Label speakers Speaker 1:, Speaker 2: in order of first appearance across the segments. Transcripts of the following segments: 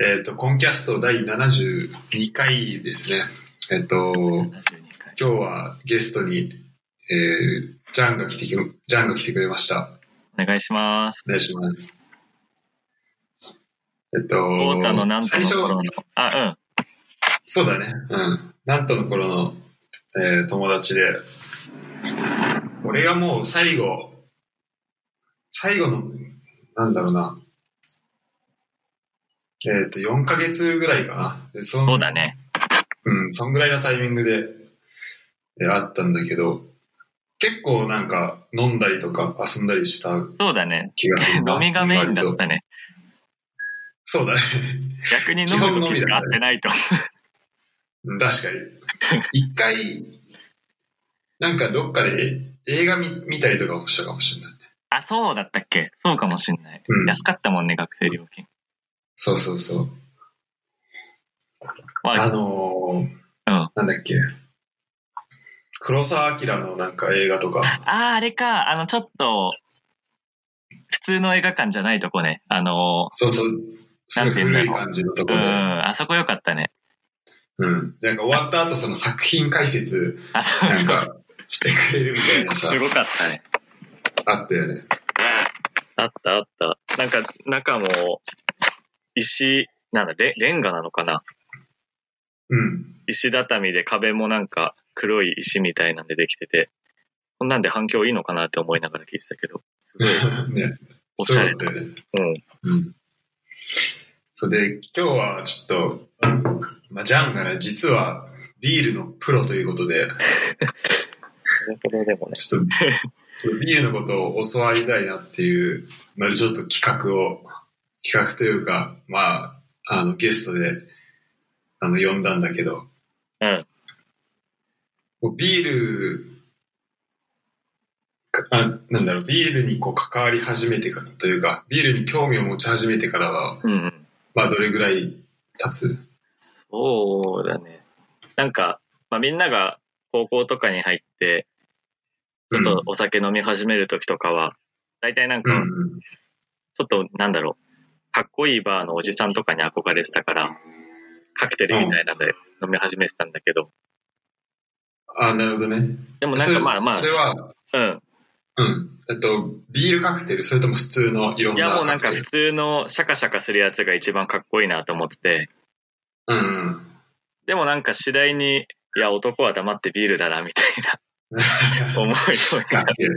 Speaker 1: えっ、と、コンキャスト第72回ですね。えっ、と、今日はゲストに、えー、ジャンが来てき、ジャンが来てくれました。
Speaker 2: お願いします
Speaker 1: お。願いします。えっと、
Speaker 2: 太田のなんと
Speaker 1: 最
Speaker 2: の
Speaker 1: 初、
Speaker 2: 頃の。あ、
Speaker 1: そうだね。うん。なんとの頃の、えー友達で、俺がもう最後、最後の、なんだろうな、えっ、と、4ヶ月ぐらいかな。でそ
Speaker 2: うん。
Speaker 1: の
Speaker 2: そうだね。
Speaker 1: うん、そんぐらいのタイミングで、えあったんだけど、結構なんか飲んだりとか遊んだりした
Speaker 2: そうだね。
Speaker 1: 気がするな。
Speaker 2: 飲みがメインだっ
Speaker 1: 割と
Speaker 2: たね。
Speaker 1: そうだね。
Speaker 2: 逆に飲む時しか会ってないと。
Speaker 1: うん確かに。 一回、なんかどっかで映画見見たりとかもしたかもしれない。
Speaker 2: あ、そうだったっけそうかもしんない。
Speaker 1: うん
Speaker 2: 安かったもんね、学生料金。
Speaker 1: そうそうそう。あ
Speaker 2: ま
Speaker 1: のー
Speaker 2: うん
Speaker 1: なんだっけ。黒澤明のなんか映画とか。
Speaker 2: あ、ああれか。あの、ちょっと、普通の映画館じゃないとこね。あの、
Speaker 1: そうそう。すごい古い感じのとこ
Speaker 2: うん、
Speaker 1: ろで。
Speaker 2: あそこよかったね。
Speaker 1: うん。なんか終わった後その作品解説
Speaker 2: あそこ
Speaker 1: なんかしてくれるみたいなさ
Speaker 2: す、ごかったね。
Speaker 1: あったよね。
Speaker 2: あったあった。なんか、中も、石、なんだ、レレンガなのかな
Speaker 1: うん。
Speaker 2: 石畳で壁もなんか黒い石みたいなんでできてて、こんなんで反響いいのかなって思いながら聞いてたけど、すごい、
Speaker 1: ね。
Speaker 2: お
Speaker 1: そう
Speaker 2: しゃ
Speaker 1: だ
Speaker 2: れ
Speaker 1: ったよね。
Speaker 2: うん、
Speaker 1: うんそれで、今日はちょっと、まあ、ジャンがね、実はビールのプロということで、
Speaker 2: それほどでも ね。
Speaker 1: ちょっと、ちょっとビールのことを教わりたいなっていうので、ちょっと企画を、企画というか、まあ、あの、ゲストで、あの、呼んだんだけど、
Speaker 2: うん。
Speaker 1: こうビール、かあなんだろう、ビールにこう関わり始めてからというか、ビールに興味を持ち始めてからは、
Speaker 2: うんうん。
Speaker 1: まあ、どれぐらい経つ
Speaker 2: そうだね。なんか、まあ、みんなが高校とかに入って、ちょっとお酒飲み始める時とかは、大体なん
Speaker 1: う
Speaker 2: か、ち
Speaker 1: ん。
Speaker 2: ょっとなんだろう、かっこいいバーのおじさんとかに憧れてたから、カクテルみたいなので飲み始めてたんだけど、
Speaker 1: ああ、なるほどね。
Speaker 2: でもなん
Speaker 1: そ
Speaker 2: か
Speaker 1: れ
Speaker 2: まあまあ
Speaker 1: そ、れは、
Speaker 2: うん。
Speaker 1: うん。えっと、ビールカクテル、それとも普通のいろん
Speaker 2: いや
Speaker 1: な
Speaker 2: もう
Speaker 1: カ
Speaker 2: なん
Speaker 1: クテ
Speaker 2: か
Speaker 1: ル。
Speaker 2: 普通のシャカシャカするやつが一番かっこいいなと思ってて、
Speaker 1: うんうん。
Speaker 2: でもなんか次第に、いや男は黙ってビールだなみたい な思い
Speaker 1: カ
Speaker 2: を
Speaker 1: クテル。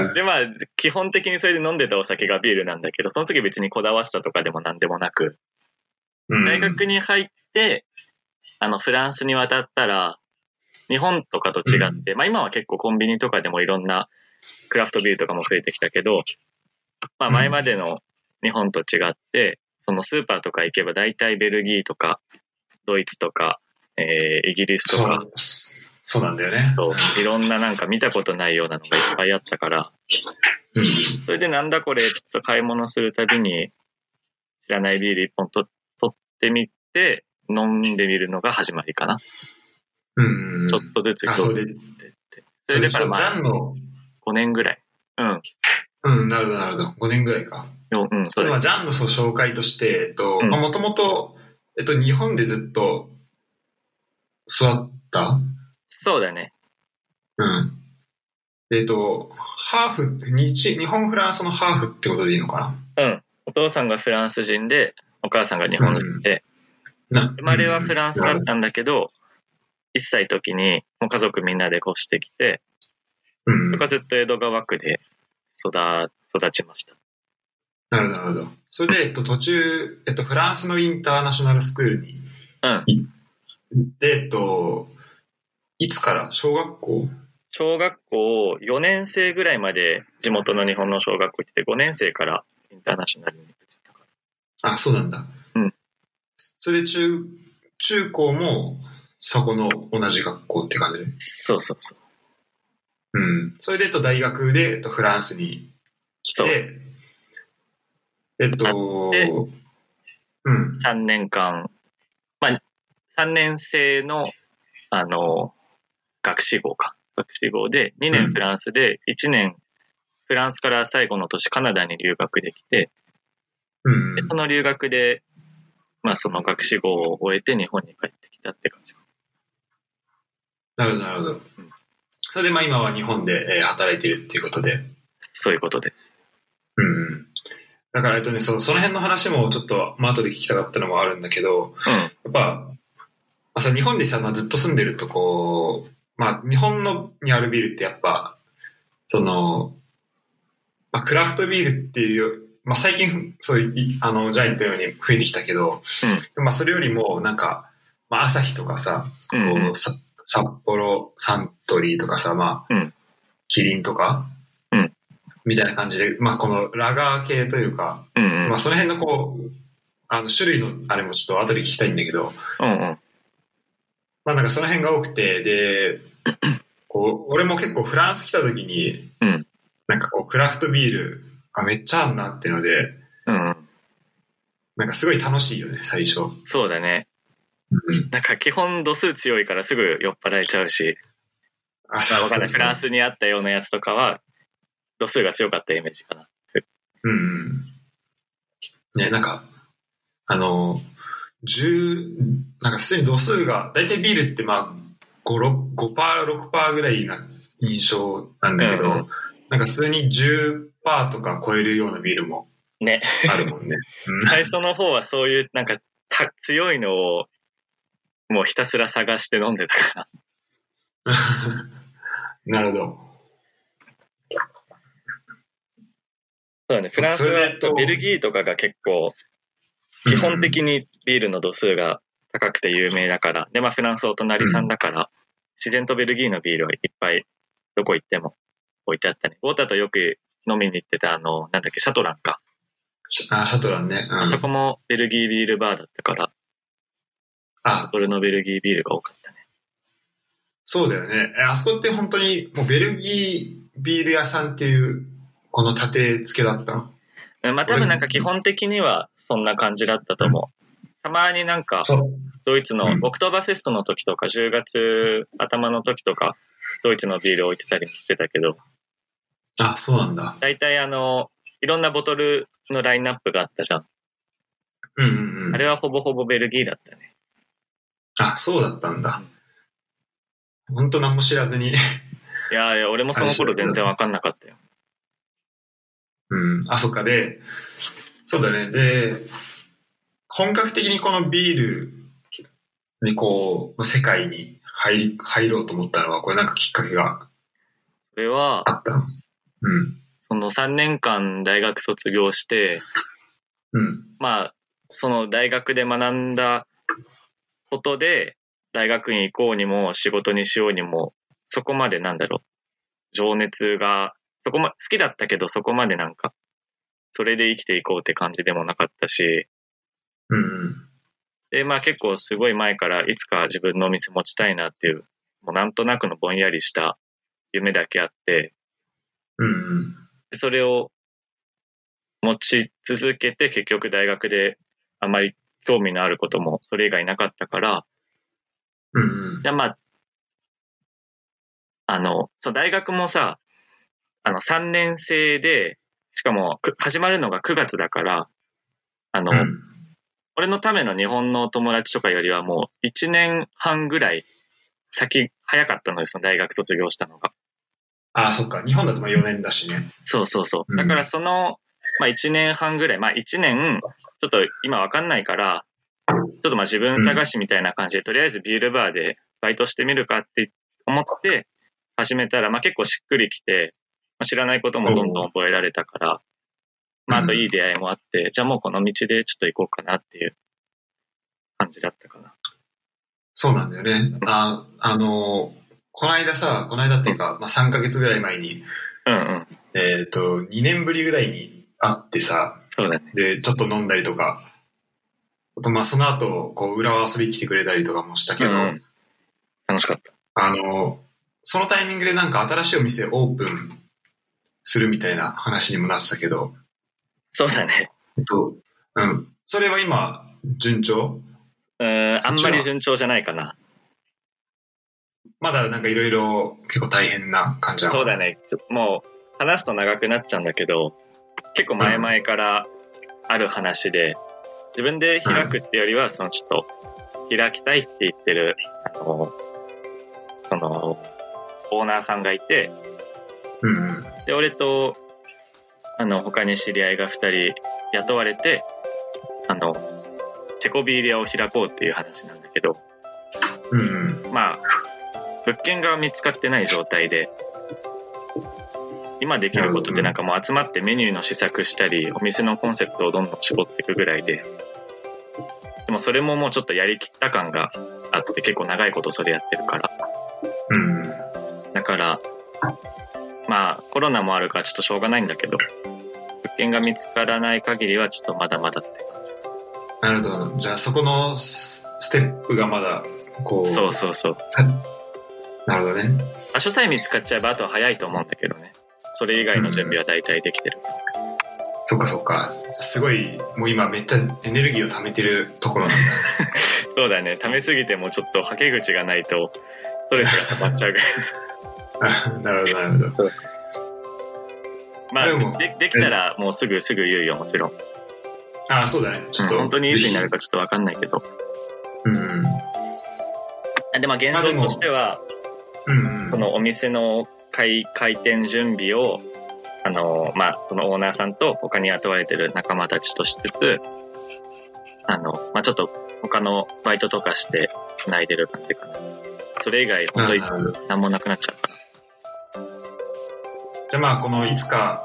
Speaker 1: うん
Speaker 2: でまあ基本的にそれで飲んでたお酒がビールなんだけど、その時別にこだわしたとかでもなんでもなく、
Speaker 1: うん
Speaker 2: 大学に入って、あのフランスに渡ったら、日本とかと違って、まあ今は結構コンビニとかでもいろんなクラフトビールとかも増えてきたけど、まあ前までの日本と違って、そのスーパーとか行けば大体ベルギーとか、ドイツとか、えーイギリスと
Speaker 1: そ
Speaker 2: か、
Speaker 1: う、そうなんだよね。
Speaker 2: そういろんななんか見たことないようなのがいっぱいあったから、
Speaker 1: うん
Speaker 2: それでなんだこれ、ちょっと買い物するたびに、知らないビール一本と取ってみて、飲んでみるのが始まりかな。ち
Speaker 1: うん。うん。
Speaker 2: ょっとずつ
Speaker 1: あ、
Speaker 2: 興
Speaker 1: そ
Speaker 2: 味
Speaker 1: れ
Speaker 2: 出
Speaker 1: で、
Speaker 2: てって。そ
Speaker 1: それ
Speaker 2: れで
Speaker 1: で、
Speaker 2: か
Speaker 1: ジ
Speaker 2: らま
Speaker 1: ャ
Speaker 2: あ
Speaker 1: ンの、
Speaker 2: 5年ぐらい。うん。
Speaker 1: うん、なるほど、なるほど。5年ぐらいか。
Speaker 2: ようん、そうだ
Speaker 1: 今、
Speaker 2: ね
Speaker 1: ジャンのそう紹介として、えっと、
Speaker 2: うん
Speaker 1: もともと、えっと、日本でずっと、育った
Speaker 2: そうだね。
Speaker 1: うん。でえっと、ハーフ、日、日本フランスのハーフってことでいいのか
Speaker 2: うん。お父さんがフランス人で、お母さんが日本人で、
Speaker 1: なな
Speaker 2: 生まれはフランスだ
Speaker 1: う
Speaker 2: っ
Speaker 1: ん
Speaker 2: たんだけど、1歳時に、もう家族みんなで越してきて、
Speaker 1: うん。
Speaker 2: 僕はずっと江戸川区で育、育ちました。
Speaker 1: なるほど、なるほど。それで、えっと、途中、えっと、フランスのインターナショナルスクールに、
Speaker 2: うん。
Speaker 1: で、えっと、いつから小学校
Speaker 2: 小学校4年生ぐらいまで地元の日本の小学校行ってて5年生からインターナショナルに移ったか
Speaker 1: あ、そうなんだ。
Speaker 2: うん。
Speaker 1: それで、中、中高も、そこの同じ学校って感じで
Speaker 2: ら。そうそうそう
Speaker 1: うん。それで、えっと、大学で、えっと、フランスに来
Speaker 2: そう
Speaker 1: て、えっと
Speaker 2: で、
Speaker 1: うん。
Speaker 2: 3年間まあ3年生のあの学士号か学士号で2
Speaker 1: う
Speaker 2: 年
Speaker 1: ん
Speaker 2: フランスで1年フランスから最後の年カナダに留学できて
Speaker 1: うん
Speaker 2: で。その留学でまあその学士号を終えて日本に帰ってきたって感じ。
Speaker 1: なるほど、なるほど。それで、まあ今は日本で、えー働いてるっていうことで。
Speaker 2: そういうことです。
Speaker 1: うんうん。だから、えっとね、そのその辺の話もちょっと、まあ後で聞きたかったのもあるんだけど、
Speaker 2: う
Speaker 1: やっぱ、まあ、さ日本でさ、まあ、ずっと住んでるとこう、まあ、日本のにあるビールってやっぱ、その、まあ、クラフトビールっていう、まあ、最近、そういうい、あの、ジャイアントのように増えてきたけど、まあ、それよりも、なんか、まあ、朝日とかさ、
Speaker 2: ん。うん。
Speaker 1: こうさ札幌サントリーとかさ、まあ、
Speaker 2: うん
Speaker 1: キリンとか、
Speaker 2: うん
Speaker 1: みたいな感じで、まあ、このラガー系というか、
Speaker 2: うんうん。
Speaker 1: まあ、その辺のこう、あの、種類のあれもちょっと後で聞きたいんだけど、
Speaker 2: うんうん。
Speaker 1: まあなんかその辺が多くて、で、こう、俺も結構フランス来た時に、
Speaker 2: うん
Speaker 1: なんかこう、クラフトビール、あ、めっちゃあんなってので、
Speaker 2: うんうん。
Speaker 1: なんかすごい楽しいよね、最初。
Speaker 2: そうだね。なんか基本度数強いからすぐ酔っ払えちゃうし、
Speaker 1: あ、
Speaker 2: まあ、わかん
Speaker 1: そ
Speaker 2: な
Speaker 1: う
Speaker 2: い。
Speaker 1: そう
Speaker 2: フランスにあったようなやつとかは、度数が強かったイメージかな。
Speaker 1: うんうん。ね、なんか、あの、十、なんか普通に度数が、だいたいビールってまあ、五六5パー、6パーぐらいな印象なんだけど、
Speaker 2: うんうん
Speaker 1: なんか普通に10パーとか超えるようなビールも
Speaker 2: ね。
Speaker 1: あるもんね。うん
Speaker 2: 最初の方はそういう、なんか、た強いのを、もうひたすら探して飲んでたから。
Speaker 1: なるほど。
Speaker 2: そうだね。フランス
Speaker 1: そ
Speaker 2: は
Speaker 1: れと
Speaker 2: ベルギーとかが結構、基本的にビールの度数が高くて有名だから、で、まあフランスお隣さんだから、自然とベルギーのビールはいっぱいどこ行っても置いてあったね。ウォーターとよく飲みに行ってたあの、なんだっけ、シャトランか。
Speaker 1: シャあシャトランね。うん
Speaker 2: あそこもベルギービールバーだったから、
Speaker 1: あ、
Speaker 2: それのベルギービールが多かったね。
Speaker 1: そうだよね。えあそこって本当にもうベルギービール屋さんっていう、この立て付けだったの
Speaker 2: うんまあ多分なんか基本的にはそんな感じだったと思う。たまになんか、
Speaker 1: そう。
Speaker 2: ドイツの
Speaker 1: うん
Speaker 2: オクトーバーフェストの時とか、10月頭の時とか、ドイツのビール置いてたりもしてたけど、
Speaker 1: あ、そうなんだ。
Speaker 2: 大体あの、いろんなボトルのラインナップがあったじゃん。
Speaker 1: うんうんうん。
Speaker 2: あれはほぼほぼベルギーだったね。
Speaker 1: あ、そうだったんだ。本当何も知らずに。
Speaker 2: いやいや、俺もその頃全然わかんなかったよ。
Speaker 1: うん。あ、そっか。で、そうだね。で、本格的にこのビールにこう、世界に入り、入ろうと思ったのは、これなんかきっかけが
Speaker 2: それは、
Speaker 1: あったのうん。
Speaker 2: その3年間大学卒業して、
Speaker 1: うん。
Speaker 2: まあ、その大学で学んだことで、大学に行こうにも仕事にしようにも、そこまでなんだろう、情熱が、そこま、好きだったけど、そこまでなんか、それで生きていこうって感じでもなかったし、
Speaker 1: うんうん。
Speaker 2: で、まあ結構すごい前から、いつか自分のお店持ちたいなっていう、もうなんとなくのぼんやりした夢だけあって、
Speaker 1: うんうん。
Speaker 2: でそれを持ち続けて結局大学であまり興味のあることもそれ以外なかったから、
Speaker 1: うんうん。
Speaker 2: じゃあまあ、あの、その大学もさ、あの3年生で、しかもく始まるのが9月だから、あの、
Speaker 1: うん
Speaker 2: 俺のための日本の友達とかよりはもう1年半ぐらい先早かったのよ、その大学卒業したのが。
Speaker 1: ああ、そっか。日本だとまあ4年だしね。
Speaker 2: そうそうそうう。
Speaker 1: ん
Speaker 2: だからその、まあ1年半ぐらい、まあ1年、ちょっと今わかんないから、ちょっとまあ自分探しみたいな感じで、とりあえずビールバーでバイトしてみるかって思って始めたら、まあ結構しっくりきて、まあ、知らないこともどんどん覚えられたから、まああといい出会いもあって、じゃあもうこの道でちょっと行こうかなっていう感じだったかな。
Speaker 1: そうなんだよね。ああのーこの間さ、この間っていうか、まあ、3ヶ月ぐらい前に、
Speaker 2: うんうん。
Speaker 1: えっ、と、2年ぶりぐらいに会ってさ、
Speaker 2: そうだね。
Speaker 1: で、ちょっと飲んだりとか、あとまあその後、こう、浦和遊びに来てくれたりとかもしたけど、
Speaker 2: うん楽しかった。
Speaker 1: あのーそのタイミングでなんか新しいお店オープンするみたいな話にもなってたけど、
Speaker 2: そうだね。
Speaker 1: えっと、うん。それは今、順調
Speaker 2: うん、あ
Speaker 1: そっ
Speaker 2: ん
Speaker 1: ち
Speaker 2: ま
Speaker 1: は
Speaker 2: り順調じゃないかな。
Speaker 1: まだなんかいろいろ結構大変な感じなの
Speaker 2: そうだね。ちょもう、話すと長くなっちゃうんだけど、結構前々からある話で、自分で開くってよりは、そのちょっと、開きたいって言ってる、あの、その、オーナーさんがいて、
Speaker 1: うんうん。
Speaker 2: で、俺と、あの、他に知り合いが2人雇われて、あの、チェコビーリアを開こうっていう話なんだけど、
Speaker 1: うんうん。
Speaker 2: まあ、物件が見つかってない状態で、今できることってなんかもう集まってメニューの試作したり、お店のコンセプトをどんどん絞っていくぐらいで、でもそれももうちょっとやりきった感があって結構長いことそれやってるから。
Speaker 1: うんうん。
Speaker 2: だから、まあコロナもあるからちょっとしょうがないんだけど、物件が見つからない限りはちょっとまだまだって。
Speaker 1: なるほど。じゃあそこのスステップがまだ、こう。
Speaker 2: そうそうそう。
Speaker 1: なるほどね。
Speaker 2: 場所さえ見つかっちゃえばあとは早いと思うんだけどね。それ以外の準備は大体できてる。
Speaker 1: そっかそっか。すごい、もう今めっちゃエネルギーを貯めてるところなんだ。
Speaker 2: そうだね。溜めすぎてもちょっとはけ口がないと、ストレスが溜まっちゃうぐらい。
Speaker 1: あ なるほど、なるほど。
Speaker 2: ま
Speaker 1: でも
Speaker 2: あ、でできたらもうすぐすぐ言うよ、もちろん。
Speaker 1: あ、そうだね。ちょっと。
Speaker 2: うん本当にいつになるかちょっとわかんないけど。
Speaker 1: ぜひ。うん。
Speaker 2: で、まあ現状としては、
Speaker 1: うん、う
Speaker 2: そ
Speaker 1: ん。
Speaker 2: のお店の開開店準備を、あの、まあ、そのオーナーさんと他に雇われてる仲間たちとしつつ、あの、まあちょっと他のバイトとかして繋いでる感じかな。それ以外、本当に
Speaker 1: なるほどじ
Speaker 2: 何もなくなっちゃうから。
Speaker 1: ゃあまあ、このいつか、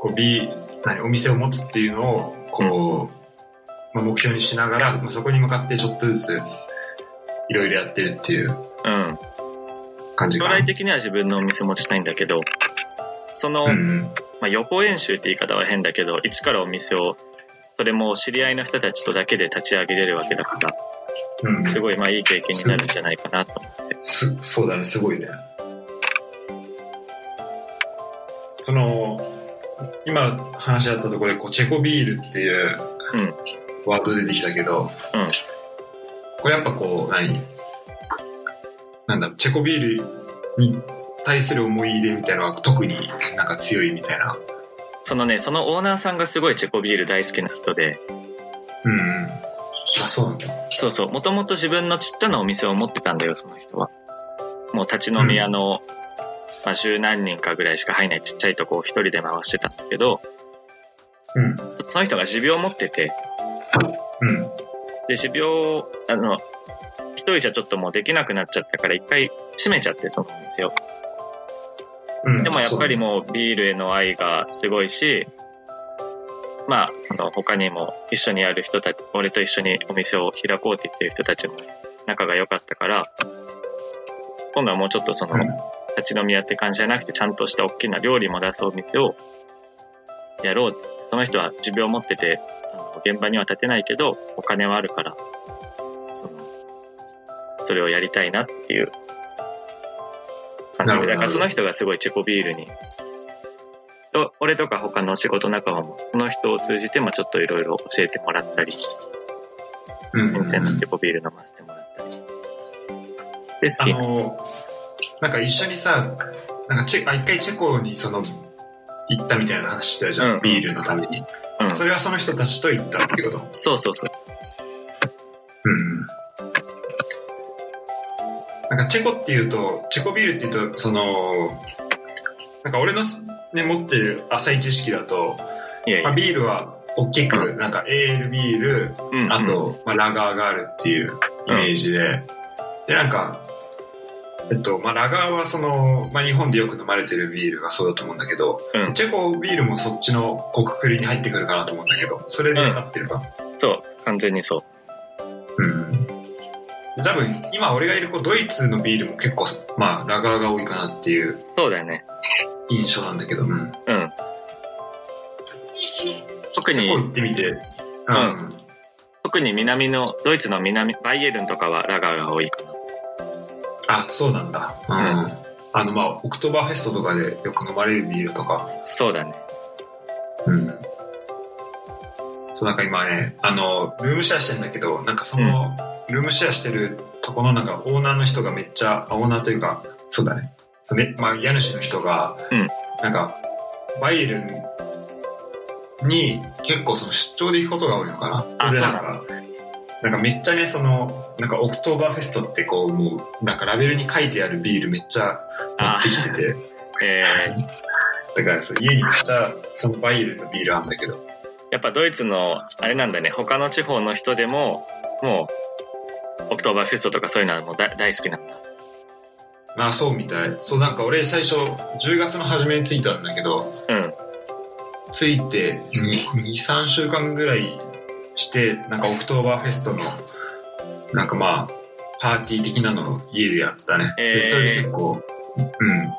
Speaker 1: こう、B、何、お店を持つっていうのを、こう、まあ、目標にしながら、まあ、そこに向かってちょっとずつ、いろいろやってるっていう
Speaker 2: うん。
Speaker 1: 感じ
Speaker 2: 将
Speaker 1: かな。
Speaker 2: 来的には自分のお店持ちたいんだけど、その、
Speaker 1: うん。
Speaker 2: まあ、予行演習って言い方は変だけど、一からお店を、それも知り合いの人たちとだけで立ち上げれるわけだから、
Speaker 1: うん。
Speaker 2: すごいまあいい経験になるんじゃないかなと思って。
Speaker 1: すそうだねすごいねその今話だったところでこうチェコビールっていう
Speaker 2: うん
Speaker 1: ワード出てきたけど、これやっぱこう何なんだろうチェコビールに対する思い入れみたいなのが特になんか強いみたいな
Speaker 2: そのね、そのオーナーさんがすごいチェコビール大好きな人で、
Speaker 1: うんうんあそうなんだ
Speaker 2: そうそう、もともと自分のちっちゃなお店を持ってたんだよ、その人は。もう立ち飲み屋の、まあ十何人かぐらいしか入んないちっちゃいとこを一人で回してたんだけど、
Speaker 1: うん
Speaker 2: その人が持病を持ってて、
Speaker 1: うん
Speaker 2: で、持病、あの、一人じゃちょっともうできなくなっちゃったから、一回閉めちゃって、そのお店を。
Speaker 1: うん
Speaker 2: でもやっぱりもうビールへの愛がすごいし、まあ、その他にも一緒にやる人たち、俺と一緒にお店を開こうって言ってる人たちも仲が良かったから、今度はもうちょっとその
Speaker 1: うん、
Speaker 2: 立ち飲み屋って感じじゃなくて、ちゃんとした大きな料理も出すお店をやろうって。その人は持病を持ってて、あの現場には立てないけど、お金はあるから、その、それをやりたいなっていう感じ
Speaker 1: なるほど
Speaker 2: で、だからその人がすごいチェコビールに、と俺とか他の仕事仲間も、その人を通じて、まあちょっといろいろ教えてもらったり、
Speaker 1: うん
Speaker 2: 新鮮なチェコビール飲ませてもらったり。で、好
Speaker 1: あ
Speaker 2: き
Speaker 1: の、なんか一緒にさ、なんかチェあ一回チェコにその、行ったみたいな話してたじゃん、
Speaker 2: うん
Speaker 1: ビールのために。
Speaker 2: うん。
Speaker 1: それはその人たちと行ったってこと。
Speaker 2: そうそうそう。
Speaker 1: うん。なんかチェコっていうと、チェコビールっていうと、その、なんか俺のす、ね、持ってる浅い知識だと、
Speaker 2: いやい
Speaker 1: まあ、
Speaker 2: や。
Speaker 1: ビールは大きく、なんかエールビール、
Speaker 2: うん
Speaker 1: あと、まあ、ラガーがあるっていうイメージで、で、なんか、えっと、まあ、ラガーはその、まあ、日本でよく飲まれてるビールがそうだと思うんだけど、
Speaker 2: うん
Speaker 1: チェコビールもそっちのこうくくりに入ってくるかなと思うんだけど、それで合ってるか。
Speaker 2: そう、完全にそう。
Speaker 1: うん。多分、今俺がいるこうドイツのビールも結構、まあ、ラガーが多いかなっていう
Speaker 2: そうだよね。
Speaker 1: 印象なんだけど、うん
Speaker 2: うん。特
Speaker 1: チェコ
Speaker 2: に、
Speaker 1: 行ってみて、うん。
Speaker 2: ん特に南の、ドイツの南、バイエルンとかはラガーが多いかな。
Speaker 1: あ、そうなんだ。うん。
Speaker 2: うん
Speaker 1: あの、まあ、オクトバーフェストとかでよく飲まれるビールとか、
Speaker 2: そうだね。
Speaker 1: うん。そう、なんか今ね、あの、ルームシェアしてんだけど、なんかその、ルームシェアしてるとこのなんかオーナーの人がめっちゃ、あオーナーというか、そうだね。そうね、まあ家主の人が、
Speaker 2: うん
Speaker 1: なんか、バイエルンに結構その出張で行くことが多いのかな。
Speaker 2: あ
Speaker 1: それでなんか、なんかめっちゃね、その、なんかオクトーバーフェストってこう、もう、なんかラベルに書いてあるビールめっちゃ持
Speaker 2: あ
Speaker 1: ってきてて、
Speaker 2: え ー
Speaker 1: だからそう家にめっちゃそのバイエルのビールあんだけど、
Speaker 2: やっぱドイツの、あれなんだね、他の地方の人でも、もう、オクトーバーフェストとかそういうのはもう大大好きなんだ。
Speaker 1: あそうみたい。そうなんか俺最初10月の初めに着いたんだけど、
Speaker 2: うん。
Speaker 1: 着いて2、3週間ぐらいして、なんかオクトーバーフェストの、なんかまあ、パーティー的なのを家でやったね。
Speaker 2: えー
Speaker 1: それそれで結構、うん。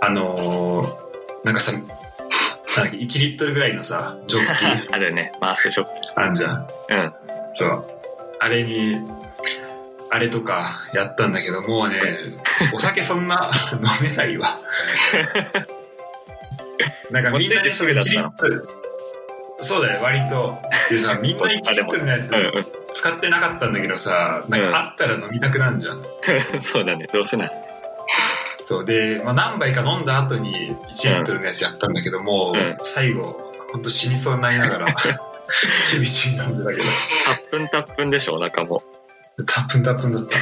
Speaker 1: あのーなんかさ、なんだっけ1リットルぐらいのさ、ジョッキ
Speaker 2: あるね、マースショップ。
Speaker 1: あんじゃん。
Speaker 2: うん。
Speaker 1: そう。あれに、あれとかやったんだけど、もう ね、お酒そんな 飲めないわ。なんかみんなでその1
Speaker 2: 持
Speaker 1: リ
Speaker 2: ってってすぐだ
Speaker 1: ットル、そうだよ、割と。で さ、みんな1リットルのや
Speaker 2: うん
Speaker 1: つ使ってなかったんだけどさ、なんかあったら飲みたくなんじゃん。
Speaker 2: うん。 そうだね、どうせなら。
Speaker 1: そうで、まあ、何杯か飲んだ後に1リットルのやつやったんだけど、もう
Speaker 2: うん
Speaker 1: 最後、ほんと死にそうになりなが ら、 ちびちび飲んでたけど。
Speaker 2: たっぷんたっぷんでしょ、お腹も。
Speaker 1: タップンタップンだった。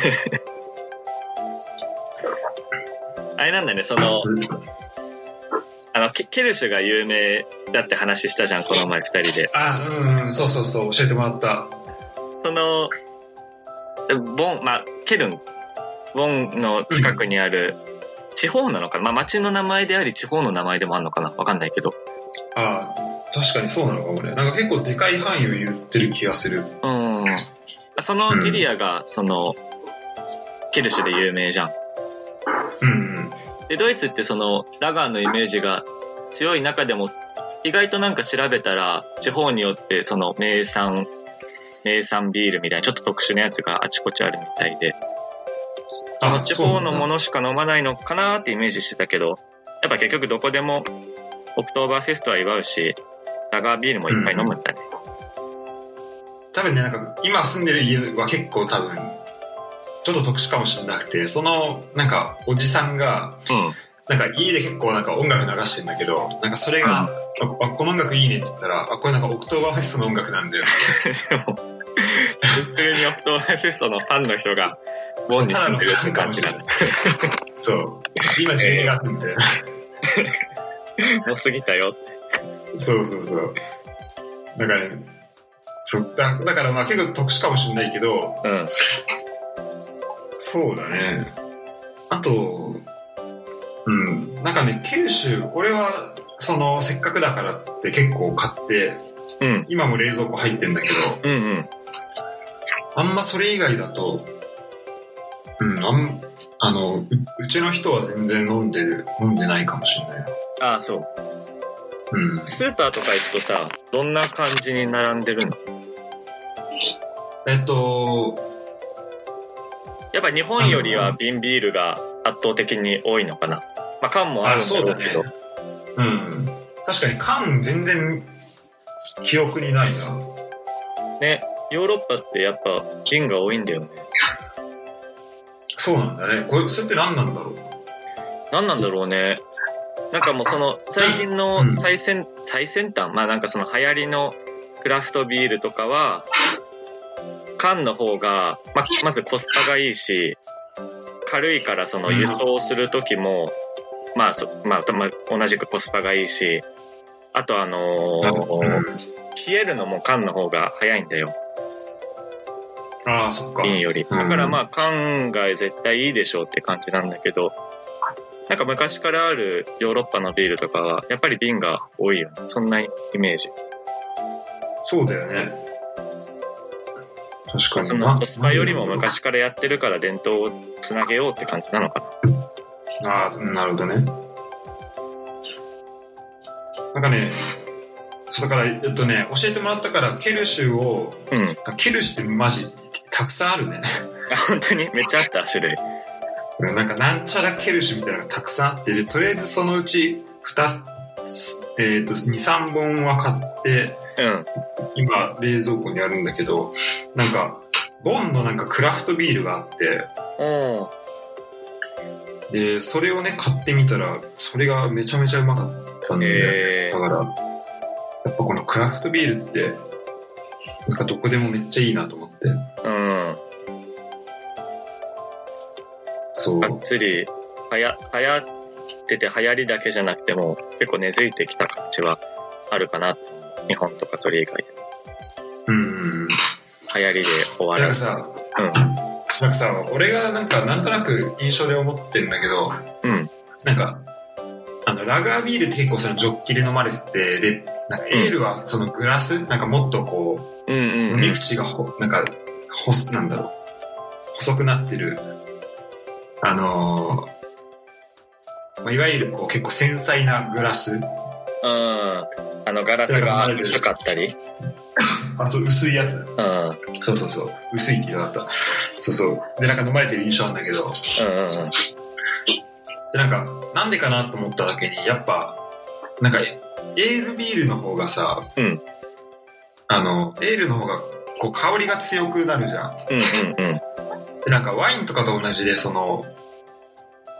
Speaker 2: あれなんだね、その、
Speaker 1: うん
Speaker 2: あの、ケケルシュが有名だって話したじゃん、この前二人で。
Speaker 1: あ、うん、うん、そうそうそう、教えてもらった。
Speaker 2: その、ボン、まあ、ケルン、ボンの近くにある、地方なのかな、まあ、町の名前であり、地方の名前でもあるのかなわかんないけど。
Speaker 1: あ確かにそうなのかもね。なんか結構でかい範囲を言ってる気がする。
Speaker 2: うん。そのエリアが、その、ケルシュで有名じゃん。
Speaker 1: うん。
Speaker 2: で、ドイツってその、ラガーのイメージが強い中でも、意外となんか調べたら、地方によってその名産、名産ビールみたいな、ちょっと特殊なやつがあちこちあるみたいで、その地方のものしか飲まないのかなってイメージしてたけど、やっぱ結局どこでも、オクトーバーフェストは祝うし、ラガービールもいっぱい飲むんだね。
Speaker 1: 多分ね、なんか今住んでる家は結構多分、ちょっと特殊かもしれなくて、その、なんかおじさんが、
Speaker 2: うん。
Speaker 1: なんか家で結構なんか音楽流してんだけど、なんかそれが、あ、この音楽いいねって言ったら、あ、これなんかオクトーバーフェストの音楽なんだよ。
Speaker 2: でも、普通にオクトーバーフェストのファンの人が、ボンに住んでるって感じだ ね。
Speaker 1: そう。今12月みたいな。
Speaker 2: もう過ぎたよ。
Speaker 1: そうそうそう。だからね、そうだだからまあ結構特殊かもしれないけど、
Speaker 2: うん。
Speaker 1: そうだね。あと、うん、なんかね、九州、俺は、その、せっかくだからって結構買って、
Speaker 2: うん。
Speaker 1: 今も冷蔵庫入ってんだけど、
Speaker 2: うんうん。
Speaker 1: あんまそれ以外だと、うん、あん、あの、ううちの人は全然飲んでる、飲んでないかもしれない。
Speaker 2: ああ、そう。
Speaker 1: うん。
Speaker 2: スーパーとか行くとさ、どんな感じに並んでるの
Speaker 1: えっと、
Speaker 2: やっぱ日本よりは瓶ビールが圧倒的に多いのかな。まあ、缶もあるんだろうけど。
Speaker 1: あうん。確かに缶全然記憶にないな。
Speaker 2: ね。ヨーロッパってやっぱ瓶が多いんだよね。
Speaker 1: そうなんだね。これ、それって何なんだろう。
Speaker 2: 何なんだろうね。なんかもうその最近
Speaker 1: う
Speaker 2: の
Speaker 1: ん
Speaker 2: 最先、最先端、まあなんかその流行りのクラフトビールとかは、缶の方が、まあ、まずコスパがいいし、軽いからその輸送する時も、まあそ、まあ、たま同じくコスパがいいし、あとあのー
Speaker 1: うん
Speaker 2: 冷えるのも缶の方が早いんだよ、
Speaker 1: ああ、そっか。
Speaker 2: 瓶より。だからまあ缶が絶対いいでしょうって感じなんだけど、なんか昔からあるヨーロッパのビールとかは、やっぱり瓶が多いよね。そんなイメージ。
Speaker 1: そうだよね。確かに。
Speaker 2: そ
Speaker 1: な
Speaker 2: のコスパよりも。昔からやってるから伝統をつなげようって感じなのかな。
Speaker 1: ああ、なるほどね。なんかね、そうだから、えっとね、教えてもらったから、ケルシュを、
Speaker 2: うん。
Speaker 1: ケルシュってマジ、たくさんあるね。
Speaker 2: あ、本当にめっちゃあった種類。
Speaker 1: うんなんか、なんちゃらケルシュみたいなのがたくさんあって、で、とりあえずそのうち、二つ、えっ、と、二、三本は買って、
Speaker 2: うん。
Speaker 1: 今、冷蔵庫にあるんだけど、なんか、ボンのなんかクラフトビールがあって、
Speaker 2: おー
Speaker 1: で、それをね、買ってみたら、それがめちゃめちゃうまかったんで、
Speaker 2: え
Speaker 1: だ
Speaker 2: ー
Speaker 1: から、やっぱこのクラフトビールって、なんかどこでもめっちゃいいなと思って。
Speaker 2: うん。
Speaker 1: そう。
Speaker 2: がっつり、はや、流行ってて流行りだけじゃなくても、結構根付いてきた感じはあるかな。日本とかそれ以外で。
Speaker 1: うん。
Speaker 2: 流行りで終わ
Speaker 1: なん
Speaker 2: ら
Speaker 1: か
Speaker 2: ず。
Speaker 1: さ、
Speaker 2: うん。
Speaker 1: なんかさ、俺がなんかなんとなく印象で思ってんだけど、
Speaker 2: うん。
Speaker 1: なんか、あの、ラガービールって結構そのジョッキで飲まれてて、で、なんかエールはそのグラス、なんかもっとこ
Speaker 2: うん
Speaker 1: う、
Speaker 2: うん、う
Speaker 1: 飲み
Speaker 2: ん。
Speaker 1: 口がほ、なんか、ほす、なんだろう、細くなってる、あのーまあ、いわゆるこう結構繊細なグラス、
Speaker 2: うん。あの、ガラスが薄かったり。
Speaker 1: あ、そう、薄いやつ。
Speaker 2: うん。うん
Speaker 1: そうそうそう、薄いって言わなかった。そうそう。で、なんか飲まれてる印象なんだけど、
Speaker 2: うんうん。
Speaker 1: で、なんか、なんでかなと思っただけに、やっぱ、なんか、エールビールの方がさ、
Speaker 2: うん
Speaker 1: あの、エールの方が、こう、香りが強くなるじゃん。
Speaker 2: うんうんうん。
Speaker 1: で、なんか、ワインとかと同じで、その、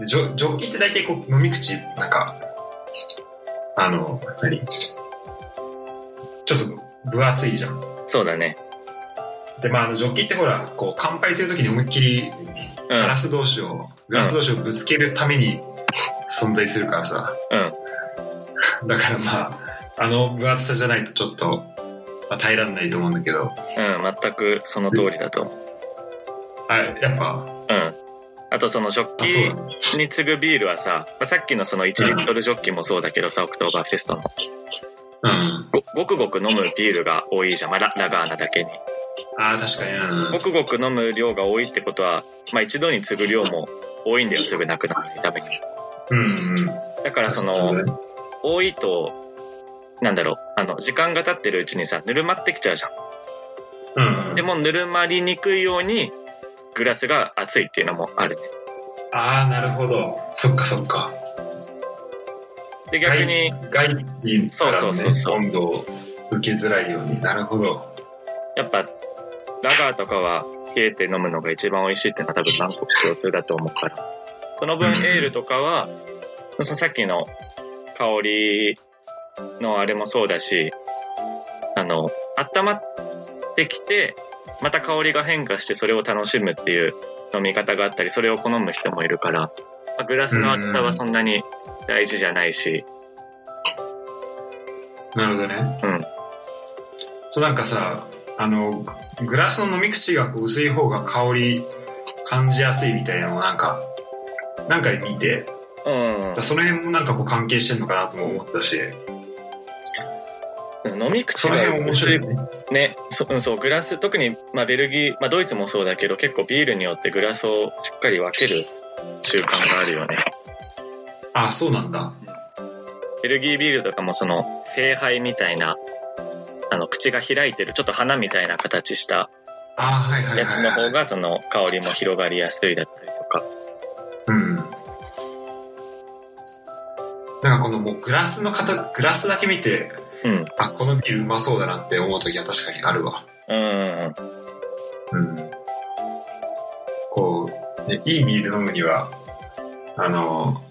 Speaker 1: でジョジョッキって大体こう、飲み口、なんか、あの、何ちょっと、分厚いじゃん。
Speaker 2: そうだね。
Speaker 1: で、まあ、あの、ジョッキってほら、こう、乾杯するときに思いっきり、
Speaker 2: うん。
Speaker 1: ガラス同士を、グラス同士をぶつけるために存在するからさ。
Speaker 2: うん。
Speaker 1: だからまあ、あの分厚さじゃないとちょっと、まあ、耐えられないと思うんだけど、
Speaker 2: うん。全くその通りだと思う。
Speaker 1: あやっぱ、
Speaker 2: うん。あとその食
Speaker 1: あそうだ
Speaker 2: 器
Speaker 1: ね。
Speaker 2: に次ぐビールはさ、まあさっきのその1リットルジョッキもそうだけどさ、オクトーバーフェストの。
Speaker 1: うん。
Speaker 2: ごごくごく飲むビールが多いじゃん、まあ、ララガーなだけに
Speaker 1: ああ、確かに、う
Speaker 2: ご
Speaker 1: ん。
Speaker 2: くごく飲む量が多いってことは、まあ、一度に次ぐ量も多いんだよすぐなくなるために
Speaker 1: うん、うん。
Speaker 2: だからその
Speaker 1: 確かに
Speaker 2: 多いとなんだろうあの時間が経ってるうちにさぬるまってきちゃうじゃ
Speaker 1: うんうんん。
Speaker 2: でもぬるまりにくいようにグラスが熱いっていうのもあるね
Speaker 1: ああ、なるほど。そっかそっか。
Speaker 2: で逆に
Speaker 1: 外気、外気から
Speaker 2: そ
Speaker 1: の
Speaker 2: う
Speaker 1: ね
Speaker 2: そうそう
Speaker 1: 温度を受けづらいように。なるほど。
Speaker 2: やっぱラガーとかは冷えて飲むのが一番美味しいっていうのは多分韓国共通だと思うからその分
Speaker 1: うん
Speaker 2: エールとかは、そのさっきの香りのあれもそうだしあの温まってきてまた香りが変化してそれを楽しむっていう飲み方があったりそれを好む人もいるから、まあグラスの厚さはそんなに大事じゃないし、
Speaker 1: なるほどね。
Speaker 2: うん。
Speaker 1: そう、なんかさ、あの、グラスの飲み口がこう薄い方が香り感じやすいみたいなのをなんか、なんかで見て、
Speaker 2: うん
Speaker 1: だからその辺もなんかこう関係してんのかなとも思ったし、
Speaker 2: 飲み口
Speaker 1: その辺
Speaker 2: が
Speaker 1: 面
Speaker 2: 薄
Speaker 1: 白
Speaker 2: い
Speaker 1: いよね。
Speaker 2: ね、そうんそうグラス特に、まあ、ベルギー、まあ、ドイツもそうだけど結構ビールによってグラスをしっかり分ける習慣があるよね
Speaker 1: あ、そうなんだ。
Speaker 2: ベルギービールとかもその聖杯みたいなあの口が開いてるちょっと花みたいな形した
Speaker 1: あ、はいはいはい、はい。
Speaker 2: やつの方がその香りも広がりやすいだったりとか
Speaker 1: うん。なんかこのもうグラスの方、グラスだけ見て、
Speaker 2: うん
Speaker 1: あ、このビールうまそうだなって思う時は確かにあるわ。
Speaker 2: うん
Speaker 1: うん。こう、ね、いいビール飲むには、あの、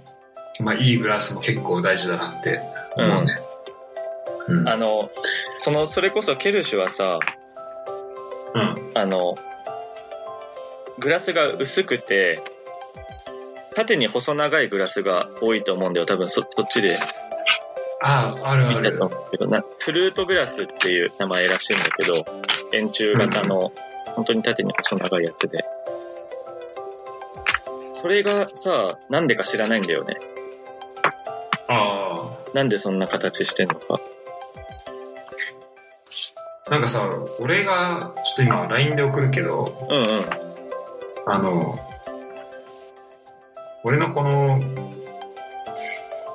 Speaker 1: まあ、いいグラスも結構大事だなって思うね。うん。うん。
Speaker 2: あのそのそれこそケルシュはさあのグラスが薄くて縦に細長いグラスが多いと思うんだよ多分そそっちで
Speaker 1: あ、あるあ
Speaker 2: だ
Speaker 1: る
Speaker 2: と。思うけどなフルートグラスっていう名前らしいんだけど円柱型の本当に縦に細長いやつでそれがさなんでか知らないんだよね
Speaker 1: ああ。
Speaker 2: なんでそんな形してんのか
Speaker 1: なんかさ、俺が、ちょっと今、LINE で送るけど、
Speaker 2: うんうん
Speaker 1: あの、俺のこの、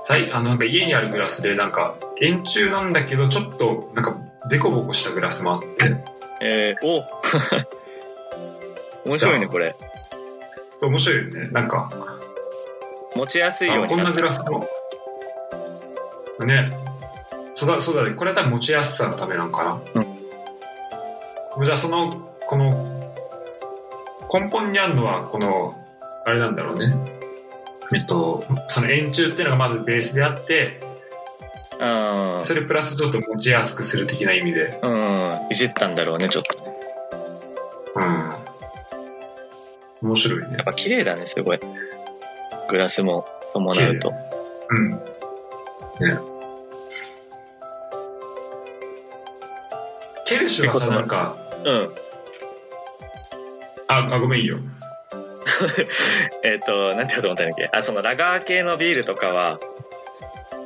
Speaker 1: はい、あの、なんか家にあるグラスで、なんか、円柱なんだけど、ちょっと、なんか、デコボコしたグラスもあって、
Speaker 2: えー、お 面白いねこれ
Speaker 1: そう、面白いよね。なんか、
Speaker 2: 持ちやすいよう
Speaker 1: あ、こ
Speaker 2: に
Speaker 1: んな
Speaker 2: なっ
Speaker 1: グ
Speaker 2: た
Speaker 1: ラスも。ね。そうだ、そうだね。これは多分持ちやすさのためなんかな。じゃあその、この、根本にあるのは、この、あれなんだろうね。えっと、その円柱っていうのがまずベースであって、
Speaker 2: うん
Speaker 1: それプラスちょっと持ちやすくする的な意味で。
Speaker 2: うん、いじったんだろうね、ちょっと。
Speaker 1: うん。面白いね
Speaker 2: やっ。ぱ綺麗だね、すごい。グラスも伴うと。
Speaker 1: うん。ね。ケルシュはさ、なんか、
Speaker 2: うん。
Speaker 1: あ、あごめんいいよ。
Speaker 2: えっ、と、なんて言おうと思ったんだっけあ、そのラガー系のビールとかは、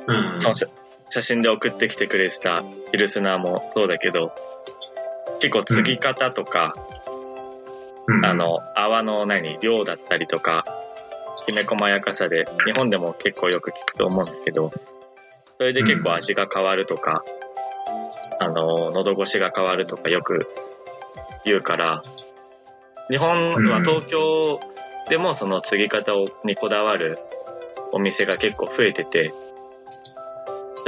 Speaker 1: うん。
Speaker 2: その写写真で送ってきてくれてたヒルスナーもそうだけど、結構継ぎ方とか、
Speaker 1: うん
Speaker 2: あ、の、泡の何、量だったりとか、きめ細やかさで、日本でも結構よく聞くと思うんだけど、それで結構味が変わるとか、あの、喉越しが変わるとかよく言うから、日本は
Speaker 1: うん
Speaker 2: 東京でもその継ぎ方をにこだわるお店が結構増えてて、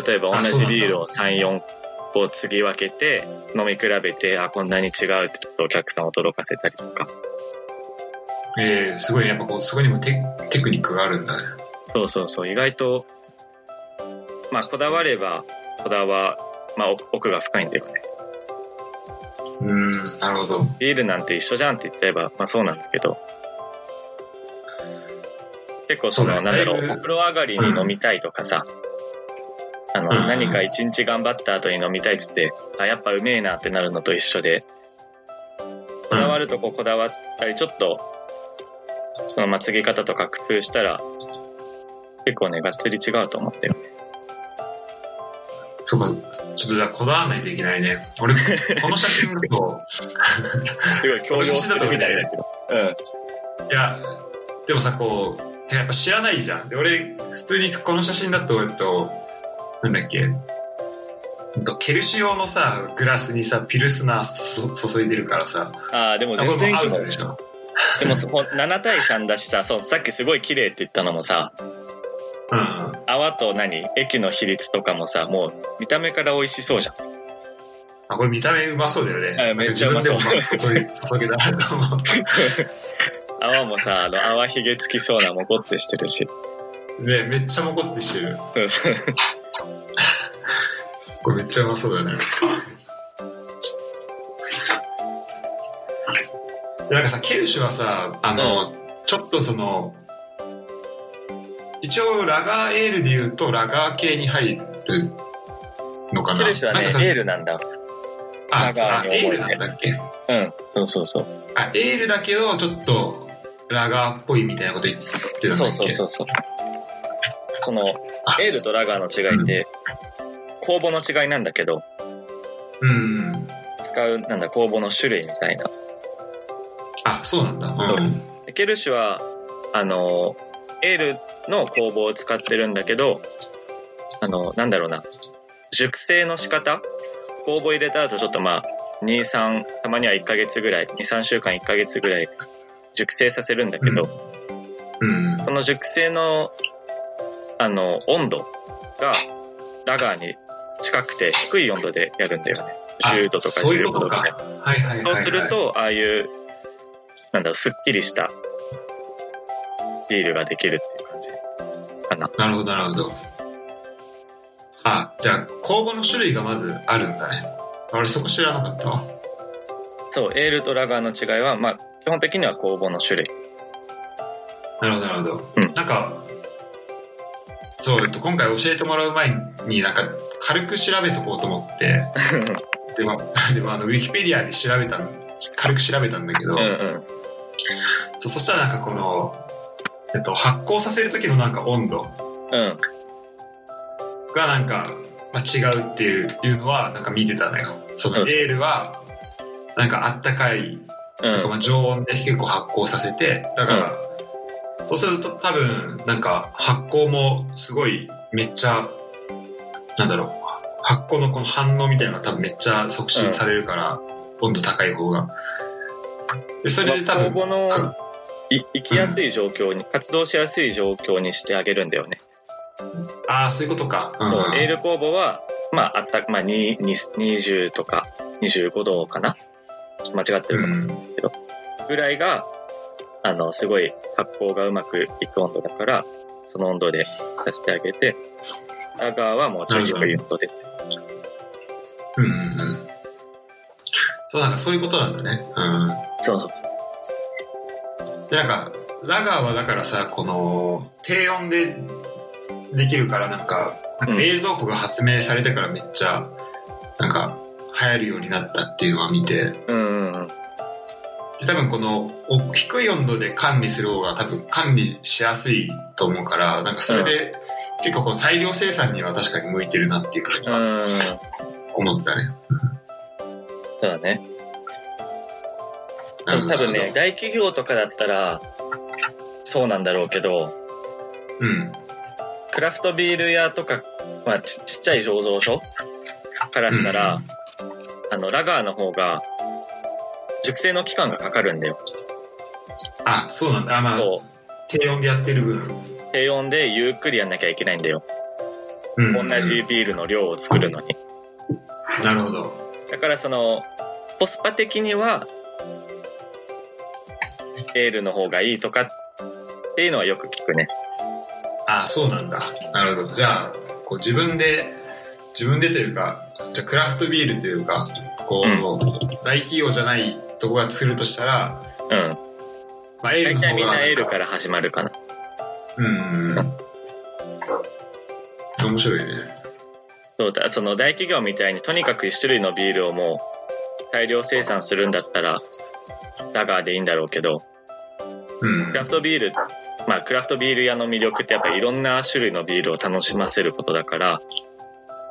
Speaker 2: 例えば
Speaker 1: あ
Speaker 2: 同
Speaker 1: そう
Speaker 2: じ
Speaker 1: なんだ
Speaker 2: ビールを3、4個継ぎ分けて飲み比べて、あ、こんなに違うってちょっとお客さんを驚かせたりとか、
Speaker 1: えー、すごいね。やっぱこう、そこにもテテクニックがあるんだね。
Speaker 2: そうそうそう、意外と、まあ、こだわれば、こだわ、まあ、奥奥が深いんだよね。
Speaker 1: うん、なるほど。
Speaker 2: ビールなんて一緒じゃんって言っちゃえば、まあそうなんだけど、結構その、
Speaker 1: そうだ
Speaker 2: なんだ
Speaker 1: ね
Speaker 2: ろ、
Speaker 1: だいうぶ
Speaker 2: お風呂上がりに飲みたいとかさ、あの、
Speaker 1: うん
Speaker 2: 何か一日頑張った後に飲みたいっつって、あ、やっぱうめえなってなるのと一緒で、こだわるとここだわったり、ちょっと、そのまつげ方とか工夫したら、結構ね、がっつり違うと思ってる。
Speaker 1: そこ、ちょっとじゃあこだわらないといけないね。 俺、この写真だと、
Speaker 2: すごい強要してるみたいだけど。
Speaker 1: いや、でもさ、こう、てかやっぱ知らないじゃん。で、俺、普通にこの写真だと、えっと、なんだっけ、えっとケルシオのさ、グラスにさ、ピルスナーそ注いでるからさ、
Speaker 2: うん。ああ、でも
Speaker 1: あこれ
Speaker 2: 全然
Speaker 1: もうア
Speaker 2: いい
Speaker 1: ウト
Speaker 2: と思う
Speaker 1: でしょ。
Speaker 2: でもそこ7対3だしさ、そう、さっきすごい綺麗って言ったのもさ、
Speaker 1: うん。
Speaker 2: 泡と何液の比率とかもさ、もう見た目から美味しそうじゃん。
Speaker 1: あ、これ見た目うまそうだよね。
Speaker 2: あ
Speaker 1: なんか
Speaker 2: めっ
Speaker 1: 自
Speaker 2: ちゃう
Speaker 1: 分
Speaker 2: ま
Speaker 1: で
Speaker 2: そう
Speaker 1: もまあ注い注 げたらと思う。
Speaker 2: 泡もさ、あの、泡ひげつきそうなもこってしてるし。
Speaker 1: ね、めっちゃもこってしてる。
Speaker 2: うんそう
Speaker 1: これめっちゃうまそうだね。でなんかさ、ケルシュはさ、あの、ちょっとその、一応ラガーエールで言うとラガー系に入るのかな。
Speaker 2: ケルシュは
Speaker 1: な
Speaker 2: ね
Speaker 1: んかさ、
Speaker 2: エールなんだ。
Speaker 1: あ
Speaker 2: ラガー
Speaker 1: あ
Speaker 2: に
Speaker 1: エー
Speaker 2: 思
Speaker 1: ル
Speaker 2: え
Speaker 1: な
Speaker 2: て
Speaker 1: んだっけ
Speaker 2: うん、そうそうそう。
Speaker 1: あ、エールだけど、ちょっとラガーっぽいみたいなこと言ってたんだっけ
Speaker 2: そうそうそうそう。その、
Speaker 1: あ
Speaker 2: エールとラガーの違いって、酵母の違いなんだけど、
Speaker 1: うん。
Speaker 2: 使う、なんだ、酵母の種類みたいな。
Speaker 1: あ、そうなんだ。うん。
Speaker 2: でケルシュはあのエールの工房を使ってるんだけどあのなんだろうな熟成の仕方工房入れた後ちょっとまあ23たまには1ヶ月ぐらい23週間1ヶ月ぐらい熟成させるんだけど、
Speaker 1: うん。
Speaker 2: その熟成のあの温度がラガーに近くて低い温度でやるんだよね
Speaker 1: あ
Speaker 2: 10度とか
Speaker 1: そういうこ
Speaker 2: 15度
Speaker 1: と
Speaker 2: と
Speaker 1: か。
Speaker 2: か
Speaker 1: はいはいはい、はい。
Speaker 2: そうすると、ああいう、なんだろう、すっきりしたビールができるっていう感じかな。
Speaker 1: なるほど、なるほど。あ、じゃあ、酵母の種類がまずあるんだね。俺そこ知らなかったわ。
Speaker 2: そう、エールとラガーの違いは、まあ、基本的には酵母の種類。
Speaker 1: なるほど、なるほど。
Speaker 2: うん
Speaker 1: なんか、そう、えっと、今回教えてもらう前に、なんか、軽く調べとこうと思って、で、まあ、で もあの、ウィキペディアで調べたん、軽く調べたんだけど、
Speaker 2: うんうん。
Speaker 1: そうそしたらなんかこの、えっと、発酵させる時のなんか温度
Speaker 2: うん。
Speaker 1: がなんか、まあ、違うっていういうのはなんか見てたのよその
Speaker 2: うん
Speaker 1: エールはなんかあったかいとか、
Speaker 2: う
Speaker 1: ま
Speaker 2: ん。
Speaker 1: あ、常温で結構発酵させてだから、そうすると多分なんか発酵もすごいめっちゃなんだろう発酵のこの反応みたいなのが多分めっちゃ促進されるから、温度高い方がでそれで多分、
Speaker 2: まあ酵母の
Speaker 1: か
Speaker 2: い生きやすい状況に、活動しやすい状況にしてあげるんだよね。
Speaker 1: ああそういうことか、うん
Speaker 2: そう、エール酵母は、まあ、あった、まあ、にに20とか25度かなちょっと間違ってるか
Speaker 1: う
Speaker 2: な
Speaker 1: ん
Speaker 2: ぐらいが、あの、すごい発酵がうまくいく温度だから、その温度でさせてあげて、ラガーはもう長期ということで。
Speaker 1: うんうんうん。そう、なんかそういうことなんだね。う。
Speaker 2: そうそうん
Speaker 1: で、なんか、ラガーはだからさ、この、低温でできるから、なんか、なんか
Speaker 2: うん
Speaker 1: 冷蔵庫が発明されてからめっちゃ、なんか、流行るようになったっていうのは見て、で
Speaker 2: うんうんうん。
Speaker 1: 多分このお低い温度で管理する方が多分管理しやすいと思うから、なんかそれで結構この大量生産には確かに向いてるなっていうふうに
Speaker 2: うん。
Speaker 1: は
Speaker 2: そう
Speaker 1: 思ったね。
Speaker 2: だね。
Speaker 1: な
Speaker 2: そ
Speaker 1: るほ
Speaker 2: の多
Speaker 1: ど
Speaker 2: 分ね、、大企業とかだったら、そうなんだろうけど、
Speaker 1: うん。
Speaker 2: クラフトビール屋とか、まあ、ちちっちゃい醸造所からしたら、あの、ラガーの方が、熟成の期間がかかるんだよ。
Speaker 1: あ、そうなんだ。あ、まあ、
Speaker 2: そ
Speaker 1: 低温でやってる分。
Speaker 2: う。低温でゆっくりやんなきゃいけないんだよ。
Speaker 1: うん
Speaker 2: 同じビールの量を作るのに。
Speaker 1: なるほど。
Speaker 2: だからその、コスパ的には、エールの方がいいとかっていうのはよく聞くね。
Speaker 1: あ、そうなんだ。なるほど。じゃあ、こう自分で、自分でというか、じゃあクラフトビールというか、こう、
Speaker 2: うん
Speaker 1: 大企業じゃないとこが作るとしたら、
Speaker 2: うん。
Speaker 1: まあ、エール
Speaker 2: 大
Speaker 1: の方
Speaker 2: 体みん
Speaker 1: が
Speaker 2: なエールから始まるかな。
Speaker 1: うん。面白いね。
Speaker 2: そうだ、その大企業みたいにとにかく一種類のビールをもう大量生産するんだったら、ラガーでいいんだろうけど、
Speaker 1: うん
Speaker 2: ク。ラフトビール、まあクラフトビール屋の魅力ってやっぱりいろんな種類のビールを楽しませることだから、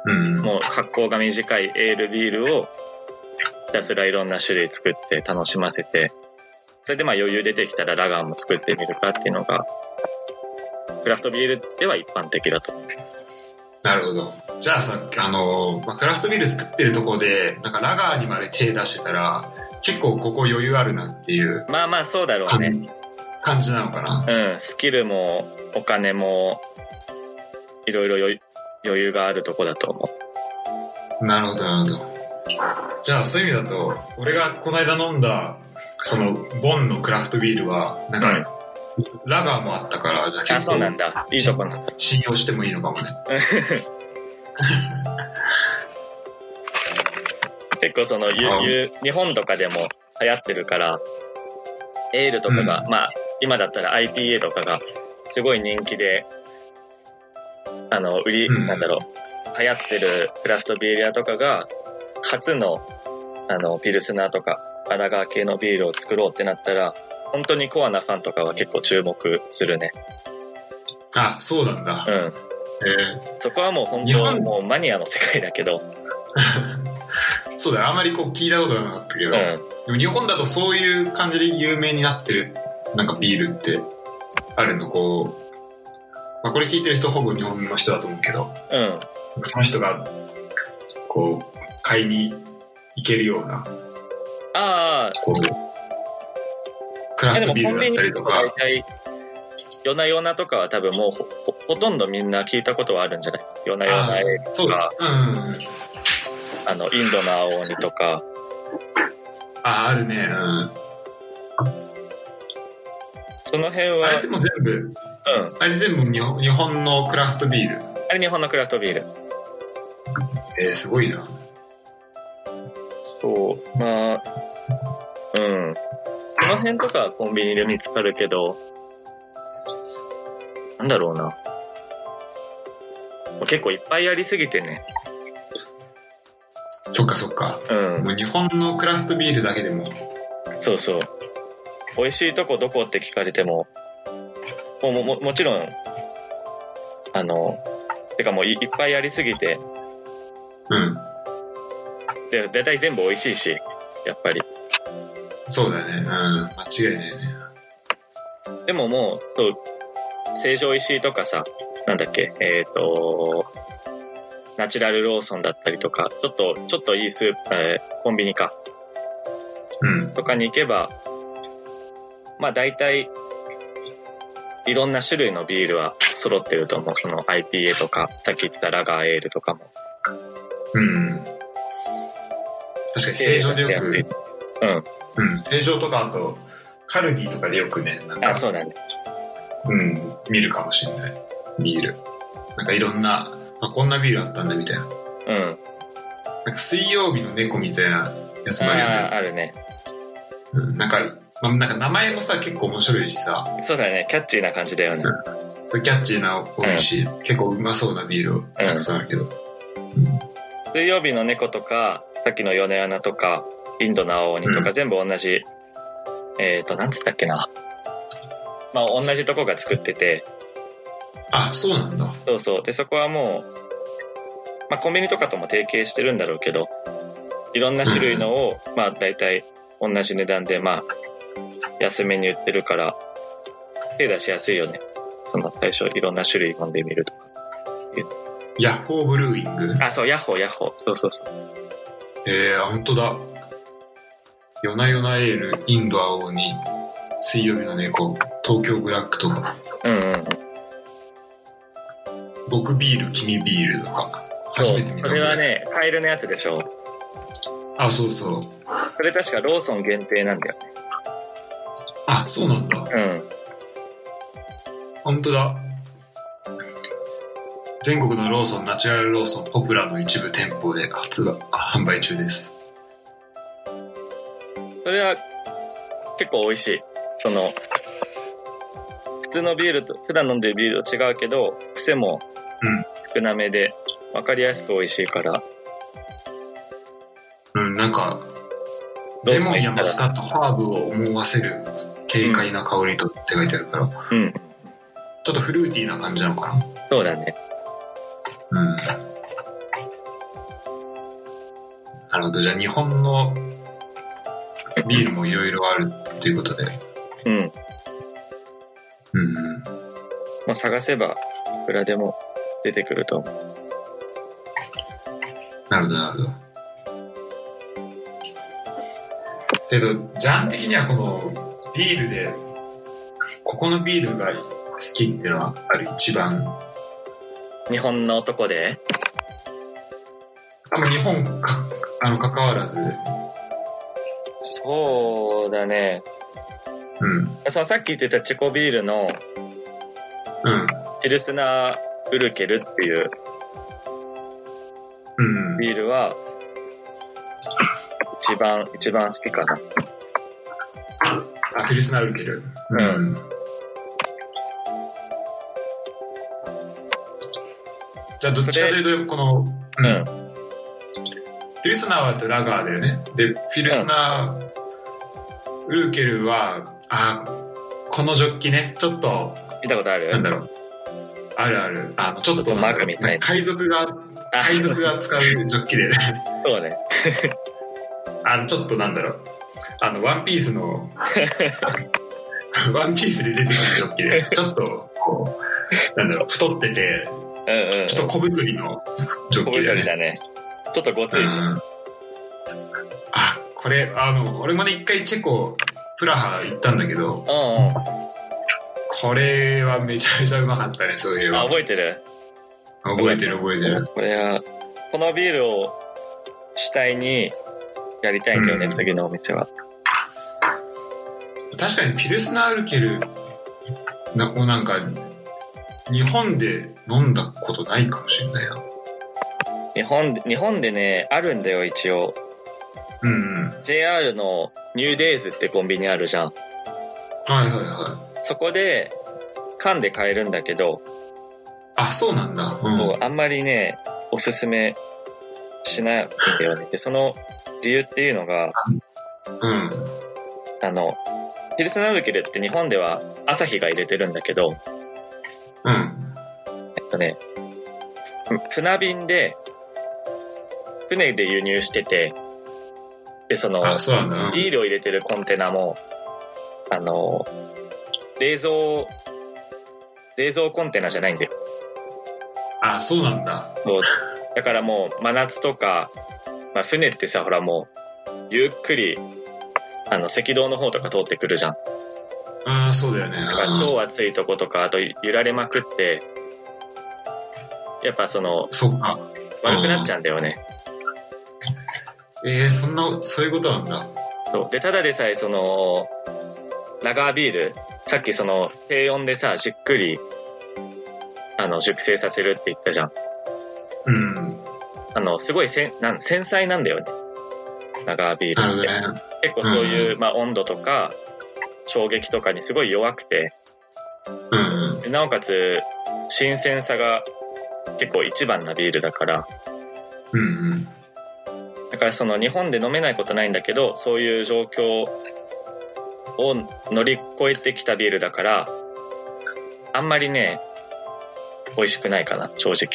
Speaker 1: うん。
Speaker 2: もう発酵が短いエールビールをひたすらいろんな種類作って楽しませて、それでまあ余裕出てきたらラガーも作ってみるかっていうのが、クラフトビールでは一般的だと。
Speaker 1: なるほど。じゃあさ、あのーまあ、クラフトビール作ってるとこで、なんかラガーにまで手出してたら、結構ここ余裕あるなっていう
Speaker 2: まあまあそうだろう
Speaker 1: 感,、
Speaker 2: ね。
Speaker 1: 感じなのかな。
Speaker 2: うん、スキルもお金もいろいろ余余裕があるとこだと思
Speaker 1: なるほど、なるほど。じゃあ、そういう意味だと、俺がこの間飲んだ、その、ボンのクラフトビールは、なんか、
Speaker 2: うん
Speaker 1: ラガーもあったから、じゃあ
Speaker 2: う。あ、
Speaker 1: 結
Speaker 2: そうな
Speaker 1: 構、
Speaker 2: んだ。いいとこなんだ。
Speaker 1: 信用してもいいのかもね。
Speaker 2: 結構その、ゆ
Speaker 1: あ
Speaker 2: ゆ日本とかでも流行ってるから、エールとかが、まあ、今だったら IPA とかがすごい人気で、あの、売り、
Speaker 1: うん
Speaker 2: なんだろう、流行ってるクラフトビール屋とかが、初の、あの、ピルスナーとか、アラガー系のビールを作ろうってなったら、本当にコアなファンとかは結構注目するね。
Speaker 1: あ、そうなんだ
Speaker 2: う。ん。
Speaker 1: え
Speaker 2: そこはもう本
Speaker 1: 日本
Speaker 2: 当もうマニアの世界だけど、
Speaker 1: ーそうだよ、あまりこう聞いたことがなかったけ
Speaker 2: う
Speaker 1: ど、
Speaker 2: ん、
Speaker 1: でも日本だとそういう感じで有名になってる、なんかビールって、あるの、こう、まあ、これ聞いてる人ほぼ日本の人だと思うけど、
Speaker 2: うん、
Speaker 1: その人が、こう、買いに行けるような、
Speaker 2: ああ、
Speaker 1: こう、クラ
Speaker 2: いや
Speaker 1: フ
Speaker 2: で
Speaker 1: ト
Speaker 2: も
Speaker 1: ビ
Speaker 2: コ
Speaker 1: ール
Speaker 2: ンビ
Speaker 1: だった
Speaker 2: ニ
Speaker 1: り
Speaker 2: と
Speaker 1: と
Speaker 2: か大
Speaker 1: か、
Speaker 2: 体、夜な夜なとかは多分もうほほほとんどみんな聞いたことはあるんじゃない夜な夜なエール
Speaker 1: そうだ、うんうんうん。
Speaker 2: あの、インドの青鬼とか、
Speaker 1: あ、あるね、うん。
Speaker 2: その辺
Speaker 1: あ
Speaker 2: は、
Speaker 1: れってもう全部、
Speaker 2: うん、
Speaker 1: あれ全部日本日本のクラフトビール。
Speaker 2: あれ日本のクラフトビール。
Speaker 1: えー、すごいな。
Speaker 2: そう、まあ、うん。その辺とかはコンビニで見つかるけど、なんだろうな。もう結構いっぱいありすぎてね。
Speaker 1: そっかそっか。
Speaker 2: うん。
Speaker 1: もう日本のクラフトビールだけでも、
Speaker 2: そうそう。美味しいとこどこって聞かれても、もうもももちろん、あの、てかもういいっぱいありすぎて、
Speaker 1: うん。
Speaker 2: で大体全部美味しいし、やっぱり。
Speaker 1: そうだね。うん。間違いないね。
Speaker 2: でももう、そう、成城石井とかさ、なんだっけ、えっ、と、ナチュラルローソンだったりとか、ちょっと、ちょっといいスーパー、えーコンビニか、
Speaker 1: うん。
Speaker 2: とかに行けば、まあ大体、いろんな種類のビールは揃ってると思う。その IPA とか、さっき言ってたラガーエールとかも。
Speaker 1: うん。確かに正常でよく、
Speaker 2: うん。
Speaker 1: うん。正常とかあと、カルディとかでよくね、なんか、
Speaker 2: あ、そうなんだ。
Speaker 1: うん、見るかもしれない。ビール。なんかいろんな、あ、こんなビールあったんだみたいな。
Speaker 2: うん。
Speaker 1: なんか水曜日の猫みたいなやつ
Speaker 2: あ
Speaker 1: もあるよ
Speaker 2: あ
Speaker 1: ね。
Speaker 2: ー、あるね。
Speaker 1: うん、なんか、まあ、なんか名前もさ、結構面白いしさ、
Speaker 2: そうだね。キャッチーな感じだよね。
Speaker 1: それキャッチーな多いし、結構うまそうなビールをたくさんあるけど。うん
Speaker 2: 水曜日の猫とか、さっきの米穴とか、インドの青鬼とか、
Speaker 1: う
Speaker 2: 全部同じ、えっ、と、なんつったっけな。まあ、同じとこが作ってて、
Speaker 1: あ、そうなんだ。
Speaker 2: そうそう。で、そこはもう、まあ、コンビニとかとも提携してるんだろうけど、いろんな種類のを、まあ、大体同じ値段で、まあ、安めに売ってるから、手出しやすいよね。その最初、いろんな種類飲んでみるとか。
Speaker 1: ヤッホーブルーイング。
Speaker 2: あ、そう、ヤッホー、ヤッホー。そうそうそう。
Speaker 1: えー、あ本当だ。夜な夜なエール、インド青鬼、水曜日の猫、東京ブラックとか、
Speaker 2: うんうんうん。
Speaker 1: 僕ビール、君ビールとか、初めて見た
Speaker 2: そうそれはね、カエルのやつでしょ。
Speaker 1: あ、そうそう。
Speaker 2: それ確かローソン限定なんだよね。
Speaker 1: あ、そうなんだ。
Speaker 2: うん。
Speaker 1: 本当だ。全国のローソン、ナチュラルローソン、ポプラの一部店舗で初販売中です。
Speaker 2: それは結構美味しい。その、普通のビールと、普段飲んでるビールと違うけど、癖も
Speaker 1: うん
Speaker 2: 少なめで、わかりやすく美味しいから。
Speaker 1: うん、なんか、
Speaker 2: ロー
Speaker 1: レ
Speaker 2: ソ
Speaker 1: モ
Speaker 2: ン
Speaker 1: ン
Speaker 2: 行
Speaker 1: や
Speaker 2: ったら
Speaker 1: マスカット、ハーブを思わせる軽快な香りとって書いてあるから、ちょ
Speaker 2: うん。
Speaker 1: っとフルーティーな感じなのか
Speaker 2: そうだね。
Speaker 1: な。うん。なるほど。じゃあ日本のビールもいろいろあるっていうことで。
Speaker 2: うん。
Speaker 1: うんうん。
Speaker 2: もう探せば、いくらでも出てくると思う。
Speaker 1: なるほど、なるほど。えっと、ジャン的にはこのビールで、ここのビールが好きっていうのはある一番、
Speaker 2: 日本の男で
Speaker 1: あんま日本か、あの、関わらず、
Speaker 2: そうだね。
Speaker 1: うん、
Speaker 2: そのさっき言ってたチェコビールの
Speaker 1: うん、
Speaker 2: エルスナーウルケルっていう
Speaker 1: うん、
Speaker 2: ビールは、一番、一番好きかな。
Speaker 1: あ、ヘルスナウルケル。
Speaker 2: うん。
Speaker 1: じゃあ、どっちかというと、この、う
Speaker 2: うん。
Speaker 1: ピルスナーはラガーだよね。で、ピルスナー、ルーケルは、あ、このジョッキね、ちょっと、
Speaker 2: 見たことある
Speaker 1: なんだろう。あるある。あの、ちょっ
Speaker 2: ちょ
Speaker 1: と
Speaker 2: っと
Speaker 1: な
Speaker 2: マ
Speaker 1: ん
Speaker 2: ー
Speaker 1: だろう、
Speaker 2: クみたいな
Speaker 1: 海賊が、
Speaker 2: あ
Speaker 1: 海賊が使うジョッキで、ね、
Speaker 2: そうね。
Speaker 1: あの、ちょっとなんだろう。あの、ワンピースの、 ワンピースで出てくるジョッキで、ちょっと、こう、なんだろう、太ってて、
Speaker 2: うんうん。
Speaker 1: ちょっと小太りのジョ
Speaker 2: 小
Speaker 1: ッキだ
Speaker 2: 太
Speaker 1: よ
Speaker 2: り
Speaker 1: ね。
Speaker 2: だね。ちょっとごついし。
Speaker 1: うんあ、これ、あの、俺もね、一回チェコ、プラハ行ったんだけど、
Speaker 2: うんうん。あ、
Speaker 1: これはめちゃめちゃうまかったね、そういえば。
Speaker 2: 覚えてる
Speaker 1: 覚えてる覚えてる。
Speaker 2: これは、このビールを主体にやりたいんだよね、
Speaker 1: うん
Speaker 2: 次のお店は。
Speaker 1: 確かにピルスナールケルなもうなんか、日本で飲んだことないかもしれないな。
Speaker 2: 日本で、日本でね、あるんだよ、一応。
Speaker 1: うんうん。はい
Speaker 2: JR のニューデイズってコンビニあるじゃん。
Speaker 1: はいはい。
Speaker 2: そこで、缶で買えるんだけど、
Speaker 1: あ、そうなんだ。うん。
Speaker 2: もうあんまりね、おすすめしないんだよね。で、その理由っていうのが、
Speaker 1: うん。
Speaker 2: あの、ピルスナウルケルって日本では朝日が入れてるんだけど、
Speaker 1: うん。
Speaker 2: えっとね、ふ船便で、船で輸入してて、で、その
Speaker 1: あ、、そうなんだ。うん
Speaker 2: ビールを入れてるコンテナも、あの、冷蔵、冷蔵コンテナじゃないんだよ。
Speaker 1: あ、そうなんだ。
Speaker 2: そうだからもう、真夏とか、まあ、船ってさ、ほらもう、ゆっくり、あの、赤道の方とか通ってくるじゃん。
Speaker 1: うん、そうだよね。
Speaker 2: だから
Speaker 1: うん
Speaker 2: 超暑いとことか、あと揺られまくって、やっぱその、
Speaker 1: そっか。
Speaker 2: 悪くなっちゃうんだよね。
Speaker 1: えー、そんな、そういうことなんだ。
Speaker 2: そう。で、ただでさえ、その、ラガービール、さっきその、低温でさ、じっくり、あの、熟成させるって言ったじゃん。あの、すごいせんなん繊細なんだよね。長ビ
Speaker 1: な
Speaker 2: ー
Speaker 1: る
Speaker 2: ル
Speaker 1: ほ
Speaker 2: っ
Speaker 1: ど
Speaker 2: て。
Speaker 1: ね。
Speaker 2: 結構そういう、まあ、温度とか、衝撃とかにすごい弱くて、
Speaker 1: うん。
Speaker 2: でなおかつ、新鮮さが結構一番なビールだから、
Speaker 1: うんうん。
Speaker 2: だからその日本で飲めないことないんだけど、そういう状況を乗り越えてきたビールだから、あんまりね、美味しくないかな、正直。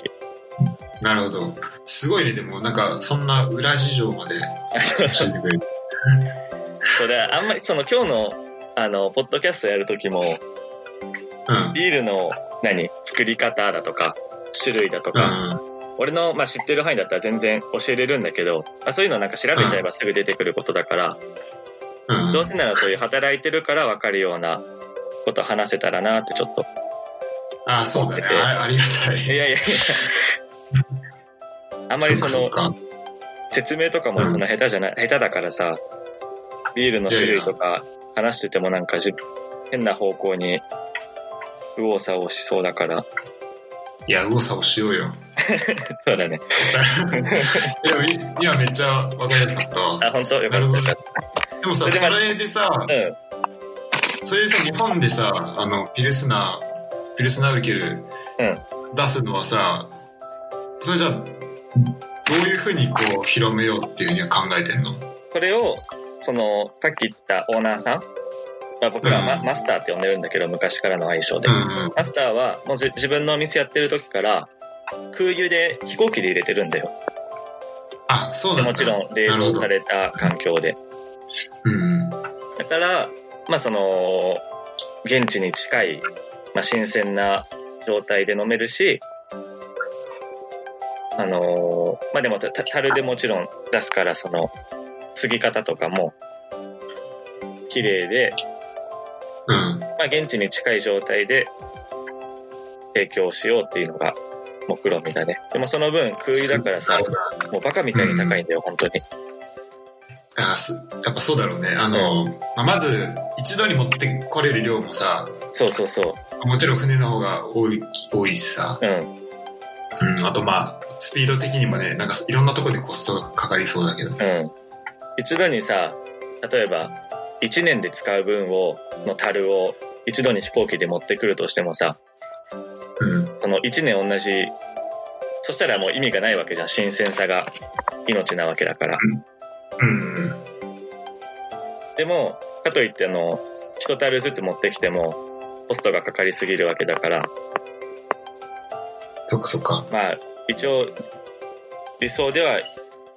Speaker 1: なるほど。すごいね、でも、なんか、そんな裏事情まで教えてくれる。
Speaker 2: それあんまりその今日の、あの、ポッドキャストやるときも、
Speaker 1: うん。
Speaker 2: ビールの、何、作り方だとか、種類だと
Speaker 1: う
Speaker 2: か、
Speaker 1: ん。
Speaker 2: 俺の、まあ、知ってる範囲だったら全然教えれるんだけど、まあ、そういうのなんか調べちゃえばすぐ出てくることだから、
Speaker 1: うん。
Speaker 2: どうせならそういう働いてるから分かるようなこと話せたらなってちょっと。
Speaker 1: ああ、そうだね。あありがた
Speaker 2: い
Speaker 1: い。
Speaker 2: やいやいや。あんまりそ
Speaker 1: っ
Speaker 2: の
Speaker 1: かっか
Speaker 2: 説明とかもそんな下手じゃない、下手だからさ、ビールの種類とか話しててもなんかじ変な方向に右往左往しそうだから。
Speaker 1: いや、右往左往しようよ。
Speaker 2: そうだね。
Speaker 1: いや、い今めっちゃわかりやすかったわ。
Speaker 2: あ、本当よかったよかっ
Speaker 1: でもさ、
Speaker 2: それ
Speaker 1: そ
Speaker 2: でま
Speaker 1: れでさ、
Speaker 2: た。うん。
Speaker 1: それでさ、日本でさ、あの、ピルスナー、ピルスナーウケル出すのはさ、それじゃあ、どういうふうにこう、広めようっていうふうには考えてんの
Speaker 2: それを、その、さっき言ったオーナーさん、まあ、僕らはマ,、
Speaker 1: うん
Speaker 2: マスターって呼んでるんだけど、昔からの愛称で。
Speaker 1: うんうん。
Speaker 2: マスターは、もうじ自分のお店やってる時から、空輸で飛行機で入れてるんだよ。
Speaker 1: あ、そう
Speaker 2: で
Speaker 1: なんだ。
Speaker 2: もちろん冷蔵された環境で。
Speaker 1: うん
Speaker 2: だから、まあその、現地に近い、まあ新鮮な状態で飲めるし、あのーまあでもた、た樽でもちろん出すから、その、継ぎ方とかも、綺麗で、
Speaker 1: うん。うん。
Speaker 2: まあ現地に近い状態で提供しようっていうのが目論見みだね。でもその分、空輸だからさ、もうバカみたいに高いんだよ、本当に。
Speaker 1: あすやっぱそうだろうね。あの、まあ、まず、一度に持ってこれる量もさ、
Speaker 2: そうそうそう。
Speaker 1: もちろん船の方が多い、多いしさ、
Speaker 2: うん、
Speaker 1: うん、あとまあ、スピード的にもね、なんかいろんなところでコストがかかりそうだけど。
Speaker 2: うん。一度にさ、例えば、1年で使う分を、の樽を、一度に飛行機で持ってくるとしてもさ、
Speaker 1: うん。
Speaker 2: その1年同じ、そしたらもう意味がないわけじゃん。新鮮さが命なわけだから。
Speaker 1: うん。
Speaker 2: でも、かといってあの、一樽ずつ持ってきても、コストがかかりすぎるわけだから、
Speaker 1: そっかそっか。
Speaker 2: まあ、一応、理想では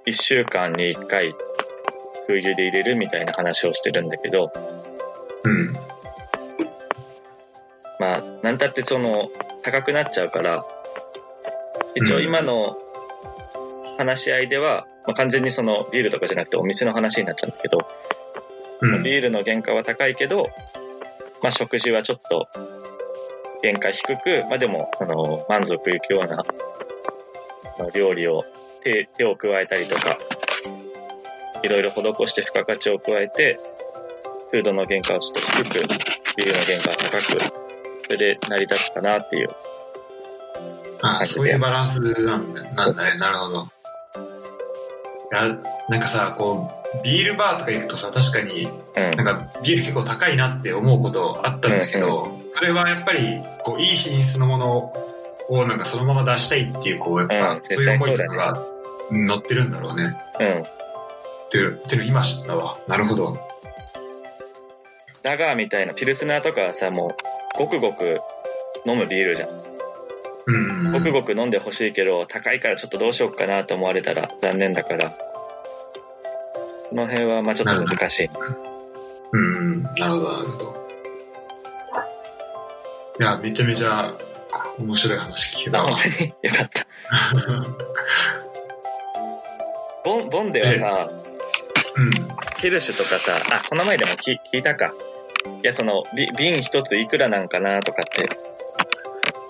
Speaker 2: 1週間に1回、空輸で入れるみたいな話をしてるんだけど、
Speaker 1: うん。
Speaker 2: まあ、なんたってその、高くなっちゃうから、一応
Speaker 1: うん
Speaker 2: 今の話し合いでは、まあ、完全にそのビールとかじゃなくてお店の話になっちゃうんだけど、
Speaker 1: うん。
Speaker 2: ビールの原価は高いけど、まあ食事はちょっと原価低く、まあでも、あの、満足いくような、あの料理を手、手を加えたりとか、いろいろ施して付加価値を加えて、フードの原価をちょっと低く、ビールの原価を高く、それで成り立つかなっていう。
Speaker 1: あそういうバランスなんだなんだね。なるほど。いや、なんかさ、こう、ビールバーとか行くとさ、確かに
Speaker 2: うん
Speaker 1: な。んかビール結構高いなって思うことあったんだけど、それはやっぱりこういい品質のものをなんかそのまま出したいっていうこうやっぱ、
Speaker 2: うん
Speaker 1: そういう思いとか
Speaker 2: 絶
Speaker 1: がうん乗ってるんだろうね。
Speaker 2: うん。
Speaker 1: っていうっていうの今知ったわ。なるほど。
Speaker 2: ラガーみたいな、ピルスナーとかはさ、もう、ごくごく飲むビールじゃん。
Speaker 1: うん、う
Speaker 2: ごく
Speaker 1: ん。
Speaker 2: ごく飲んでほしいけど、高いからちょっとどうしようかなと思われたら残念だから。この辺はまあちょっと難しい。
Speaker 1: うん、なるほど、なるほど。いや、めちゃめちゃ面白い話聞け
Speaker 2: あ、
Speaker 1: たわ
Speaker 2: 本。当によか った。ボン、ボンではさ、
Speaker 1: うん。
Speaker 2: ケルシュとかさ、あ、この前でも聞聞いたか。いや、その、び瓶一ついくらなんかなとかって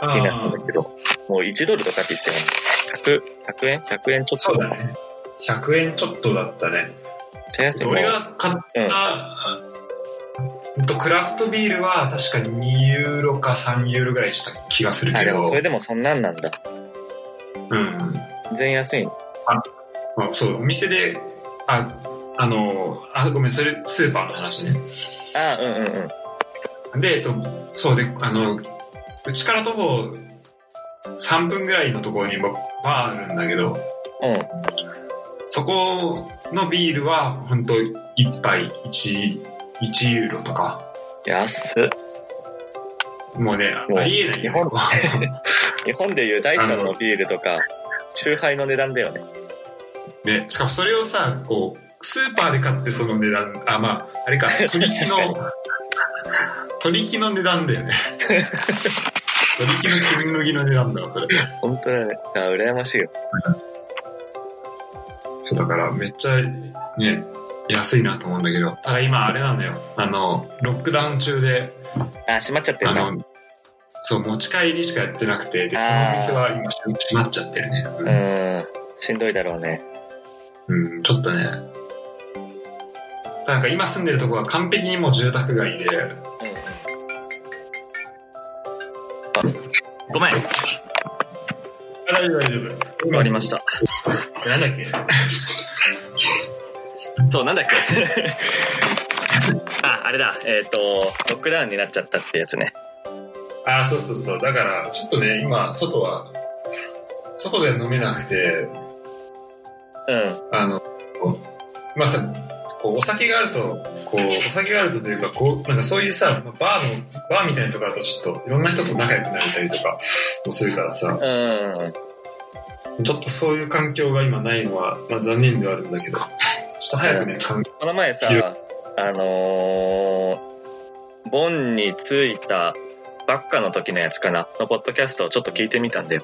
Speaker 1: あ
Speaker 2: 気にな
Speaker 1: ー
Speaker 2: るんだけど、もう1ドルとかって言ってたよね。100、100円 ?100 円ちょっ
Speaker 1: そう
Speaker 2: と。
Speaker 1: だね。100円ちょっとだったね。
Speaker 2: 手安いもん
Speaker 1: 俺が買った、うんとクラフトビールは確かに2ユーロか3ユーロぐらいした気がする
Speaker 2: あ、
Speaker 1: け
Speaker 2: で
Speaker 1: ど、
Speaker 2: もそれでもそんなんなんだ。
Speaker 1: うん、
Speaker 2: 全然安いの。
Speaker 1: まあ、そう、お店で、あ、あの、あ、ごめん、それ、スーパーの話ね。
Speaker 2: ああ、うんうんうん。
Speaker 1: で、えっと、そうで、あの、うちから徒歩3分ぐらいのところにババーあるんだけど、
Speaker 2: うん。
Speaker 1: そこのビールは、本当1杯1、1ユーロとか、
Speaker 2: 安っ。
Speaker 1: もうね、
Speaker 2: もう
Speaker 1: ありえない
Speaker 2: 日
Speaker 1: よね
Speaker 2: 本日本でいう第三のビールとか、チューハイの値段だよね。
Speaker 1: ね、しかもそれをさ、こう、スーパーで買ってその値段、あ、まあ、 あれか、取引の、取引の値段だよ ね。取引の金麦の値段だわ、それ。
Speaker 2: 本当だね。あー羨ましいよ。
Speaker 1: そう、だからめっちゃ、ね、安いなと思うんだけど、ただ今あれなんだよ。あの、ロックダウン中で、
Speaker 2: あー、閉まっちゃって
Speaker 1: あ
Speaker 2: るな。
Speaker 1: の、そう、持ち帰りしかやってなくて、で、そのお店は今閉まっちゃってるね。
Speaker 2: うーん。しんどいだろうね。
Speaker 1: うん、ちょっとね。なんか今住んでるとこは完璧にもう住宅街で、
Speaker 2: うんうん。あ、ごめん。
Speaker 1: 大丈夫大丈夫。
Speaker 2: 終わりました。
Speaker 1: なんだっけ
Speaker 2: そう、なんだっけ あ、あれだ。えっ、と、ロックダウンになっちゃったってやつね。
Speaker 1: ああ、そうそうそう。だから、ちょっとね、今、外は、外では飲めなくて、
Speaker 2: うん。
Speaker 1: あの、まあさ、こう、お酒があると、こう、お酒があるとというか、こう、なんかそういうさ、バーの、バーみたいなとこだとちょっと、いろんな人と仲良くなれたりとかもするからさ、
Speaker 2: うん。
Speaker 1: ちょっとそういう環境が今ないのは、まあ残念ではあるんだけど、ちょっと早くね、環境
Speaker 2: この前さ
Speaker 1: い、
Speaker 2: あのーボンに着いたばっかの時のやつかな、のポッドキャストをちょっと聞いてみたんだよ。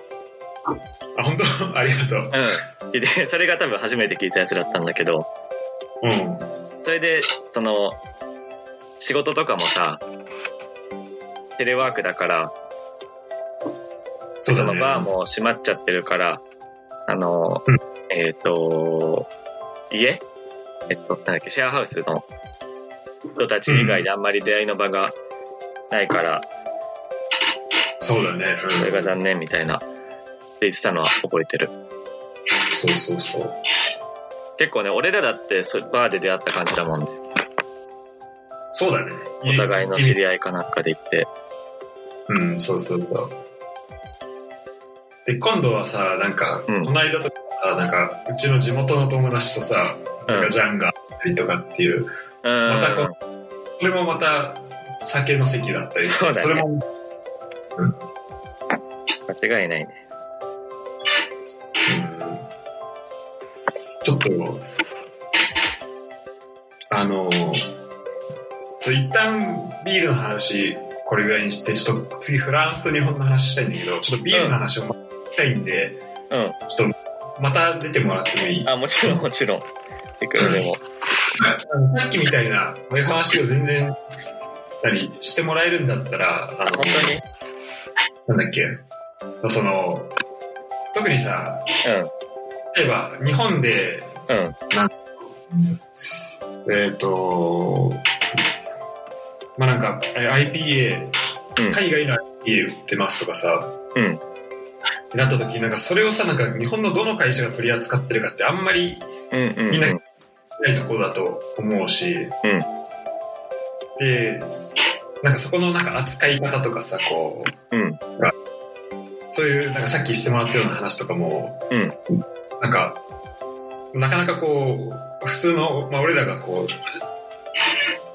Speaker 1: あ、本当ありがとう。
Speaker 2: うん。聞いて、それが多分初めて聞いたやつだったんだけど、
Speaker 1: うん。
Speaker 2: それで、その、仕事とかもさ、テレワークだから、
Speaker 1: そう
Speaker 2: そ
Speaker 1: だ
Speaker 2: の
Speaker 1: ね。
Speaker 2: バーも閉まっちゃってるから、あの、
Speaker 1: うん
Speaker 2: えっ、と、家えっと、なんだっけ、シェアハウスの人たち以外であんまり出会いの場がないから、
Speaker 1: そうだね。うん
Speaker 2: それが残念みたいな、って言ってたのは覚えてる。
Speaker 1: そうそうそう。
Speaker 2: 結構ね、俺らだってそうバーで出会った感じだもんね。
Speaker 1: そうだね。
Speaker 2: お互いの知り合いかなんかで行って。
Speaker 1: うん、そうそうそう。で、今度はさ、なんか、
Speaker 2: うん
Speaker 1: この間とかさ、なんか、うちの地元の友達とさ、
Speaker 2: う
Speaker 1: なん
Speaker 2: ん
Speaker 1: か。ジャンがあったりとかっていう、
Speaker 2: うん
Speaker 1: またこそれもまた酒の席だったり
Speaker 2: そうだね
Speaker 1: れも、
Speaker 2: 間違いないね。
Speaker 1: うんちょっと、あの、ちょっと一旦ビールの話、これぐらいにして、ちょっと次フランスと日本の話したいんだけど、ちょっとビールの話をまたしたいんで、
Speaker 2: う
Speaker 1: ちょっと、また出てもらってもいい
Speaker 2: ん。あ、もちろんもちろん。いくらでも。
Speaker 1: さっきみたいな、こういう話を全然、何、してもらえるんだったら、あ
Speaker 2: あ、本当に
Speaker 1: なんだっけ、その、特にさ、例えば、日本で、
Speaker 2: うん。うん。
Speaker 1: えっ、と、まあ、なんか、え IPA
Speaker 2: うん、
Speaker 1: 海外の IPA 売ってますとかさ、
Speaker 2: うん
Speaker 1: ってなった時になんかそれをさ、なんか日本のどの会社が取り扱ってるかってあんまり
Speaker 2: うんうん
Speaker 1: みん
Speaker 2: う。
Speaker 1: なんないところだと思うし、でなんかそこのなんか扱い方とかさこう
Speaker 2: うん。
Speaker 1: そういうなんかさっきしてもらったような話とかも、
Speaker 2: うん
Speaker 1: なんかなかなかこう普通の、まあ、俺らがこ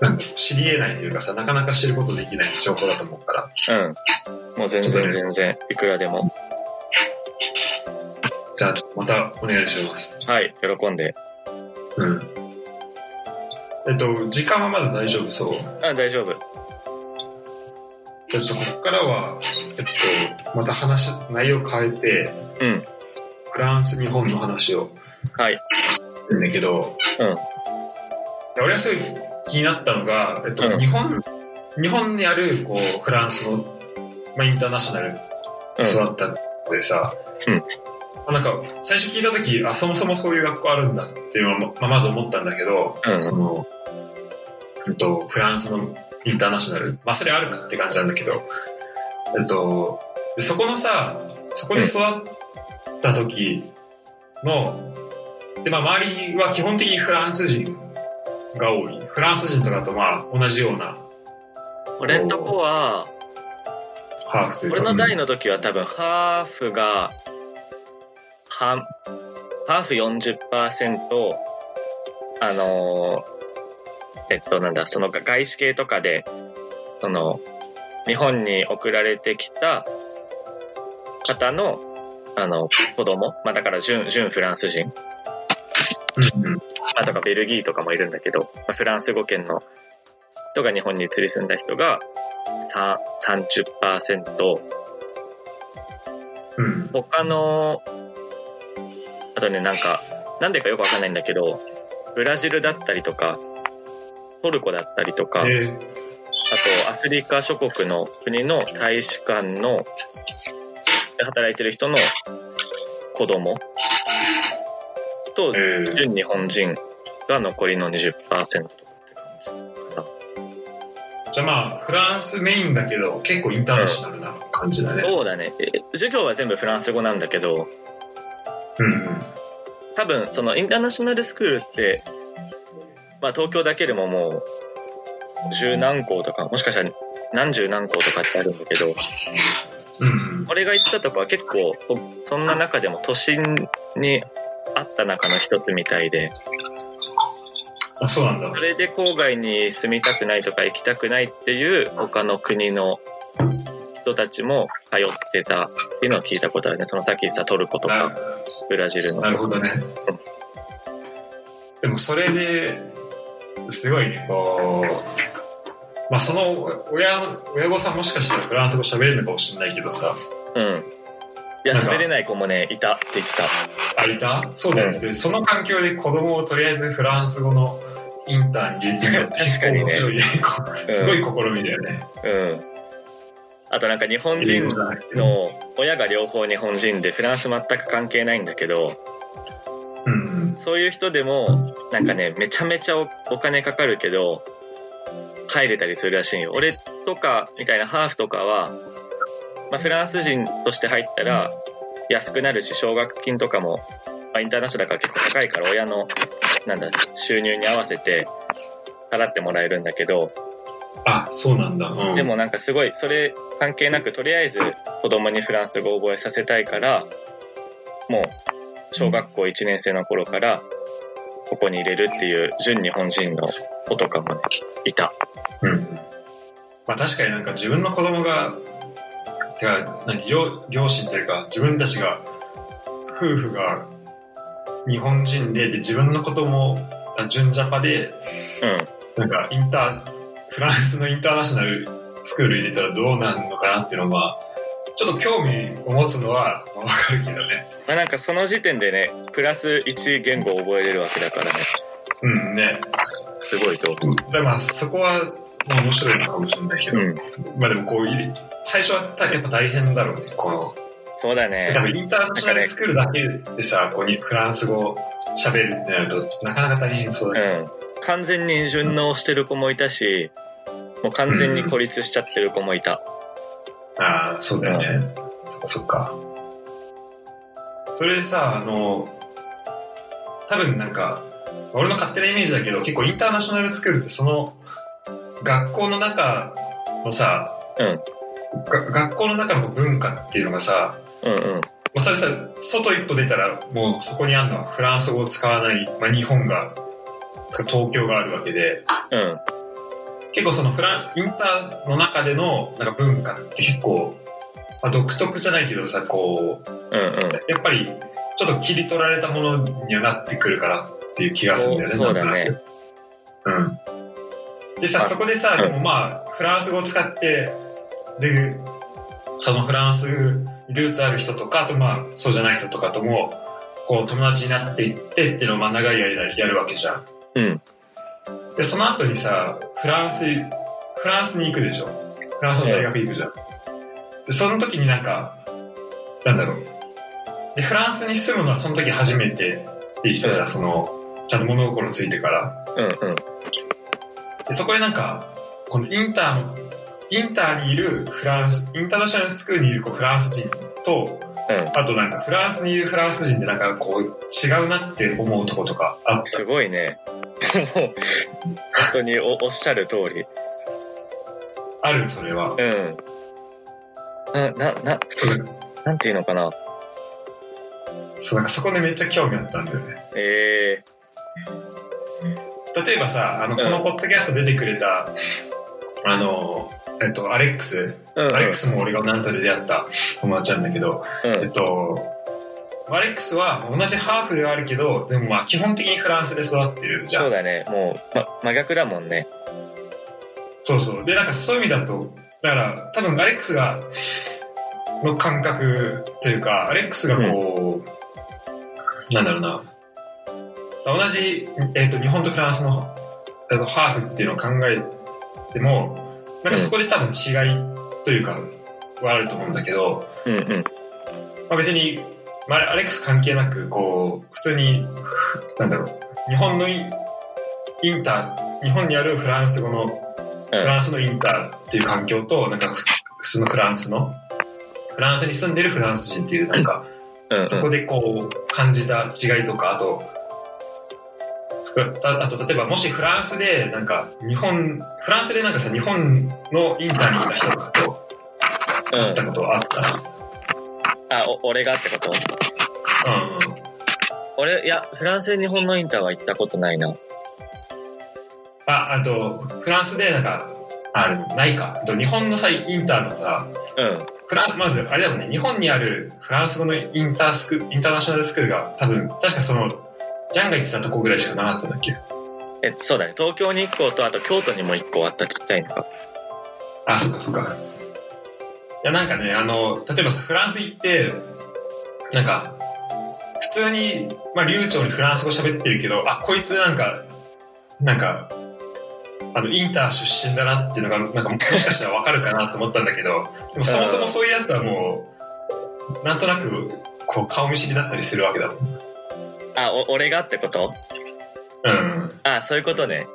Speaker 1: うなんか知り得ないというかさなかなか知ることできない情報だと思うから
Speaker 2: うん。もう全然全然、いくらでも。
Speaker 1: じゃあちょっとまたお願いします
Speaker 2: はい、喜んで。
Speaker 1: うんえっと時間はまだ大丈夫そう
Speaker 2: あ、大丈夫。
Speaker 1: じゃあちょっとここからは、えっと、また話、内容変えて、
Speaker 2: うん
Speaker 1: フランス、日本の話を、
Speaker 2: はい。
Speaker 1: んだけど、
Speaker 2: うん
Speaker 1: 俺はすごい気になったのが、えっと、
Speaker 2: うん
Speaker 1: 日本、日本にある、こう、フランスの、まあ、インターナショナル
Speaker 2: うん。
Speaker 1: 育ったのでさ、
Speaker 2: うん
Speaker 1: まあなんか、最初聞いた時、あ、そもそもそういう学校あるんだっていうのは、まあまず思ったんだけど、
Speaker 2: うん
Speaker 1: その、えっと、フランスのインターナショナル、まあ、それあるかって感じなんだけど、えっと、でそこのさ、そこで育った時の、で、まあ、周りは基本的にフランス人が多い。フランス人とかとまあ同じような
Speaker 2: 俺んとこは、
Speaker 1: ハーフというか。
Speaker 2: 俺の代の時は多分ハーフが半ハーフ40%あのーえっとなんだその外資系とかでその日本に送られてきた方のあの子供、まあ、だから純純フランス人、
Speaker 1: うんうん
Speaker 2: まあ、とかベルギーとかもいるんだけど、まあ、フランス語圏の人が日本に移り住んだ人がさ30%
Speaker 1: うん。
Speaker 2: 他の、あとね、なんか、なんでかよくわかんないんだけど、ブラジルだったりとか、トルコだったりとか、あ
Speaker 1: え
Speaker 2: とアフリカ諸国の国の大使館の、で働いてる人の子供と
Speaker 1: ー、えー
Speaker 2: 純日本人が残りの20%って感じか
Speaker 1: じゃあまあ、フランスメインだけど、結構インターナショナルな感じ
Speaker 2: な。
Speaker 1: だね。
Speaker 2: そうだね。え授業は全部フランス語なんだけど、
Speaker 1: うんうん。
Speaker 2: 多分そのインターナショナルスクールって、まあ、東京だけでももう十何校とかもしかしたら何十何校とかってあるんだけど
Speaker 1: うん
Speaker 2: 俺が行ってたとこは結構そんな中でも都心にあった中の一つみたいで
Speaker 1: あ、そうなんだ
Speaker 2: そ。れで郊外に住みたくないとか行きたくないっていう他の国の人たちも通ってたっていうのを聞いたことあるねそのさっき言ってたトルコとか
Speaker 1: な
Speaker 2: ブラジルの
Speaker 1: なるほどね。でもそれで、すごいね、こう、まあその親の、親御さんもしかしたらフランス語喋れるのかもしれないけどさ、
Speaker 2: うんいや
Speaker 1: なんか
Speaker 2: 喋れない子もねいたって言ってた
Speaker 1: あ、いたそうだよね。でその環境で子供をとりあえずフランス語のインターンに入れてみようって
Speaker 2: 確かにね
Speaker 1: 結構面白いねこうすごい試みだよね。
Speaker 2: うん。あとなんか日本
Speaker 1: 英
Speaker 2: 人
Speaker 1: 語じゃなくて
Speaker 2: の親が両方日本人でフランス全く関係ないんだけど、
Speaker 1: うんうん。
Speaker 2: そういう人でもなんかね、めちゃめちゃおお金かかるけど、入れたりするらしいよ。俺とかみたいなハーフとかは、まあ、フランス人として入ったら安くなるし、奨学金とかも、まあ、インターナショナルだから結構高いから親のなんだ収入に合わせて払ってもらえるんだけど、
Speaker 1: あ、そうなんだ。うん
Speaker 2: でもなんかすごいそれ関係なくとりあえず子供にフランス語を覚えさせたいからもう小学校1年生の頃からここに入れるっていう純日本人の子とかもねいた
Speaker 1: まあ確かになんか自分の子供が、てか、何、両両親というか、自分たちが、夫婦が日本人で、で自分の子供、あ純ジャパで、
Speaker 2: う
Speaker 1: なんかインター、フランスのインターナショナルスクール入れたらどうなるのかなっていうのは、ちょっと興味を持つのはまあわかるけどね。
Speaker 2: んまあ、なんかその時点でねプラス1言語を覚えれるわけだからね
Speaker 1: うんね。
Speaker 2: すごいと思
Speaker 1: だからまあそこは、まあ面白いのかもしれないけ
Speaker 2: う、
Speaker 1: ど、
Speaker 2: うん、
Speaker 1: まあでもこう入れ、最初はたやっぱ大変だろうね、この。
Speaker 2: そうだね
Speaker 1: 多分インターナショナルスクールだけでさ、こうにフランス語喋るってなると、なかなか大変そう
Speaker 2: う
Speaker 1: だね。
Speaker 2: ん完全に順応してる子もいたしもう完全に孤立しちゃってる子もいた
Speaker 1: ああ、そうだよね。そっかそっか。それでさ、あの、多分なんか、俺の勝手なイメージだけど、結構インターナショナルスクールってその、学校の中のさ、
Speaker 2: うん
Speaker 1: が学校の中の文化っていうのがさ、
Speaker 2: うんうん
Speaker 1: まあ、それさ、外一歩出たら、もうそこにあるのはフランス語を使わない、まあ、日本が、東京があるわけで、
Speaker 2: うん
Speaker 1: 結構そのフラン、インターの中でのなんか文化って結構、まあ、独特じゃないけどさ、こう、
Speaker 2: うんうん
Speaker 1: やっぱりちょっと切り取られたものにはなってくるからっていう気がするんだよね。
Speaker 2: そうそうだね
Speaker 1: なんとなく。うん。でさ、
Speaker 2: まあ
Speaker 1: そこでさ、
Speaker 2: うん
Speaker 1: でもまあ、フランス語を使って、で、そのフランスルーツある人とか、あとまあ、そうじゃない人とかとも、こう、友達になっていってっていうのをまあ長い間やるわけじゃん。
Speaker 2: うん
Speaker 1: で、その後にさ、フランス、フランスに行くでしょ。フランスの大学行くじゃん。で、その時になんか、なんだろう。で、フランスに住むのはその時初めてって言ってたじゃん、
Speaker 2: うん
Speaker 1: その、ちゃんと物心ついてから。
Speaker 2: うんうん
Speaker 1: で、そこでなんか、このインターの、インターにいるフランス、インターナショナルスクールにいるこうフランス人と、
Speaker 2: うん
Speaker 1: あとなんかフランスにいるフランス人でなんかこう違うなって思うとことかあった
Speaker 2: すごいね。もう、本当におおっしゃる通り。
Speaker 1: あるそれは。
Speaker 2: うん。な、な、な、
Speaker 1: そう
Speaker 2: なんていうのかな。
Speaker 1: そうなんかそこでめっちゃ興味あったんだよね。
Speaker 2: え
Speaker 1: 例えばさあの
Speaker 2: うん
Speaker 1: このポッドキャスト出てくれた、あのえっとアレックス、
Speaker 2: えー。うん、
Speaker 1: アレックスも俺がなんとで出会った友達なんだけど、
Speaker 2: うん。
Speaker 1: えっと。アレックスは同じハーフではあるけどでもまあ基本的にフランスで育ってるじゃん
Speaker 2: そうだね。もう、ま、真逆だもんね。
Speaker 1: そうそう。で、なんかそういう意味だと、だから多分アレックスが、の感覚というか、アレックスがこう、なんだろうな、同じ、えっ、と、日本とフランスの、えっとハーフっていうのを考えても、なんかそこで多分違いというか、はあると思うんだけど、
Speaker 2: うんうん。
Speaker 1: まあ、別に、まあ、アレックス関係なく、こう、普通に、なんだろう、日本のインインター、日本にあるフランス語の、フランスのインターっていう環境と、なんかふ普通のフランスの、フランスに住んでるフランス人っていう、なんか、
Speaker 2: うんうん。
Speaker 1: そこでこう、感じた違いとか、あと、ああと例えばもしフランスでなんか日本フランスでなんかさ日本のインターにいた人とかと
Speaker 2: う
Speaker 1: 会っ
Speaker 2: ん
Speaker 1: た。ことはあった
Speaker 2: あ、お俺がってこと
Speaker 1: うんうん
Speaker 2: 俺、いや、フランスで日本のインターは行ったことないな。
Speaker 1: あ、あと、フランスで、なんか、あ、でもないか。あと、日本のさ、インターのさ、
Speaker 2: うん。
Speaker 1: フラン、まず、あれだもんね、日本にあるフランス語のインタースク、インターナショナルスクールが、多分、確かその、ジャンが言ってたとこぐらいしかなかったんだっけ
Speaker 2: え、そうだね。東京に1校と、あと京都にも1校あったちっちゃいのか。
Speaker 1: あ、そっかそっか。いや、なんかね、あの、例えばさ、フランス行って、なんか、普通に、まあ、流暢にフランス語喋ってるけど、あ、こいつなんか、なんか、あの、インター出身だなっていうのが、なんか、もしかしたらわかるかなと思ったんだけど、でもそもそもそういうやつはもう、なんとなく、こう、顔見知りだったりするわけだもん。
Speaker 2: あ、お俺がってこと
Speaker 1: うん。
Speaker 2: あ、そういうことね。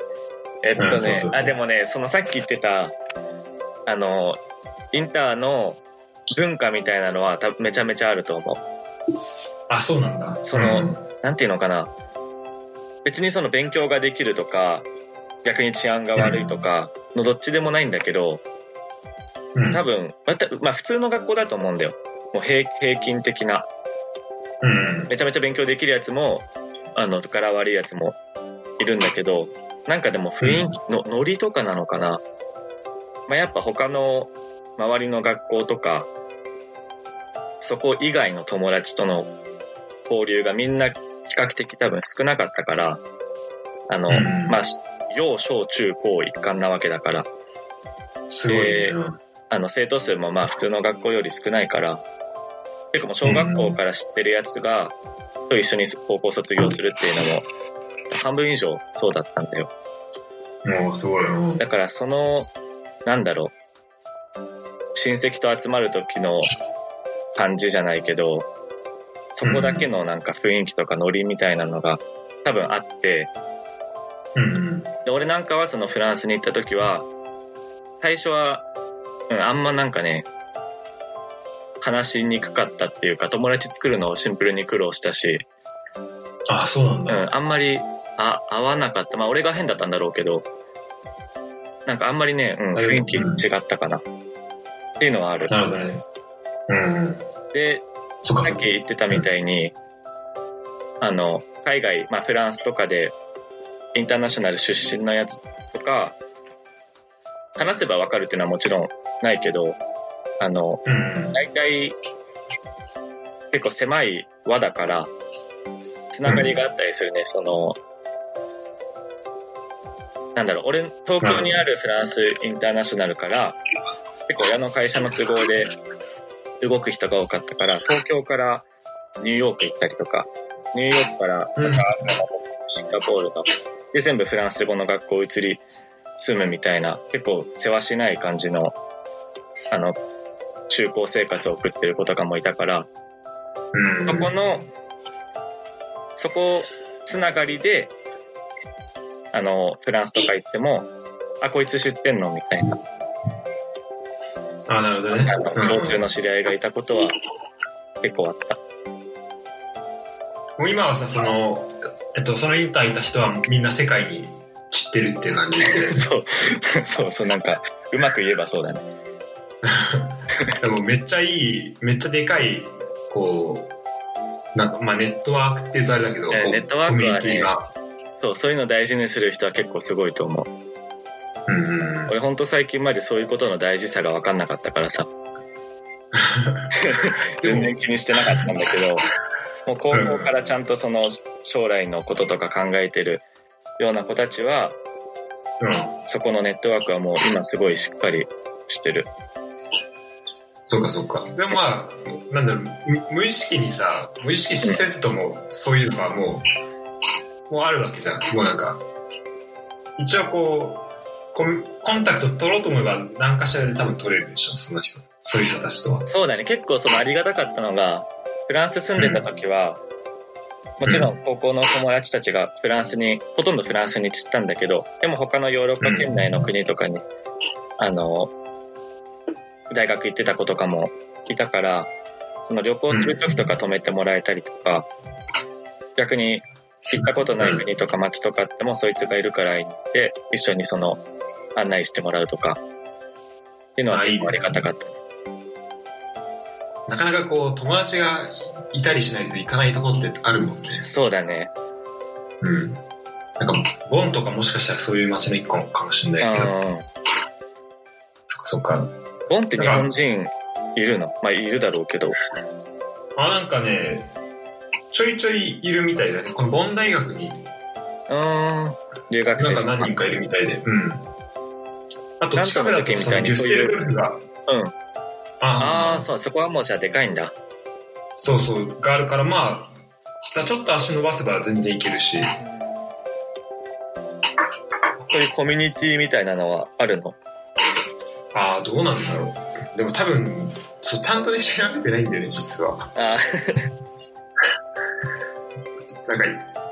Speaker 2: えっとね、
Speaker 1: うんそうそう
Speaker 2: あ、でもね、そのさっき言ってた、あの、インターの文化みたいなのは多分めちゃめちゃあると思う。
Speaker 1: あ、そうなんだ。
Speaker 2: その
Speaker 1: うん
Speaker 2: なんていうのかな。別にその勉強ができるとか、逆に治安が悪いとかのどっちでもないんだけど、
Speaker 1: うん。
Speaker 2: 多分、また、まあ普通の学校だと思うんだよ。もう平平均的な。
Speaker 1: うん。
Speaker 2: めちゃめちゃ勉強できるやつも、あの、柄悪いやつもいるんだけど、なんかでも雰囲気の、ノリとかなのかな。まあ、やっぱ他の周りの学校とか、そこ以外の友達との交流がみんな比較的多分少なかったから、あの、
Speaker 1: うん
Speaker 2: まあ、幼小中高一貫なわけだから、
Speaker 1: すごいね。
Speaker 2: えーあの生徒数もまあ普通の学校より少ないから結構もう小学校から知ってるやつが、と一緒に高校卒業するっていうのも半分以上そうだったんだよ
Speaker 1: うんもう、すごい。うん
Speaker 2: だからそのなんだろう親戚と集まる時の感じじゃないけどそこだけのなんか雰囲気とかノリみたいなのが多分あって、
Speaker 1: うん。
Speaker 2: で俺なんかはそのフランスに行った時は最初は、うん、あんまなんかね話しにくかったっていうか友達作るのをシンプルに苦労したし、
Speaker 1: あ、そうなん
Speaker 2: う
Speaker 1: だ。
Speaker 2: ん、あんまりあ合わなかったまあ俺が変だったんだろうけどなんかあんまりね、うん、雰囲気違ったかな、っていうのはある
Speaker 1: なるほどね。うん。
Speaker 2: で
Speaker 1: そっか
Speaker 2: さ
Speaker 1: そ
Speaker 2: っ
Speaker 1: っ
Speaker 2: き
Speaker 1: か。
Speaker 2: 言ってたみたいに、あの、海外、まあフランスとかで、インターナショナル出身のやつとか、話せばわかるっていうのはもちろんないけど、あの、
Speaker 1: うん。
Speaker 2: 大体、結構狭い輪だから、つながりがあったりするね、その、なんだろう、俺、東京にあるフランスインターナショナルから、結構親の会社の都合で動く人が多かったから、東京からニューヨーク行ったりとか、ニューヨークから
Speaker 1: うん
Speaker 2: なんかアーセナルとかシンガポールとか、で、全部フランス語の学校移り住むみたいな、結構世話しない感じの、あの、中高生活を送ってる子とかもいたから、
Speaker 1: うん。
Speaker 2: そこの、そこつながりで、あの、フランスとか行っても、あ、こいつ知ってんのみたいな、
Speaker 1: あ、なるほどね
Speaker 2: あの、。
Speaker 1: うん
Speaker 2: 共通の知り合いがいたことは、結構あった。、
Speaker 1: もう今はさ、その、えっと、そのインターいた人はみんな世界に散ってるっていう感じで
Speaker 2: そう、そうそう、なんか、うまく言えばそうだね。
Speaker 1: でもめっちゃいい、めっちゃでかい、こう、なんか、まあネットワークっていうとあれだけど、
Speaker 2: えー
Speaker 1: こう
Speaker 2: ネットワークはね
Speaker 1: コミュニティが。
Speaker 2: そう、そういうの大事にする人は結構すごいと思う。
Speaker 1: うんうん。
Speaker 2: 俺ほんと最近までそういうことの大事さが分かんなかったからさ。
Speaker 1: でも
Speaker 2: 全然気にしてなかったんだけど、もう高校からちゃんとその将来のこととか考えてるような子たちは、
Speaker 1: うん。
Speaker 2: そこのネットワークはもう今すごいしっかりしてる。
Speaker 1: そうかそうか。でもまあ、なんだろう、む無意識にさ、無意識せずとも、そういうのがもう、もうあるわけじゃん。もうなんか、一応こう、コンコンタクト取ろうと思えば何かしらで多分取れるでしょ、その人。そういう人たちとは。
Speaker 2: そうだね、結構そのありがたかったのが、フランス住んでた時は、もちろん高校の友達たちがフランスに、ほとんどフランスに散ったんだけど、でも他のヨーロッパ圏内の国とかに、あの、大学行ってた子とかもいたから、その旅行する時とか泊めてもらえたりとか、逆に行ったことない国とか街とかあってもそいつがいるから行って、一緒にその案内してもらうとか、っていうのは結構ありがたかった。
Speaker 1: なかなかこう友達がいたりしないと行かないとこってあるもんね。
Speaker 2: そうだね。
Speaker 1: うん。なんか、ボンとかもしかしたらそういう街の一個かもしれないけど、
Speaker 2: うん。
Speaker 1: そっかそっか。
Speaker 2: ボンって日本人いるのまあ、いるだろうけど。
Speaker 1: あ、なんかね、ちょいちょいいるみたいだね。このボン大学に
Speaker 2: うん。留学
Speaker 1: な
Speaker 2: 生
Speaker 1: んか何人かいるみたいで。うん。あと、近くだとそのデュッセルドルフが、
Speaker 2: うん。あ
Speaker 1: あ
Speaker 2: あ、そう、そこはもうじゃあでかいんだ。
Speaker 1: そうそう、があるから、まあ、だからちょっと足伸ばせば全然いけるし。
Speaker 2: そういうコミュニティみたいなのはあるの
Speaker 1: ああ、どうなんだろう。でも多分、そう、担当で調べてないんだよね、実は。
Speaker 2: ああ、
Speaker 1: なんか、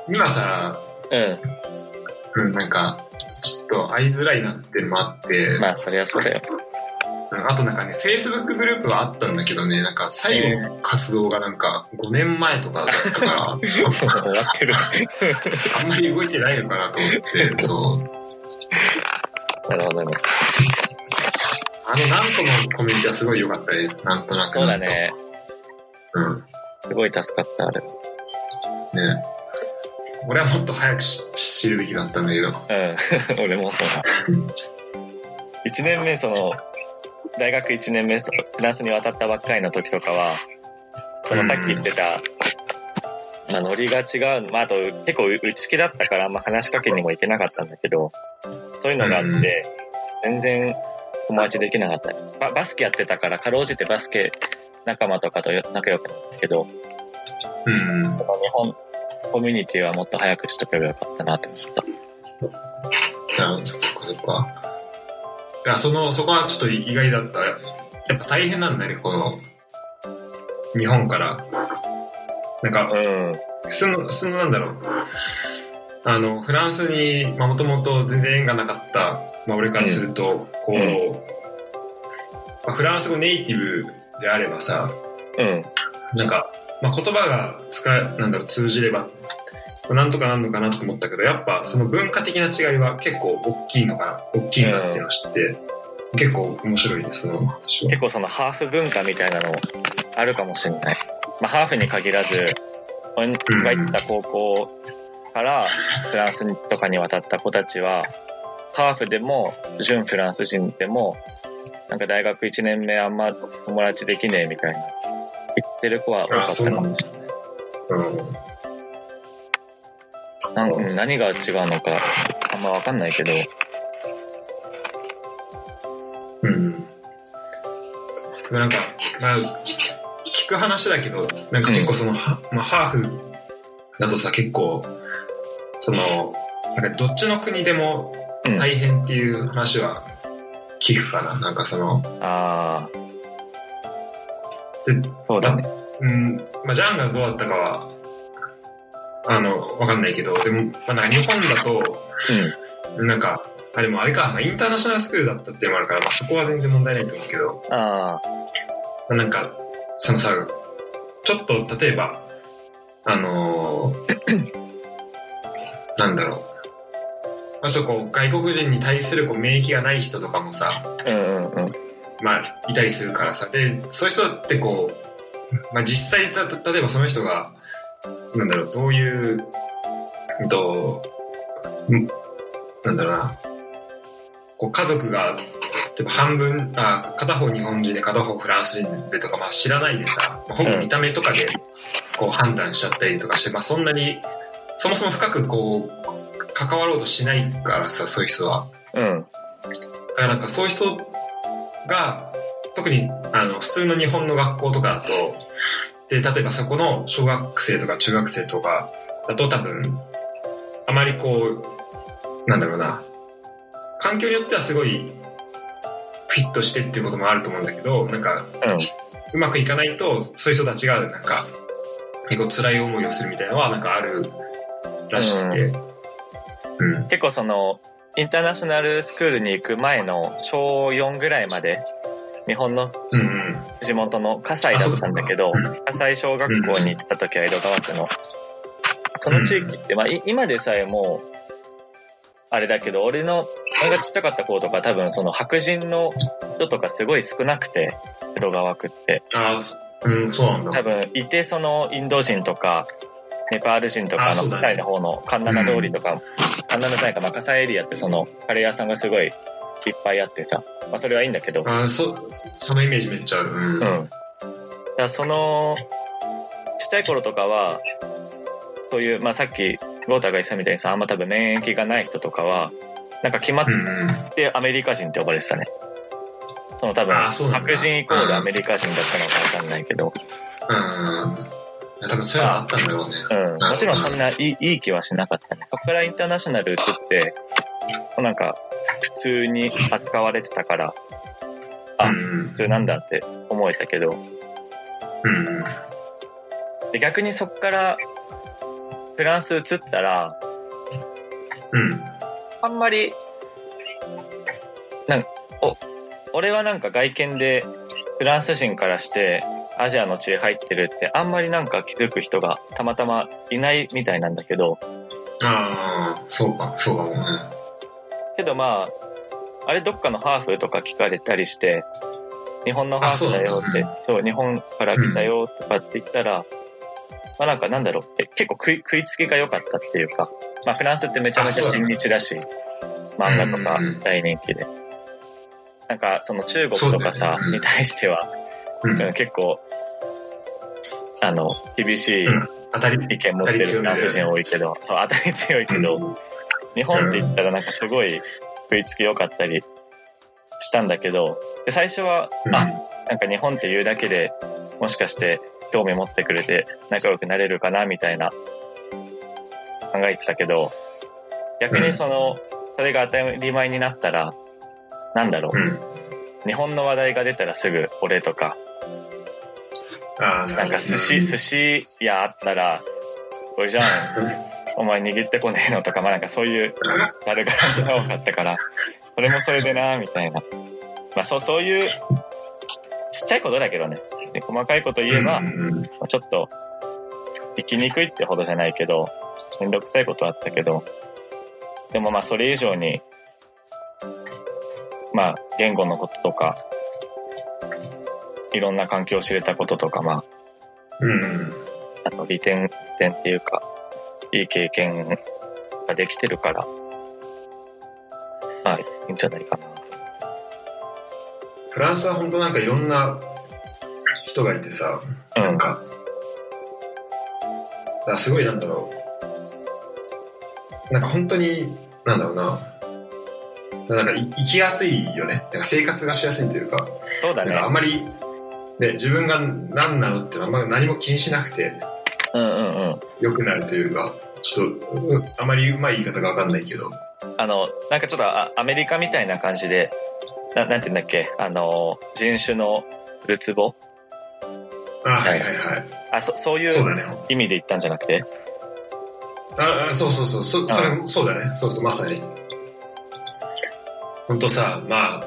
Speaker 1: 今さ、
Speaker 2: う
Speaker 1: うん、なんか、ちょっと会いづらいなっていうのもあって、
Speaker 2: ん。まあ、そり ゃそう だよ。
Speaker 1: うんあとなんかね、Facebook グループはあったんだけどね、なんか最後の活動がなんか5年前とかだったから、 あん
Speaker 2: もう終わってる。
Speaker 1: あんまり動いてないのかなと思って、そう。
Speaker 2: なるほどね。
Speaker 1: あの、なんとのコミュニティはすごい良かったね、なんとなく。
Speaker 2: そうだ。ね。
Speaker 1: うん。ね。
Speaker 2: すごい助かった、あれ。
Speaker 1: 俺はもっと早くし知るべきだったんだけど。
Speaker 2: うん。 俺もそうだ。1年目、その、大学1年目、そフランスに渡ったばっかりの時とかは、そのさっき言ってた、まあ、ノリが違う、まあ、あと、結構う内気だったから、あんま話しかけにも行けなかったんだけど、そういうのがあ
Speaker 1: う
Speaker 2: っ
Speaker 1: ん
Speaker 2: て、全然友達できなかった。ババスケやってたから、かろうじてバスケ仲間とかとよ仲良くなったけど、
Speaker 1: うん。
Speaker 2: その日本コミュニティはもっと早くしとけばよかったなって思った。
Speaker 1: あそっかそっか。いや、その、そこはちょっと意外だった。やっぱ大変なんだね、この、日本から。なんか、
Speaker 2: うん。
Speaker 1: 普通の、普通のなんだろう。あの、フランスに、まあ、もともと全然縁がなかった、まあ、俺からすると、こう、
Speaker 2: うん
Speaker 1: まあフランス語ネイティブであればさ、
Speaker 2: うん。
Speaker 1: なんか、まあ、言葉が使え、なんだろう、通じれば、なんとかなんのかなと思ったけど、やっぱその文化的な違いは結構大きいのかな、大きいなっていうのを知って、結構面白いね、その話は。
Speaker 2: 結構そのハーフ文化みたいなのあるかもしれない。まあ、ハーフに限らず、俺が行った高校からフランスとかに渡った子たちは、ハーフでも、純フランス人でも、なんか大学1年目あんま友達できねえみたいな。言ってる子は多かったかもしれない
Speaker 1: うん
Speaker 2: なんかうん何が違うのかあんまわかんないけど、
Speaker 1: うん。でもなんか、まあ、聞く話だけど、なんか結構その、はまあ、ハーフだとさ、結構、その、なんかどっちの国でも
Speaker 2: うん。
Speaker 1: 大変っていう話は聞くかな、なんかその、
Speaker 2: あ
Speaker 1: で
Speaker 2: あ、そうだね。
Speaker 1: うん、まあ、ジャンがどうだったかは、あの、わかんないけど、でも、まあ、なんか日本だと、なんか、あ、でもあれか、まあ、インターナショナルスクールだったっていうのもあるから、まあ、そこは全然問題ないと思うけど、
Speaker 2: うん。ああ、
Speaker 1: まあ、なんか、そのさ、ちょっと、例えば、あのーなんだろう。まあ、ちょっとこう、外国人に対するこう免疫がない人とかもさ、
Speaker 2: うんうんうん。
Speaker 1: まあ、いたりするからさ。で、そういう人ってこう、まあ実際、た、た例えばその人が、なんだろう、どういう、うんと、んなんだろうな、こう家族が、例えば半分、あ、片方日本人で片方フランス人でとか、まあ知らないでさ、まあほぼ見た目とかで、こう判断しちゃったりとかして、まあそんなに、そもそも深くこう、関わろうとしないからさ、そういう人は。
Speaker 2: うん。
Speaker 1: だからなんかそういう人が、特にあの普通の日本の学校とかだと、で、例えばそこの小学生とか中学生とかだと多分、あまりこう、なんだろうな、環境によってはすごいフィットしてっていうこともあると思うんだけど、なんか
Speaker 2: うん。
Speaker 1: うまくいかないと、そういう人たちがなんか、結構辛い思いをするみたいなのはなんかあるらしくて、うん。
Speaker 2: 結構そのインターナショナルスクールに行く前の小4ぐらいまで日本の
Speaker 1: うんうん。
Speaker 2: 地元の葛西だったんだけど
Speaker 1: あそうか
Speaker 2: 葛西小学校に行ってた時は江戸川区のその地域って、まあ、い今でさえもうあれだけど俺の俺がちっちゃかった子とか多分その白人の人とかすごい少なくて江戸川区って
Speaker 1: ああ、うん、そうなんだ。
Speaker 2: 多分いてそのインド人とかネパール人とか
Speaker 1: あ
Speaker 2: あ
Speaker 1: そう
Speaker 2: の
Speaker 1: だね
Speaker 2: タイの方のカンナナ通りとか、カンナナじゃないかマカサエリアってそのカレー屋さんがすごいいっぱいあってさ、まあ、それはいいんだけど、
Speaker 1: ああ、そ、そのイメージめっちゃある。うん。
Speaker 2: うん、だからそのちっちゃい頃とかはそういう、まあ、さっきゴータが言ってたみたいにさあんま多分免疫がない人とかはなんか決まっ
Speaker 1: うんうん。
Speaker 2: てアメリカ人って呼ばれてたねその多分
Speaker 1: あそうなんだ
Speaker 2: 白人イコールアメリカ人だったのかわかんないけど、
Speaker 1: うん。いや多分そういうのあったんだろうね。
Speaker 2: うん、もちろんそんないいいい気はしなかったね。そこからインターナショナル移って、なんか普通に扱われてたから、あ
Speaker 1: うん
Speaker 2: 普。通なんだって思えたけど、
Speaker 1: うんうん。
Speaker 2: で逆にそこからフランス移ったら、
Speaker 1: うん。
Speaker 2: あんまり、なんお俺はなんか外見でフランス人からしてアジアの地入ってるってあんまりなんか気づく人がたまたまいないみたいなんだけど、
Speaker 1: ああ、そうか、そうかもね。
Speaker 2: けどまあ、あれどっかのハーフとか聞かれたりして、日本のハーフだよっ
Speaker 1: あそう
Speaker 2: て、
Speaker 1: な
Speaker 2: そう,、日本から来たよとかって言ったら、まあなんかなんだろう、え結構食い食いつきが良かったっていうか、まあフランスってめちゃめちゃ
Speaker 1: あそうだ
Speaker 2: 親日だし、漫画とか
Speaker 1: うんうんうん
Speaker 2: 大人気で。なんかその中国とか
Speaker 1: そう
Speaker 2: さ、
Speaker 1: だよねうん
Speaker 2: に対しては、
Speaker 1: う
Speaker 2: うん
Speaker 1: ん。
Speaker 2: 結構、あの、厳しい
Speaker 1: うん当たり、
Speaker 2: 意見持ってるフランス人多いけど、そう、当たり強いけど、日本って言ったらなんかすごい食いつき良かったりしたんだけど、で、最初は、
Speaker 1: うん
Speaker 2: あ、なんか日本って言うだけでもしかして興味持ってくれて仲良くなれるかなみたいな考えてたけど、逆にその、それが当たり前になったら、なんだろ
Speaker 1: う
Speaker 2: う、
Speaker 1: ん。
Speaker 2: 日本の話題が出たらすぐ俺とか、
Speaker 1: ああ、
Speaker 2: なんか寿司、寿司屋あったら、これじゃん
Speaker 1: うん、
Speaker 2: お前握ってこねえのとか、まあなんかそういう誰からも多かったから、それもそれでな、みたいな。まあそう、そういう、ちちっちゃいことだけどね。で細かいこと言えば、
Speaker 1: う
Speaker 2: ま
Speaker 1: ん
Speaker 2: あちょっと、生きにくいってほどじゃないけど、めんどくさいことはあったけど、でもまあそれ以上に、まあ言語のこととか、いろんな環境を知れたこととか、まあ
Speaker 1: うん。
Speaker 2: あの、利点、利点っていうか、いい経験ができてるから、まあ、いいんじゃないかな。
Speaker 1: フランスは本当なんかいろんな人がいてさ、
Speaker 2: うん
Speaker 1: なんか、だからすごいなんだろう。なんか本当に、なんだろうな。なんかい生きやすいよね。なんか生活がしやすいというか、
Speaker 2: そうだ
Speaker 1: なん
Speaker 2: ね
Speaker 1: かあ。んまり、ね、自分が何なのっていうのはあんまり何も気にしなくて
Speaker 2: うんうんうん。
Speaker 1: 良くなるというか、ちょっと、うんあまりうまい言い方がわかんないけど。
Speaker 2: あの、なんかちょっとあアメリカみたいな感じで、ななんて言うんだっけ、あの、人種のるつぼ
Speaker 1: あ、はいはいはい。
Speaker 2: あ、そ、そうい
Speaker 1: そう
Speaker 2: う
Speaker 1: だね。
Speaker 2: 意味で言ったんじゃなくて、
Speaker 1: ああそうそうそうそそれ
Speaker 2: う
Speaker 1: そうだねそうそうまさに本当さま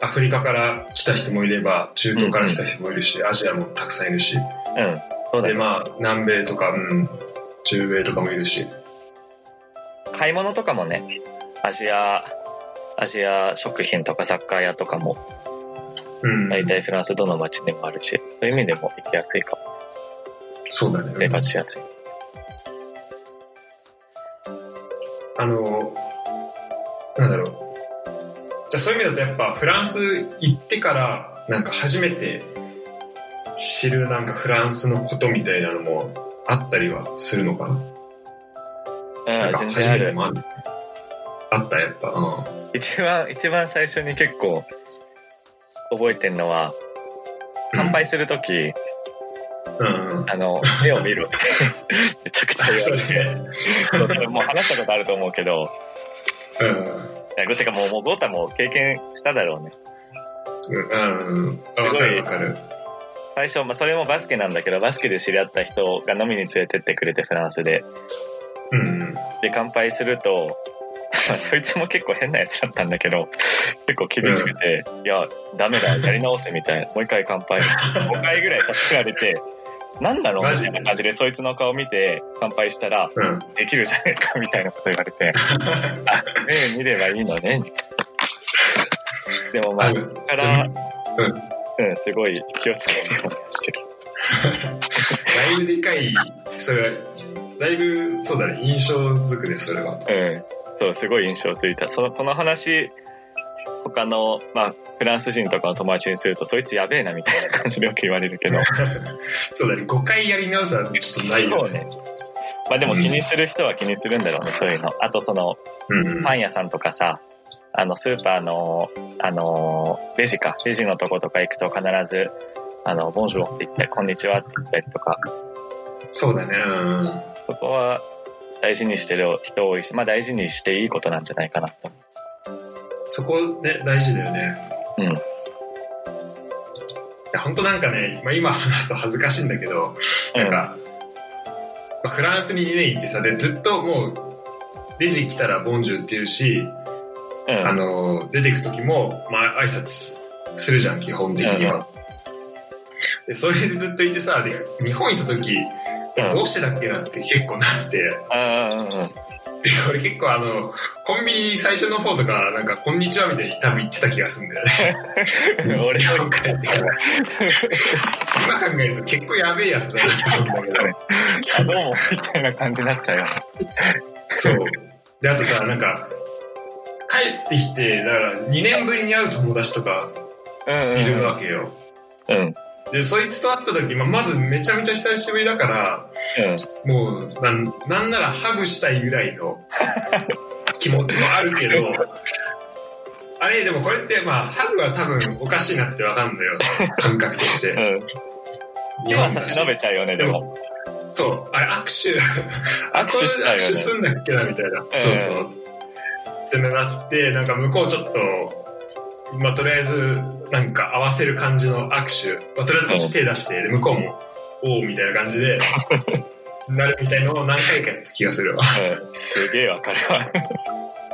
Speaker 1: あアフリカから来た人もいれば中東から来た人もいるし、アジアもたくさんいるし
Speaker 2: うん。そうだ
Speaker 1: で
Speaker 2: ね。
Speaker 1: まあ南米とか、うん、中米とかもいるし
Speaker 2: 買い物とかもね、アジア、アジア食品とかサッカー屋とかも、
Speaker 1: うん
Speaker 2: 大体フランスどの街でもあるし、そういう意味でも行きやすいかも。
Speaker 1: そうだね
Speaker 2: 生活しやすい。
Speaker 1: あのなんだろうじゃあそういう意味だとやっぱフランス行ってからなんか初めて知るなんかフランスのことみたいなのもあったりはするのかな
Speaker 2: う
Speaker 1: なん
Speaker 2: ん、
Speaker 1: か
Speaker 2: 全
Speaker 1: 初
Speaker 2: 然あ
Speaker 1: めて
Speaker 2: る。
Speaker 1: もあるあったやっぱうん
Speaker 2: 一番、一番最初に結構覚えてるのは、乾杯するとき、
Speaker 1: うんうん
Speaker 2: あの、目を見ろって、 めちゃくちゃ言わ
Speaker 1: それ
Speaker 2: れてそう多 分もう話したことあると思うけど、
Speaker 1: うん
Speaker 2: いやてかもう、もう、ゴータも経験しただろうね。
Speaker 1: うんうんうんあわかるわかる
Speaker 2: 最初、まあ、それもバスケなんだけど、バスケで知り合った人が飲みに連れてってくれて、フランスで。
Speaker 1: うんうん
Speaker 2: で、乾杯すると、 そいつも結構変なやつだったんだけど、結構厳しくて、いや、ダメだ、やり直せみたいな、もう一回乾 杯、5回ぐらいさせられて、なんだろう
Speaker 1: マ
Speaker 2: み
Speaker 1: ジ
Speaker 2: たいな感じで、そいつの顔見て、乾杯したら、
Speaker 1: うん
Speaker 2: できるじゃねえかみたいなこと言われ て、あ、目見ればいいのね。でもまあ、
Speaker 1: あ
Speaker 2: こ
Speaker 1: る
Speaker 2: こから、
Speaker 1: うん
Speaker 2: うん、すごい気をつけるようにしてる。
Speaker 1: だいぶでかいそれはだいぶそうだね印象づくねそれは
Speaker 2: うん、そうすごい印象ついたそのこの話他の、まあ、フランス人とかの友達にするとそいつやべえなみたいな感じでよく言われるけど
Speaker 1: そうだね5回やり直すはちょっとない
Speaker 2: そ
Speaker 1: よ
Speaker 2: うねまあでも気にする人は気にするんだろうね、そういうのあとその
Speaker 1: うんうん
Speaker 2: パン屋さんとかさあのスーパーのあのレジかレジのとことか行くと必ず「あのボンジューって言ったり「こんにちは」って言ったりとか
Speaker 1: そうだねうんうん
Speaker 2: そこは大事にしてる人多いしまあ大事にしていいことなんじゃないかなと
Speaker 1: そこね大事だよね
Speaker 2: うん
Speaker 1: いや本当なんかね、まあ、今話すと恥ずかしいんだけど、なんか、まあフランスに2年行ってさでずっともうレジ来たらボンジュールって言うし、
Speaker 2: うん、うん
Speaker 1: あの出てく時も、まあ挨拶するじゃん基本的には、
Speaker 2: う
Speaker 1: でそれでずっといてさで日本行った時
Speaker 2: うん
Speaker 1: どうしてだっけなって結構なって、で
Speaker 2: あーうんうん
Speaker 1: 俺結構あのコンビニ最初の方とかなんか「こんにちは」みたいに多分言ってた気がするん だよね
Speaker 2: 俺
Speaker 1: 日
Speaker 2: よ
Speaker 1: 本帰ってから今考えると結構やべえやつだなと思うんだけど
Speaker 2: あどうもみたいな感じになっちゃうよね。
Speaker 1: そう。で、あとさ、なんか、帰ってきて、だから2年ぶりに会う友達とか
Speaker 2: うんうん
Speaker 1: いるわけよ。
Speaker 2: うんうん
Speaker 1: で、そいつと会った時、まあ、まずめちゃめちゃ久しぶりだから、もう、なんなんならハグしたいぐらいの気持ちもあるけど、あれ、でもこれって、まあ、ハグは多分おかしいなってわかんのよ。感覚とし
Speaker 2: う
Speaker 1: て。
Speaker 2: んうん
Speaker 1: 日
Speaker 2: 今
Speaker 1: 本
Speaker 2: 差
Speaker 1: だ
Speaker 2: し
Speaker 1: し
Speaker 2: 伸。べちゃうよねでも
Speaker 1: そう、あれ握手、あ、 こ
Speaker 2: 握
Speaker 1: れ
Speaker 2: 手
Speaker 1: で
Speaker 2: し
Speaker 1: 握
Speaker 2: たいよね
Speaker 1: 手すんだっけな、みたいな。
Speaker 2: ん
Speaker 1: そうそう。ってなって、なんか向こうちょっと、まあ、とりあえず、なんか合わせる感じの握手。まあ、とりあえずこっち手出して、で、向こうも、おう、みたいな感じ で、なるみたいのを何回かやった気がするわ。
Speaker 2: うんすげえわかるわ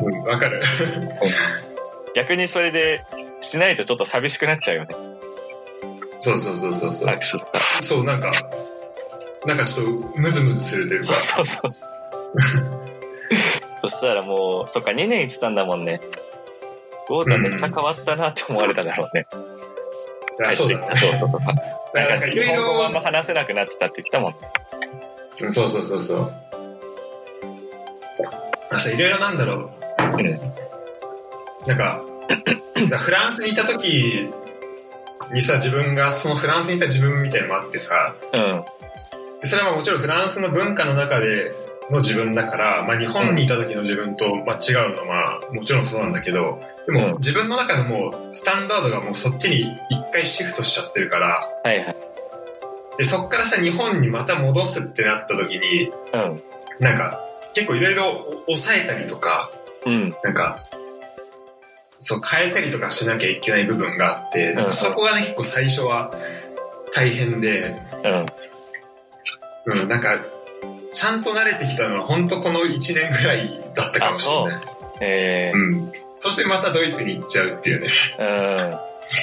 Speaker 1: うん、わかる。
Speaker 2: 逆にそれでしないとちょっと寂しくなっちゃうよね
Speaker 1: そうそうそうそうそ
Speaker 2: 握
Speaker 1: う。
Speaker 2: 手とか
Speaker 1: そう、なんか、なんかちょっと、ムズムズするというか
Speaker 2: そう。そうそうそしたらもうそっか2年行ってたんだもんねゴータめっちゃ変わったなって思われただろうね、
Speaker 1: あ
Speaker 2: 帰っ
Speaker 1: そう
Speaker 2: て
Speaker 1: だね。
Speaker 2: きたそうそうそう
Speaker 1: だから
Speaker 2: な
Speaker 1: なんんか
Speaker 2: か
Speaker 1: い
Speaker 2: 日
Speaker 1: ろい
Speaker 2: 本語
Speaker 1: ろ
Speaker 2: あんま話せなくなってたって言ってたもんね
Speaker 1: うんそうそうそうそう。あさ、いろいろなんだろう。
Speaker 2: うん
Speaker 1: なんか、だからフランスにいた時にさ、自分が、そのフランスにいた自分みたいのもあってさ、
Speaker 2: うん
Speaker 1: でそれはまあもちろんフランスの文化の中での自分だから、まあ日本にいた時の自分と、まあ、違うのは、まあ、もちろんそうなんだけど、で
Speaker 2: うん
Speaker 1: も自分の中のもう、スタンダードがもうそっちに一回シフトしちゃってるから、
Speaker 2: はいはい
Speaker 1: で、そっからさ、日本にまた戻すってなった時に、なんか、結構いろいろ抑えたりとか、
Speaker 2: うんうん
Speaker 1: なんか、そう、変えたりとかしなきゃいけない部分があって、なんかそこがね、結構最初は大変で、
Speaker 2: うん
Speaker 1: うん、なんか、ちゃんと慣れてきたのは本当この1年ぐらいだったかもしれない。
Speaker 2: えー
Speaker 1: うん。そしてまたドイツに行っちゃうっていうね。
Speaker 2: うん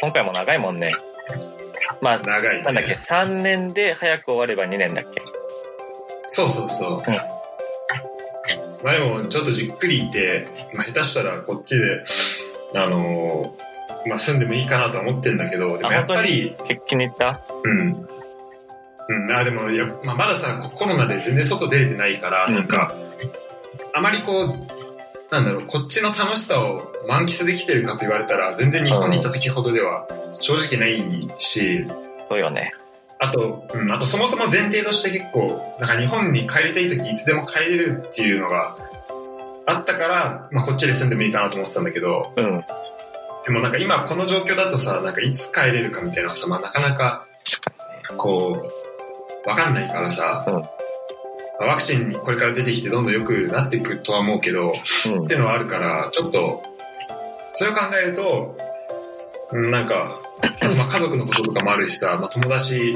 Speaker 2: 今回も長いもんねまあ、
Speaker 1: 長い、ね。
Speaker 2: なんだっけ、3年で早く終われば2年だっけ。
Speaker 1: そうそうそう。まあでも、ちょっとじっくりいて、まあ下手したらこっちで、あのーまあ住んでもいいかなとは思ってんだけど、でもやっぱり、
Speaker 2: け気に入った
Speaker 1: うん。うん、あでもや、まあ、まださ、ココロナで全然外出れてないから、
Speaker 2: うん
Speaker 1: なんか、あまりこう、なんだろう、こっちの楽しさを満喫できてるかと言われたら、全然日本に行った時ほどでは正直ないし、
Speaker 2: そうよね。
Speaker 1: あと、うん、あとそもそも前提として結構、なんか日本に帰りたい時いつでも帰れるっていうのがあったから、まあ、こっちで住んでもいいかなと思ってたんだけど、
Speaker 2: うん。
Speaker 1: でもなんか今この状況だとさ、なんかいつ帰れるかみたいなのはさ、まあ、なかなか、こう、わかんないからさ、
Speaker 2: うん
Speaker 1: まあワクチンこれから出てきてどんどん良くなっていくとは思うけど、
Speaker 2: うん
Speaker 1: っていうのはあるから、ちょっと、それを考えると、うんなんか、あとまあ家族のこととかもあるしさ、まあ、友達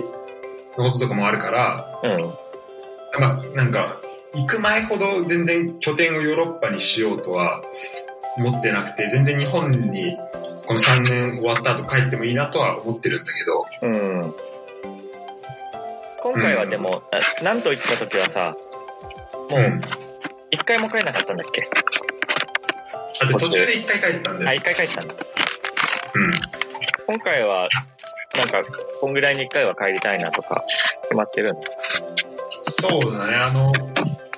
Speaker 1: のこととかもあるから、
Speaker 2: うん。
Speaker 1: まあ、なんか、行く前ほど全然拠点をヨーロッパにしようとは思ってなくて、全然日本にこの3年終わった後帰ってもいいなとは思ってるんだけど、
Speaker 2: うん今回はでも、あなんと言った時はさ、もう、一回も帰んなかったんだっけ、
Speaker 1: だって途中で一回帰ったんだよ。
Speaker 2: あ、一回帰ったんだ。
Speaker 1: うん。
Speaker 2: 今回は、なんか、こんぐらいに一回は帰りたいなとか、決まってるんだ。
Speaker 1: そうだね、あの、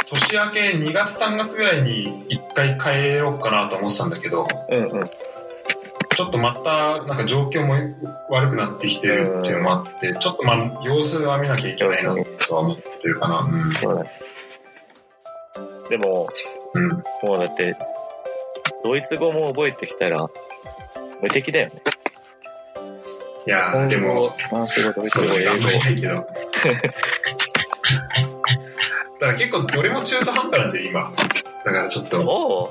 Speaker 1: 年明け2月3月ぐらいに一回帰ろうかなと思ってたんだけど、
Speaker 2: うんうん。
Speaker 1: ちょっとまたなんか状況も悪くなってきてるっていうのもあって、ちょっとまあ様子は見なきゃいけないなとは思ってるかな。
Speaker 2: そうだね。でも、
Speaker 1: うん。うん。
Speaker 2: もうだって、ドイツ語も覚えてきたら、無敵だよね。
Speaker 1: いやー、で
Speaker 2: 今後
Speaker 1: も、、
Speaker 2: フランス語、ドイツ
Speaker 1: そう
Speaker 2: 語、英
Speaker 1: 頑張り
Speaker 2: 語。
Speaker 1: たいけど。だから結構どれも中途半端なんで今。だからちょっと、
Speaker 2: おう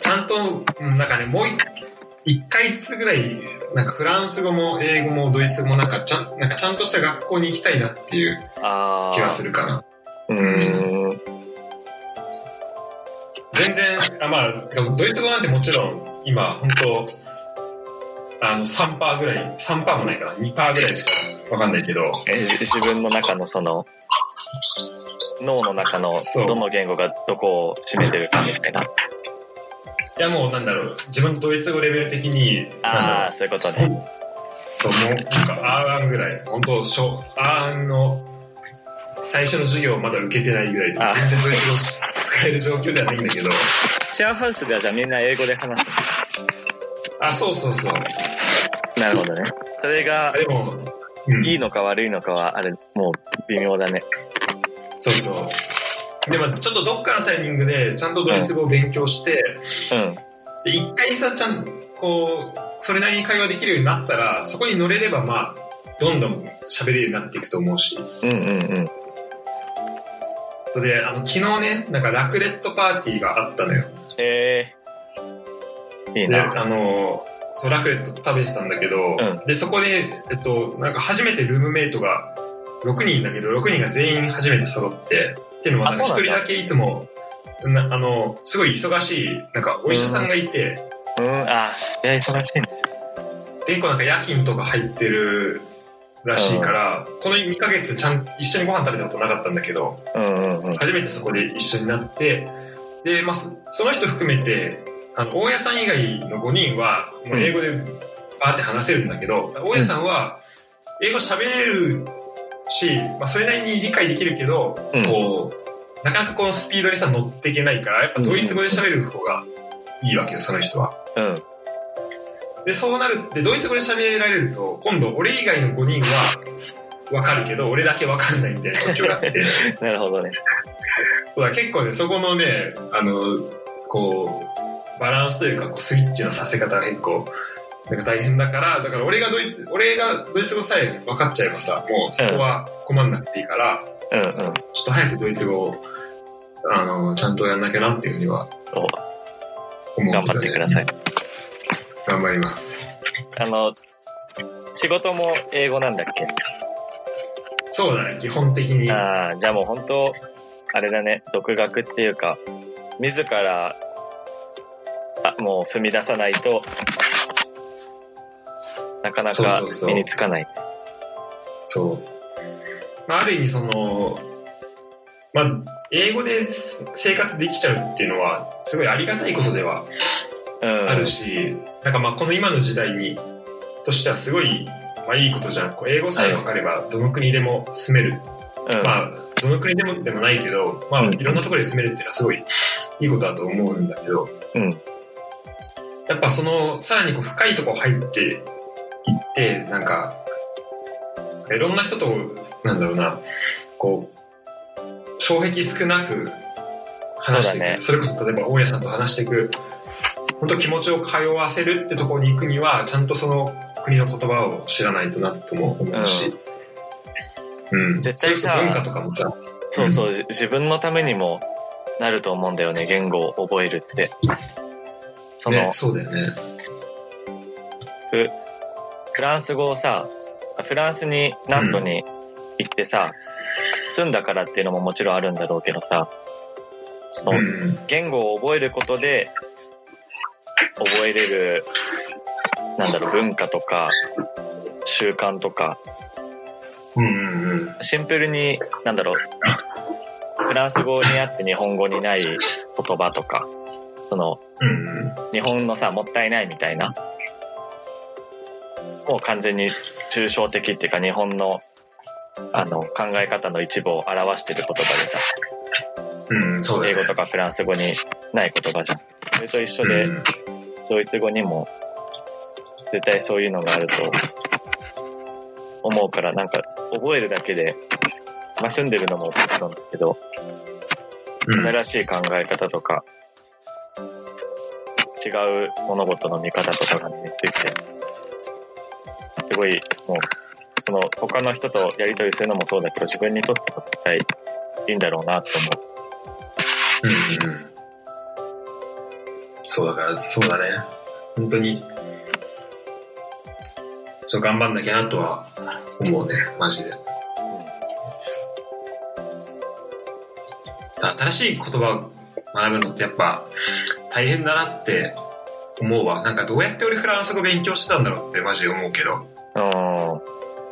Speaker 1: ちゃんと、うんなんかね、もう一一回ずつぐらい、なんかフランス語も英語もドイツ語もなんかちゃん、なんかちゃんとした学校に行きたいなっていう
Speaker 2: あ
Speaker 1: 気はす
Speaker 2: ー。
Speaker 1: るかな。
Speaker 2: うーん。
Speaker 1: 全然、あまあ、ドイツ語なんてもちろん、今、本当あの、3%ぐらい、3%もないかな、2%ぐらいしかわかんないけど、
Speaker 2: えじ自分の中のその脳の中の
Speaker 1: そう
Speaker 2: どの言語がどこを占めてるかみたいない
Speaker 1: やもうなんだろう、自分のドイツ語レベル的に、
Speaker 2: あ
Speaker 1: なんだろ
Speaker 2: あそういうことね
Speaker 1: うそう、もう、なんか、アーアンぐらい、本当小アーアンの、最初の授業をまだ受けてないぐらいで
Speaker 2: あ、
Speaker 1: 全然ドイツ語使える状況ではないんだけど、
Speaker 2: シェアハウスではじゃあみんな英語で話す
Speaker 1: あ、そうそうそう。
Speaker 2: なるほどねそれが
Speaker 1: あでも、うん
Speaker 2: いいのか悪いのかはあれもう微妙だね
Speaker 1: そうそう。でも、ちょっとどっかのタイミングで、ちゃんとドイツ語を勉強して、
Speaker 2: う
Speaker 1: で一回さちゃんこうそれなりに会話できるようになったらそこに乗れればまあどんどん喋れるようになっていくと思うし
Speaker 2: んうんうんうん
Speaker 1: それであの昨日ねなんかラクレットパーティーがあったのよ
Speaker 2: えー、い
Speaker 1: で
Speaker 2: いな
Speaker 1: あのそうラクレット食べてたんだけど、
Speaker 2: う
Speaker 1: でそこで、えっと、なんか初めてルームメイトが6人だけど6人が全員初めて揃ってっていうのは
Speaker 2: あ
Speaker 1: なんか
Speaker 2: そう
Speaker 1: 1
Speaker 2: なんだ
Speaker 1: 人だけいつもなあのすごい忙しいなんかお医者さんがいて、
Speaker 2: うんあーいや忙しいね
Speaker 1: 結構なんか夜勤とか入ってるらしいから、この2ヶ月ちゃん一緒にご飯食べたことなかったんだけど
Speaker 2: うんうんうん
Speaker 1: 初めてそこで一緒になってで、まあ、そその人含めてあの大家さん以外の5人はもう英語でバーって話せるんだけど、大家さんは英語喋れるし、まあ、それなりに理解できるけど、
Speaker 2: うん
Speaker 1: こうなかなかこのスピードにさ乗っていけないからやっぱドイツ語で喋る方がいいわけよその人は。
Speaker 2: うん
Speaker 1: で、そうなるって、ドイツ語で喋られると、今度俺以外の5人は分かるけど、俺だけ分かんないみたいな状況があって、
Speaker 2: なるほどね
Speaker 1: そうだ結構ね、そこのね、あの、こう、バランスというか、こうスイッチのさせ方が結構、なんか大変だから、だから俺がドイツ、俺がドイツ語さえ分かっちゃえばさ、もうそこは困んなくていいから、
Speaker 2: うんうん
Speaker 1: ちょっと早くドイツ語を、あの、ちゃんとやんなきゃなっていうふうには
Speaker 2: そう
Speaker 1: 思う
Speaker 2: 頑
Speaker 1: ので、
Speaker 2: 張ってください
Speaker 1: 頑張ります。
Speaker 2: あの仕事も英語なんだっけ
Speaker 1: そうだね、基本的に。
Speaker 2: ああ、じゃあもう本当、あれだね、独学っていうか、自ら、あもう踏み出さないとなかな
Speaker 1: そう
Speaker 2: か
Speaker 1: そうそう
Speaker 2: 身につかない。う
Speaker 1: そう。まあ、ある意味その、まあ、英語です生活できちゃうっていうのは、すごいありがたいことでは
Speaker 2: うん。
Speaker 1: あるし、なんかまあこの今の時代にとしてはすごい、まあ、いいことじゃんこう英語さえ分かればどの国でも住める、
Speaker 2: うん。
Speaker 1: まあどの国でもでもないけど、まあ、
Speaker 2: うん
Speaker 1: いろんなところで住めるっていうのはすごいいいことだと思うんだけど
Speaker 2: うん。
Speaker 1: やっぱそのさらにこう深いとこ入っていってなんかいろんな人となんだろうなこう障壁少なく話していく
Speaker 2: そう
Speaker 1: そ,、
Speaker 2: だね
Speaker 1: れこそ例えば大家さんと話していく本当気持ちを通わせるってところに行くにはちゃんとその国の言葉を知らないとなとも思うし、うん
Speaker 2: 絶対さ
Speaker 1: それこそ文化とかもさ
Speaker 2: そうそう、じ自分のためにもなると思うんだよね、言語を覚えるって。その、
Speaker 1: ね、そうだよね
Speaker 2: フフランス語をさ、フランスに、ナントに行ってさ、住んだからっていうのももちろんあるんだろうけどさ、その、
Speaker 1: うん
Speaker 2: 言語を覚えることで、覚えれる、なんだろう、文化とか、習慣とか、
Speaker 1: うんうんうん
Speaker 2: シンプルに、な んだろう、フランス語にあって日本語にない言葉とか、その、
Speaker 1: うんうん
Speaker 2: 日本のさ、もったいないみたいな、もう完全に抽象的っていうか、日本の、あの、考え方の一部を表してる言葉でさ、
Speaker 1: うんそうだ
Speaker 2: 英
Speaker 1: よね
Speaker 2: 語とかフランス語にない言葉じゃん。それと一緒
Speaker 1: う
Speaker 2: で、
Speaker 1: ん
Speaker 2: ドイツ語にも、絶対そういうのがあると、思うから、なんか、覚えるだけで、まあ、住んでるのももちろんだけど、
Speaker 1: うん
Speaker 2: 新しい考え方とか、違う物事の見方とかが身について、すごい、もう、その、他の人とやりとりするのもそうだけど、自分にとっても絶対いいんだろうなと思
Speaker 1: うんうんそうだから、そうだね。本当に、ちょっと頑張んなきゃなとは思うね、マジで。た新しい言葉を学ぶのってやっぱ大変だなって思うわ。なんかどうやって俺フランス語勉強してたんだろうってマジで思うけど。
Speaker 2: う。うん。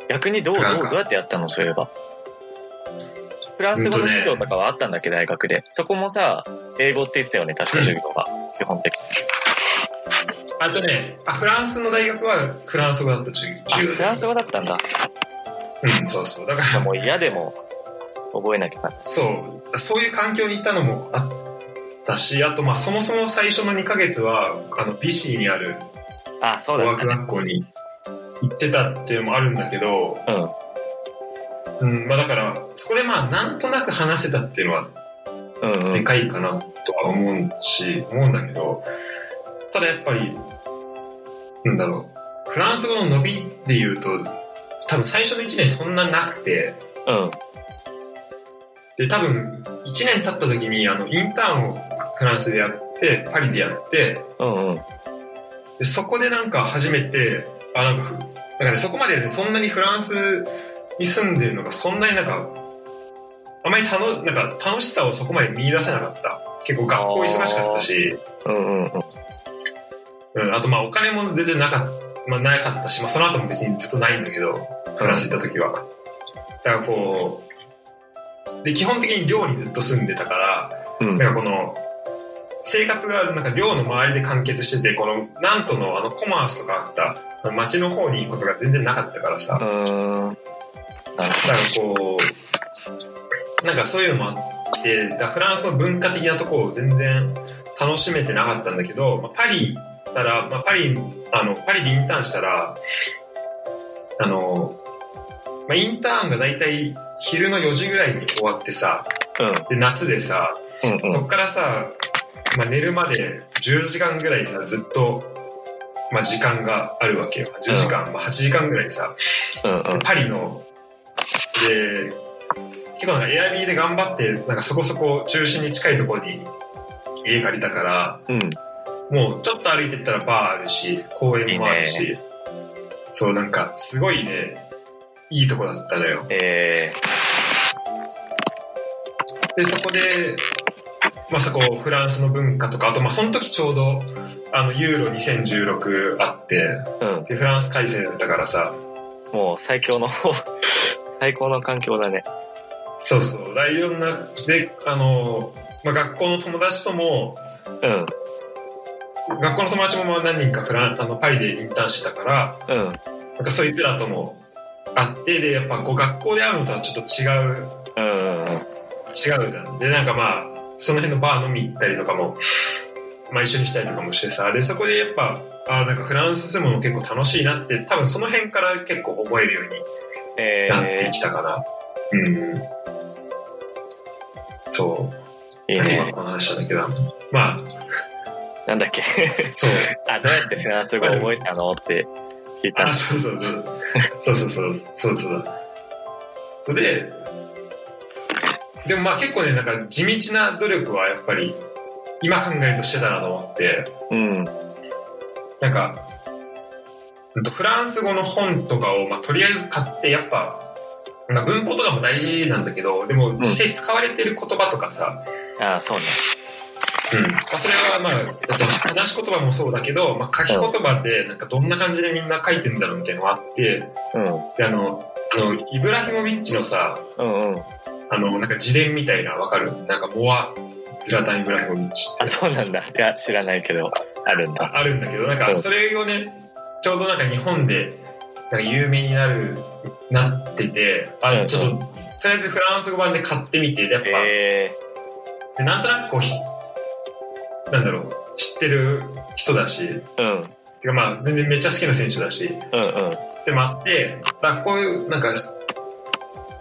Speaker 2: 逆にどう、どう、
Speaker 1: なんか
Speaker 2: どうやってやったのそういえば。フランス語の授業とかはあったんだっけ、大学で。そこもさ、英語って言ってたよね、確か授業が。基本的に。
Speaker 1: あとね、あフランスの大学はフランス語だった、授
Speaker 2: あ、
Speaker 1: 授業
Speaker 2: フランス語だったんだ。
Speaker 1: うん、そうそう。だから
Speaker 2: もう嫌でも覚えなきゃな。
Speaker 1: そう、そういう環境にいたのもあったし、あと、まあ、そもそも最初の2ヶ月は、あの、ビシーにある
Speaker 2: あ、そう
Speaker 1: 語
Speaker 2: だっ
Speaker 1: 学
Speaker 2: たね。
Speaker 1: 学校に行ってたっていうのもあるんだけど、
Speaker 2: う
Speaker 1: う
Speaker 2: ん。
Speaker 1: ん、まあ、だから、そこでまあ、なんとなく話せたっていうのは、
Speaker 2: うんうん
Speaker 1: でかいかなとは思うし、思うんだけど、ただやっぱり、なんだろう、フランス語の伸びで言うと、多分最初の1年そんななくて、
Speaker 2: うん。
Speaker 1: で、多分、1年経った時に、あの、インターンをフランスでやって、パリでやって、
Speaker 2: うんうん。
Speaker 1: でそこでなんか初めて、あ、なんかふ、だから、ね、そこまで、ね、そんなにフランスに住んでるのが、そんなになんか、あまり楽、なんか楽しさをそこまで見出せなかった。結構学校忙しかったし、
Speaker 2: うんうんうん。
Speaker 1: うん、あとまあお金も全然なかった、まあなかったし、まあその後も別にずっとないんだけど、フランス行った時は。だからこう、で、基本的に寮にずっと住んでたから、
Speaker 2: うん。
Speaker 1: なんかこの、生活がなんか寮の周りで完結してて、この、なんとのあのコマースとかあった、あの街の方に行くことが全然なかったからさ、だか
Speaker 2: うん。なる
Speaker 1: らこう、なんかそういうのもあって、だからフランスの文化的なとこを全然楽しめてなかったんだけど、まあ、パリ行ったら、まあ、パリ、あの、パリでインターンしたら、あの、まあ、インターンがだいたい昼の4時ぐらいに終わってさ、
Speaker 2: ほど。
Speaker 1: で、夏でさ、
Speaker 2: うん。うんう
Speaker 1: そ
Speaker 2: ん。
Speaker 1: っからさ、まあ、寝るまで10時間ぐらいさ、ずっと、まあ、時間があるわけよ。10時間、まあ、8時間ぐらいさ、
Speaker 2: うん
Speaker 1: でパリの、で、結構なんかエアビーで頑張って、なんかそこそこ中心に近いところに家借りたから、
Speaker 2: うん。うん。
Speaker 1: もうちょっと歩いてったらバーあるし、公園もあるし、そうなんかすごいね、いいとこだったのよ。
Speaker 2: え
Speaker 1: でそこで、まあ、そこフランスの文化とかあとまあその時ちょうどあのユーロ2016あって
Speaker 2: ー、うん。
Speaker 1: でフランス改正だったからさ
Speaker 2: もう最強の、最高の環境だね。
Speaker 1: そうそう。ライオンな、で、あの、まあ、学校の友達とも、
Speaker 2: うん、
Speaker 1: 学校の友達もまあ何人かフランあのパリでインターンしてたから、
Speaker 2: うん、
Speaker 1: なんかそいつらとも会って、で、やっぱこう学校で会うのとはちょっと違う、
Speaker 2: うん、
Speaker 1: 違うじゃん。で、なんかまあ、その辺のバー飲み行ったりとかも、まあ一緒にしたりとかもしてさ、で、そこでやっぱ、ああ、なんかフランス住むの結構楽しいなって、多分その辺から結構思えるように
Speaker 2: え
Speaker 1: なってきたかな。うん。そう。
Speaker 2: ー、いい
Speaker 1: 何が
Speaker 2: ね。
Speaker 1: この話なんだけど、まあ、
Speaker 2: なんだっけ
Speaker 1: そう。
Speaker 2: あ、どうやってフランス語覚えたのって聞いた
Speaker 1: あ、。そうそうそう。そうそうそう。そうそうそう。それで、でもまあ結構ね、なんか地道な努力はやっぱり、今考えるとしてたなと思って、
Speaker 2: うん、
Speaker 1: なんか、うんとフランス語の本とかを、まあ、とりあえず買って、やっぱ、まあ、文法とかも大事なんだけど、でも実際使われてる言葉とかさ、
Speaker 2: あ、そうね。
Speaker 1: うんまあ、それはまあ、えっと話し言葉もそうだけど、まあ、書き言葉でなんかどんな感じでみんな書いてんだろうみたいなのがあって、
Speaker 2: うん、
Speaker 1: であの、あの、イブラヒモビッチのさ、
Speaker 2: うん、うん。
Speaker 1: あの、なんか自伝みたいなわかるなんかモア、ズラタン・イブラヒモビッチって
Speaker 2: あ、そうなんだ。いや、知らないけど、あるんだ。
Speaker 1: あるんだけど、なん
Speaker 2: う
Speaker 1: か
Speaker 2: ん
Speaker 1: それをね、ちょうどなんか日本で、なんか有名になる、なってて、
Speaker 2: う
Speaker 1: あ、
Speaker 2: ん
Speaker 1: ちょっと、とりあえずフランス語版で買ってみて、でやっぱ、
Speaker 2: え
Speaker 1: でなんとなくこうひ、なんだろう、知ってる人だし、
Speaker 2: ー、うん、うん、
Speaker 1: てかまあ、全然めっちゃ好きな選手だし、
Speaker 2: うん。
Speaker 1: でもあって、だからこういう、なんか、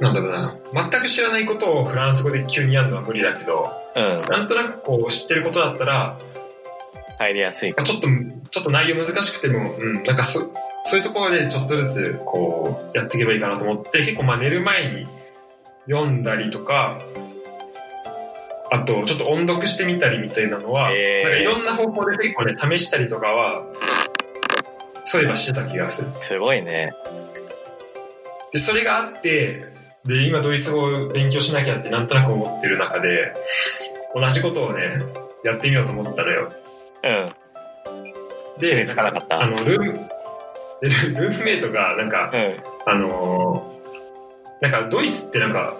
Speaker 1: なんだろうな、全く知らないことをフランス語で急にやるのは無理だけど、
Speaker 2: うん、
Speaker 1: なんとなくこう知ってることだったら、
Speaker 2: 入りやすいか。
Speaker 1: ちょっと、ちょっと内容難しくても、うん、なんかそ、そういうところでちょっとずつ、こう、やっていけばいいかなと思って、結構まあ寝る前に読んだりとか、あと、ちょっと音読してみたりみたいなのは、
Speaker 2: えー
Speaker 1: なんかいろんな方法で結構ね、試したりとかは、そういえばしてた気がする。
Speaker 2: すごいね。
Speaker 1: で、それがあって、で、今ドイツ語を勉強しなきゃってなんとなく思ってる中で、同じことをね、やってみようと思ったのよ。
Speaker 2: うん、手
Speaker 1: で、
Speaker 2: につかなかった
Speaker 1: あの、ルーム、でルルームメイトが、なんか、
Speaker 2: うん。
Speaker 1: あのーなんかドイツってなんか、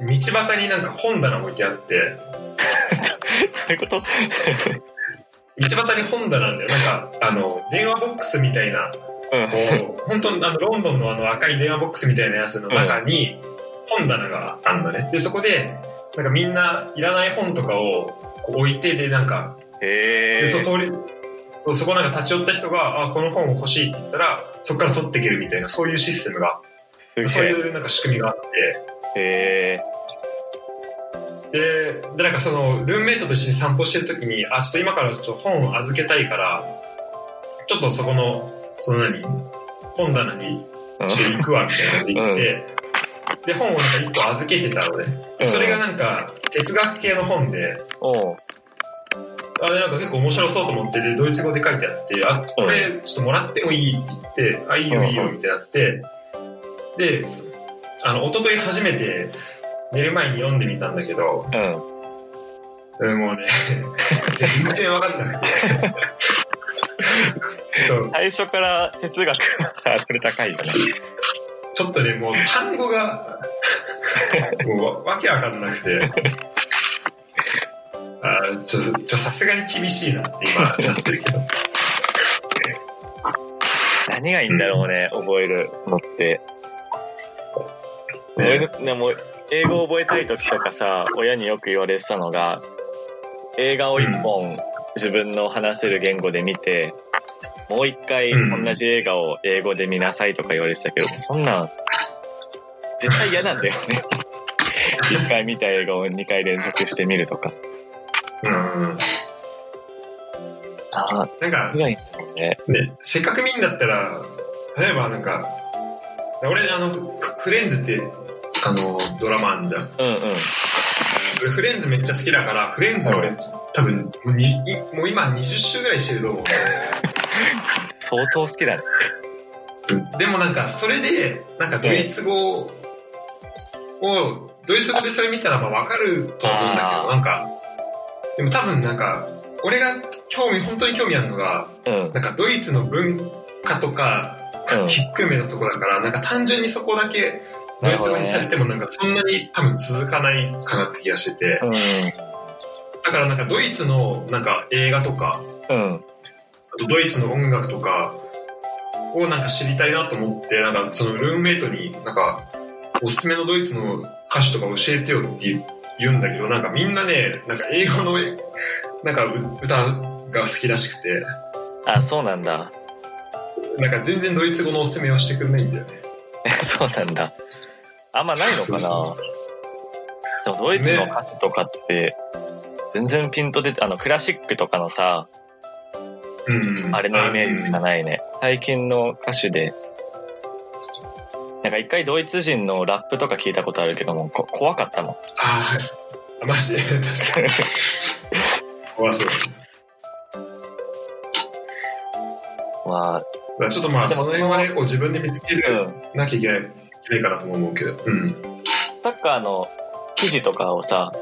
Speaker 1: 道端になんか本棚置いてあって、
Speaker 2: どういうこと
Speaker 1: 道端に本棚なんだよ。なんか、あの、電話ボックスみたいな、
Speaker 2: うん、
Speaker 1: こう、本当にあの、ロンドンのあの赤い電話ボックスみたいなやつの中に、本棚があんのね。で、そこで、なんかみんないらない本とかをこう置いて、で、なんか、
Speaker 2: え
Speaker 1: でそ
Speaker 2: ー、
Speaker 1: 通りそうそこなんか立ち寄った人があこの本を欲しいって言ったらそこから取っていけるみたいなそういうシステムが
Speaker 2: すげ
Speaker 1: そう
Speaker 2: え
Speaker 1: いうなんか仕組みがあっ
Speaker 2: え
Speaker 1: てででなんかそのルームメイトと一緒に散歩してる時にあちょっと今からちょっと本を預けたいからちょっとそこのその何本棚に
Speaker 2: ー、
Speaker 1: ちょっと行くわみたいな感じで行って、で本をなんか1個預けてたのね
Speaker 2: うん
Speaker 1: それがなんか哲学系の本で
Speaker 2: おう
Speaker 1: あれなんか結構面白そうと思ってでドイツ語で書いてあって「あこれちょっともらってもいい?」って言って「あいいよいいよ」みたいになってであの一昨日初めて寝る前に読んでみたんだけど
Speaker 2: うん。
Speaker 1: うんもうね 全然分かん なくてちょっと
Speaker 2: 最初から哲学がそれ高いよね。
Speaker 1: ちょっとねもう単語がもうわわけわかんなくて。あーちょっとちょさすがに厳しいなって今なってるけど
Speaker 2: 何がいいんだろうね、覚えるのって。
Speaker 1: ね
Speaker 2: 俺でも英語を覚えたい時とかさ親によく言われてたのが映画を一本自分の話せる言語で見て、もう一回
Speaker 1: うん
Speaker 2: 同じ映画を英語で見なさいとか言われてたけど、そんなん絶対嫌なんだよね 一回見た映画を二回連続して見るとか
Speaker 1: うん
Speaker 2: ああ
Speaker 1: なんか
Speaker 2: ぐらいだもんね
Speaker 1: ね、せっかく見んだったら、例えばなんか、俺、あの、フフレンズって、あの、ドラマあんじゃん。
Speaker 2: うんうん
Speaker 1: 俺、フレンズめっちゃ好きだから、フレンズ俺、多分もうに、いもう今20週ぐらいしてると思う。
Speaker 2: 相当好きだね
Speaker 1: でもなんか、それで、なんかドイツ語を、ドイツ語でそれ見たらまあわかると思うんだけ
Speaker 2: あー
Speaker 1: ど、なんか、でも多分なんか、俺が興味、本当に興味あるのが、
Speaker 2: うん
Speaker 1: なんかドイツの文化とか
Speaker 2: うん、
Speaker 1: ひっくるめのとこだから、なんか単純にそこだけ
Speaker 2: な
Speaker 1: 内
Speaker 2: るほど
Speaker 1: 装
Speaker 2: ね
Speaker 1: にされてもなんかそんなに多分続かないかなって気がしてて、
Speaker 2: う
Speaker 1: だからなんかドイツのなんか映画とか、
Speaker 2: ん。うん。
Speaker 1: あとドイツの音楽とかをなんか知りたいなと思って、なんかそのルームメイトになんかおすすめのドイツの歌手とか教えてよって言う言うんだけど、なんかみんなね、なんか英語のなんかう歌が好きらしくて、
Speaker 2: あ、そうなんだ。
Speaker 1: なんか全然ドイツ語のおすすめはしてくれないんだよね。
Speaker 2: そうなんだ。あんまないのか
Speaker 1: そうそ
Speaker 2: なでもドイツの歌詞とかって、全然ピンと出て、あの、クラシックとかのさ、
Speaker 1: うん。
Speaker 2: あれのイメージしか
Speaker 1: な
Speaker 2: ないね。最近の歌手で、なんか一回ドイツ人のラップとか聞いたことあるけども、こ怖かったの。
Speaker 1: あーあ、マジで、確かに。怖そう。
Speaker 2: まあ、
Speaker 1: だからちょっとまあ、
Speaker 2: でも
Speaker 1: その辺はね、こう自分で見つけ
Speaker 2: う
Speaker 1: る
Speaker 2: ん。
Speaker 1: なきゃいけない、いけないかなとも思うけど。うん。
Speaker 2: サッカーの記事とかをさ、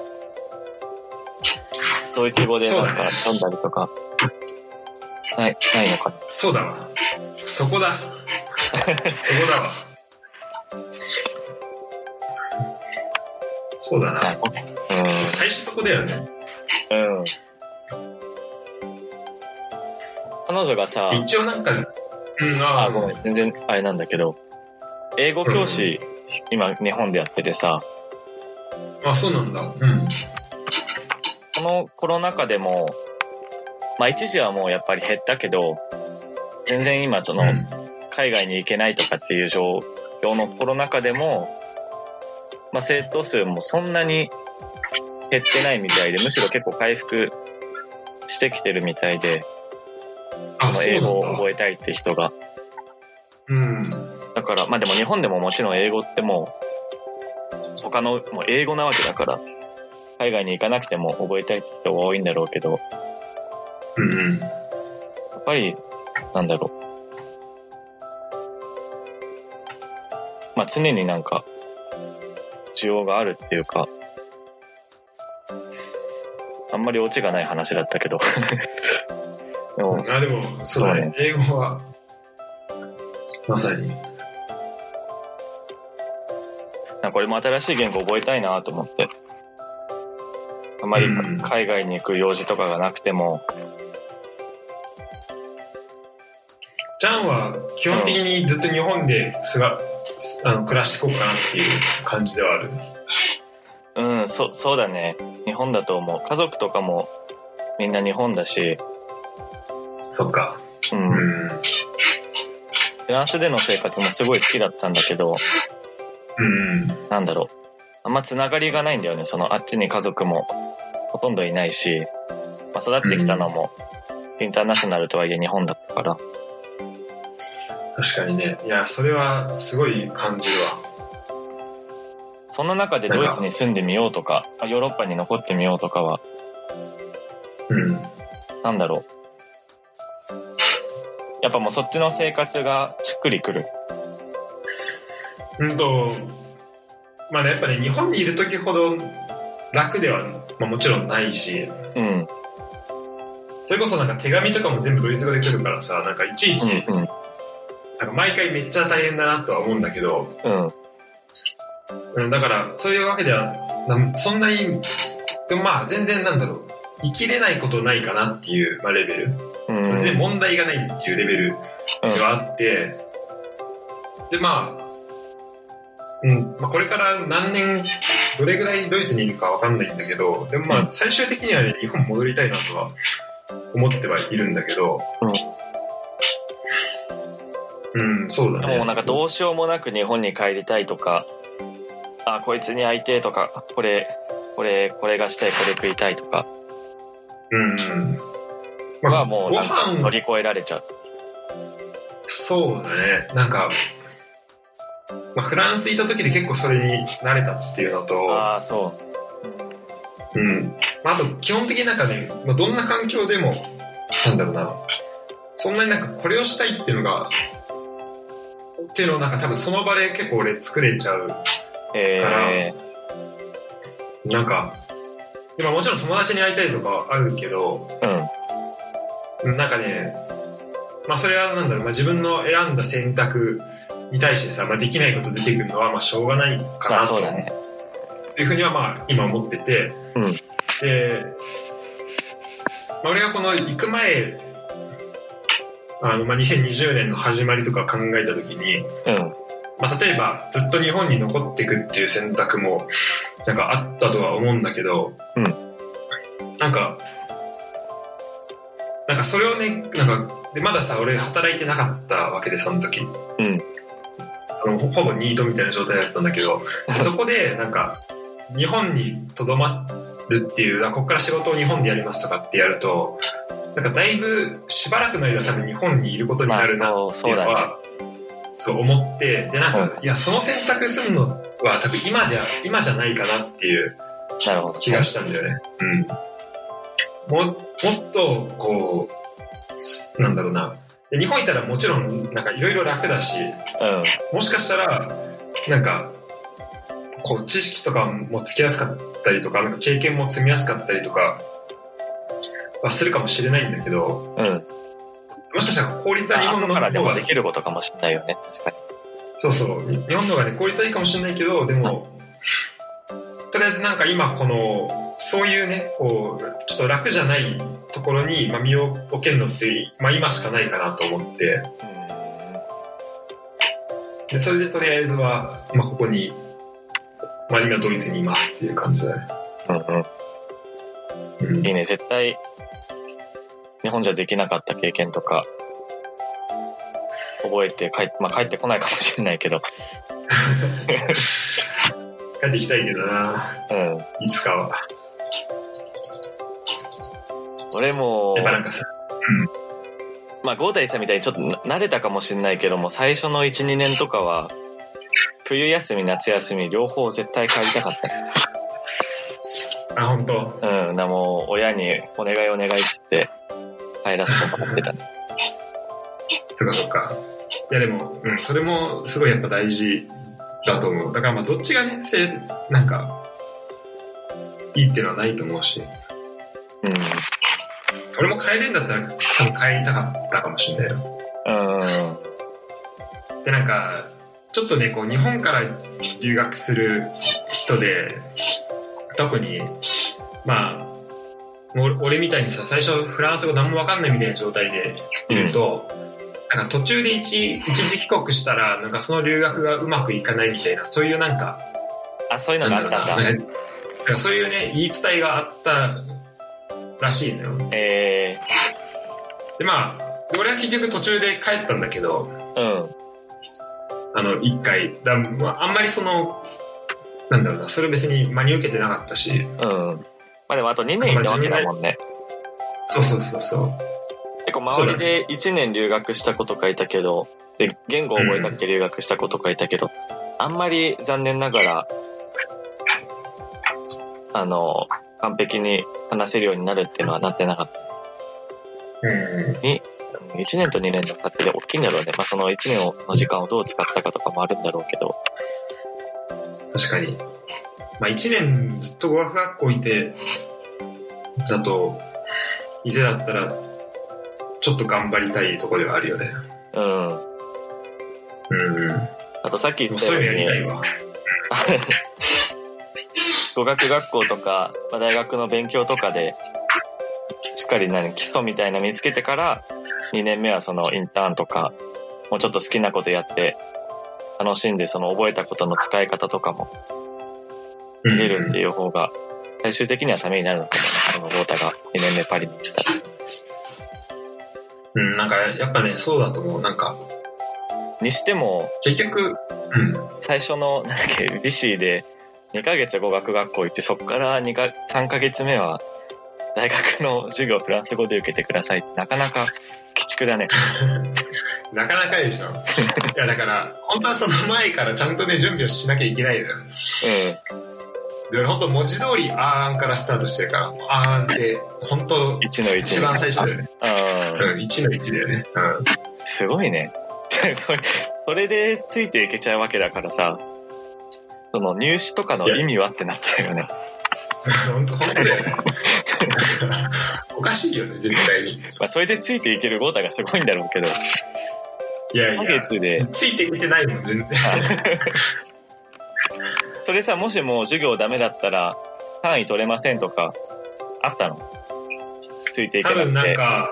Speaker 2: ドイツ語でなんか読んだりとか、ない、ないのかな
Speaker 1: そうだわ。そこだ。そこだわ。そうだ
Speaker 2: な
Speaker 1: な。
Speaker 2: いう
Speaker 1: 最初そこだよね。
Speaker 2: ん。うん。彼女がさ、
Speaker 1: 一応なんか、うん、あ
Speaker 2: あ、
Speaker 1: あ、
Speaker 2: ごめん、全然あれなんだけど、英語教師、今日本でやっててさ、
Speaker 1: あ、そうなんだ。うん。
Speaker 2: このコロナ禍でも、まあ一時はもうやっぱり減ったけど、全然今その、
Speaker 1: うん
Speaker 2: 海外に行けないとかっていう状況のコロナ禍でも、まあ、生徒数もそんなに減ってないみたいで、むしろ結構回復してきてるみたいで、
Speaker 1: あ、
Speaker 2: まあ
Speaker 1: そう
Speaker 2: 英
Speaker 1: なん
Speaker 2: 語を
Speaker 1: だ。
Speaker 2: 覚えたいって人が。
Speaker 1: うん。
Speaker 2: だから、まあでも日本でももちろん英語ってもう、他のもう英語なわけだから、海外に行かなくても覚えたいって人が多いんだろうけど、
Speaker 1: うんうん。
Speaker 2: やっぱり、なんだろう。まあ常になんか、需要があるっていうか、あんまりオチがない話だったけど。 でも、
Speaker 1: あ、でも、そうだね。英語は、まさに。
Speaker 2: なんかこれも新しい言語覚えたいなと思って。あんまり
Speaker 1: うん
Speaker 2: 海外に行く用事とかがなくても、
Speaker 1: ジャンは基本的にずっと日本ですがすあの暮らしていこうかなっていう感じではある。
Speaker 2: うん、そ、そうだね。日本だと思う。家族とかもみんな日本だし、
Speaker 1: そっか。
Speaker 2: う。
Speaker 1: うんん。
Speaker 2: フランスでの生活もすごい好きだったんだけど、
Speaker 1: うん。
Speaker 2: なんだろう。あんまつながりがないんだよね。その、あっちに家族もほとんどいないし、まあ、育ってきたのも、インターナショナルとはいえ日本だったから。
Speaker 1: 確かにね。いや、それはすごい感じるわ。
Speaker 2: そんな中でドイツに住んでみようとか、まあヨーロッパに残ってみようとかは、
Speaker 1: うん。
Speaker 2: なんだろう。やっぱもうそっちの生活がしっくりくる。
Speaker 1: うんと、まあね、やっぱね、日本にいる時ほど楽では、まあ、もちろんないし、
Speaker 2: うん。うん
Speaker 1: それこそなんか手紙とかも全部ドイツ語で来るからさ、なんかいちいち、
Speaker 2: うん。
Speaker 1: なんか毎回めっちゃ大変だなとは思うんだけど、
Speaker 2: うん。
Speaker 1: うん、だから、そういうわけでは、なんそんなに、でもまあ、全然なんだろう。生きれないことないかなっていう、まあ、レベル。
Speaker 2: うん。うん。
Speaker 1: 全然問題がないっていうレベルがあって、で、まあ、うん、まあ、これから何年、どれぐらいドイツにいるかわかんないんだけど、でもま
Speaker 2: う
Speaker 1: あ、最終的には、ね、日本戻りたいなとは思ってはいるんだけど、うん、そうだね。
Speaker 2: もうなんかどうしようもなく日本に帰りたいとか、あ、こいつに会いてえとか、これ、これ、これがしたい、これ食いたいとか、
Speaker 1: うん、うん。ま
Speaker 2: は
Speaker 1: あ、
Speaker 2: もう
Speaker 1: ご
Speaker 2: なんか乗
Speaker 1: 飯
Speaker 2: り越えられちゃう。
Speaker 1: そうだね。なんか、まあ、フランス行った時で結構それに慣れたっていうのと、
Speaker 2: ああ、そ
Speaker 1: うん。まあ、あと、基本的になんかね、まあ、どんな環境でも、なんだろうな、そんなになんかこれをしたいっていうのが、っていうのをなんか多分その場で結構俺作れちゃう。
Speaker 2: う。え
Speaker 1: なんか、でももちろん友達に会いたいとかはあるけど、
Speaker 2: えうん。
Speaker 1: なんかね、まあそれはなんだろう、まあ自分の選んだ選択に対してさ、まあ、できないこと出てくるのはまあしょうがないか
Speaker 2: まあ
Speaker 1: なと
Speaker 2: そうだね。
Speaker 1: っていうふうにはまあ今思ってて、
Speaker 2: うん
Speaker 1: で、まあ、俺がこの行く前あのまあ2020年の始まりとか考えた時に、
Speaker 2: うん。
Speaker 1: まあ、例えばずっと日本に残っていくっていう選択もなんかあったとは思うんだけど、
Speaker 2: うん
Speaker 1: なんかなんかそれをねなんかでまださ俺働いてなかったわけでその時、
Speaker 2: うん
Speaker 1: そのほほぼニートみたいな状態だったんだけ どでそこでなんか日本にとどまるっていうあここから仕事を日本でやりますとかってやるとなんかだいぶしばらくの間多分日本にいることに
Speaker 2: ま
Speaker 1: な
Speaker 2: あ
Speaker 1: るな
Speaker 2: そう、
Speaker 1: って
Speaker 2: そ
Speaker 1: いううの
Speaker 2: だね。
Speaker 1: はそう思ってでなんか、いやその選択するのは多分今では今じゃないかなっていう
Speaker 2: なるほど。
Speaker 1: 気がしたんだよね。うん、ももっとこうすなんだろうなで日本いたらもちろんなんかいろいろ楽だし
Speaker 2: うん。
Speaker 1: もしかしたらなんかこう知識とかもつきやすかったりとかなんか経験も積みやすかったりとかはするかもしれないんだけど
Speaker 2: うん。
Speaker 1: もしかしたら効率は日
Speaker 2: あ
Speaker 1: 本の
Speaker 2: 後
Speaker 1: 方
Speaker 2: からでも
Speaker 1: が
Speaker 2: できることかもしれないよね。確かに。
Speaker 1: そうそう。に日本の方がね、効率はいいかもしれないけど、でも、とりあえずなんか今この、そういうね、こう、ちょっと楽じゃないところに、まあ、身を置けるのって、まあ今しかないかなと思って、でそれでとりあえずは、まあここに、まあ今ドイツにいますっていう感じだね。
Speaker 2: うんうん。
Speaker 1: うん
Speaker 2: いいね。絶対、日本じゃできなかった経験とか、覚えて帰って、まあ帰ってこないかもしれないけど、
Speaker 1: 帰っていきたいけどな、
Speaker 2: うん。
Speaker 1: いつかは。
Speaker 2: 俺も
Speaker 1: やっ、ぱなんかさ、
Speaker 2: まあ、豪太さんみたいにちょっとな慣れたかもしれないけども、最初の1、2年とかは、冬休み、夏休み、両方絶対帰りたかっ
Speaker 1: あ、本当
Speaker 2: た。うん、なもう、親にお願いお願いっつって、帰らせてもらってた、ね。
Speaker 1: そっかそっか。いやでも、うん、それもすごいやっぱ大事だと思う。だからまあどっちがね、せなんか、いいっていうのはないと思うし、
Speaker 2: うん。
Speaker 1: 俺も帰れんだったら多分帰りたかったかもしれないよ。
Speaker 2: うん。
Speaker 1: で、なんか、ちょっとね、こう日本から留学する人で、特に、まあ、もう俺みたいにさ、最初フランス語何もわかんないみたいな状態でいると、なんか途中で一一時帰国したら、 なんかその留学がうまくいかないみたいな、そういうなんか、
Speaker 2: あ、そういうのがあったん
Speaker 1: な
Speaker 2: だ。
Speaker 1: んかなんかそういうね、言い伝えがあったらしいのよ。
Speaker 2: え
Speaker 1: で、まあ、で俺は結局途中で帰ったんだけど、
Speaker 2: ー、うん。
Speaker 1: あの、一回。だまあ、あんまりその、なんだろうな、それ別に真に受けてなかったし、
Speaker 2: うん。まあでもあと2年いたわけだもんね。
Speaker 1: そうそうそうそう。
Speaker 2: 結構周りで1年留学した子とかいたけど、で、言語を覚えたくて留学した子とかいたけど、あんまり残念ながら、あの、完璧に話せるようになるっていうのはなってなかった。
Speaker 1: うん。
Speaker 2: 1年と2年の差って大きいんだろうね。まあその1年の時間をどう使ったかとかもあるんだろうけど。
Speaker 1: 確かに。まあ、一年ずっと語学学校いて、だと、いてだったら、ちょっと頑張りたいとこではあるよね。
Speaker 2: うん。
Speaker 1: うん。も
Speaker 2: あとさっき言
Speaker 1: う
Speaker 2: っ
Speaker 1: そう
Speaker 2: た
Speaker 1: いうのやり
Speaker 2: よ
Speaker 1: た
Speaker 2: うに、
Speaker 1: いわ。
Speaker 2: 語学学校とか、まあ、大学の勉強とかで、しっかり何基礎みたいなの見つけてから、2年目はそのインターンとか、もうちょっと好きなことやって、楽しんでその覚えたことの使い方とかも
Speaker 1: うん
Speaker 2: 出るっていう方が、最終的にはためになるのかもね。そのゴータが2年目パリに行ったら。
Speaker 1: うん、なんか、やっぱね、そうだと思う。なんか、
Speaker 2: にしても、
Speaker 1: 結局、うん。
Speaker 2: 最初の、なんだっけ、ビシーで2ヶ月語学学校行って、そこから2か3ヶ月目は、大学の授業をフランス語で受けてくださいって、なかなか鬼畜だね。
Speaker 1: なかなかで しょ。いや、だから、本当はその前からちゃんとね、準備をしなきゃいけないのよ。
Speaker 2: うん。
Speaker 1: で、俺本当文字通り、あーんからスタートしてるから、あーんって、本当
Speaker 2: 1の1。
Speaker 1: 一番最初だよね。
Speaker 2: うん。
Speaker 1: うん、1の1だよね。
Speaker 2: すごいね。それ、それでついていけちゃうわけだからさ、その入試とかの意味はってなっちゃうよね。
Speaker 1: うん。本 当本当だよね。おかしいよね、絶対に。
Speaker 2: まあ、それでついていけるゴータがすごいんだろうけど、
Speaker 1: いや
Speaker 2: 半
Speaker 1: いや、
Speaker 2: 月で。
Speaker 1: ついてきてないもん、全然。
Speaker 2: それさ、もしも授業ダメだったら、単位取れませんとか、あったのついていけ
Speaker 1: 多
Speaker 2: なくて。
Speaker 1: 分なんか、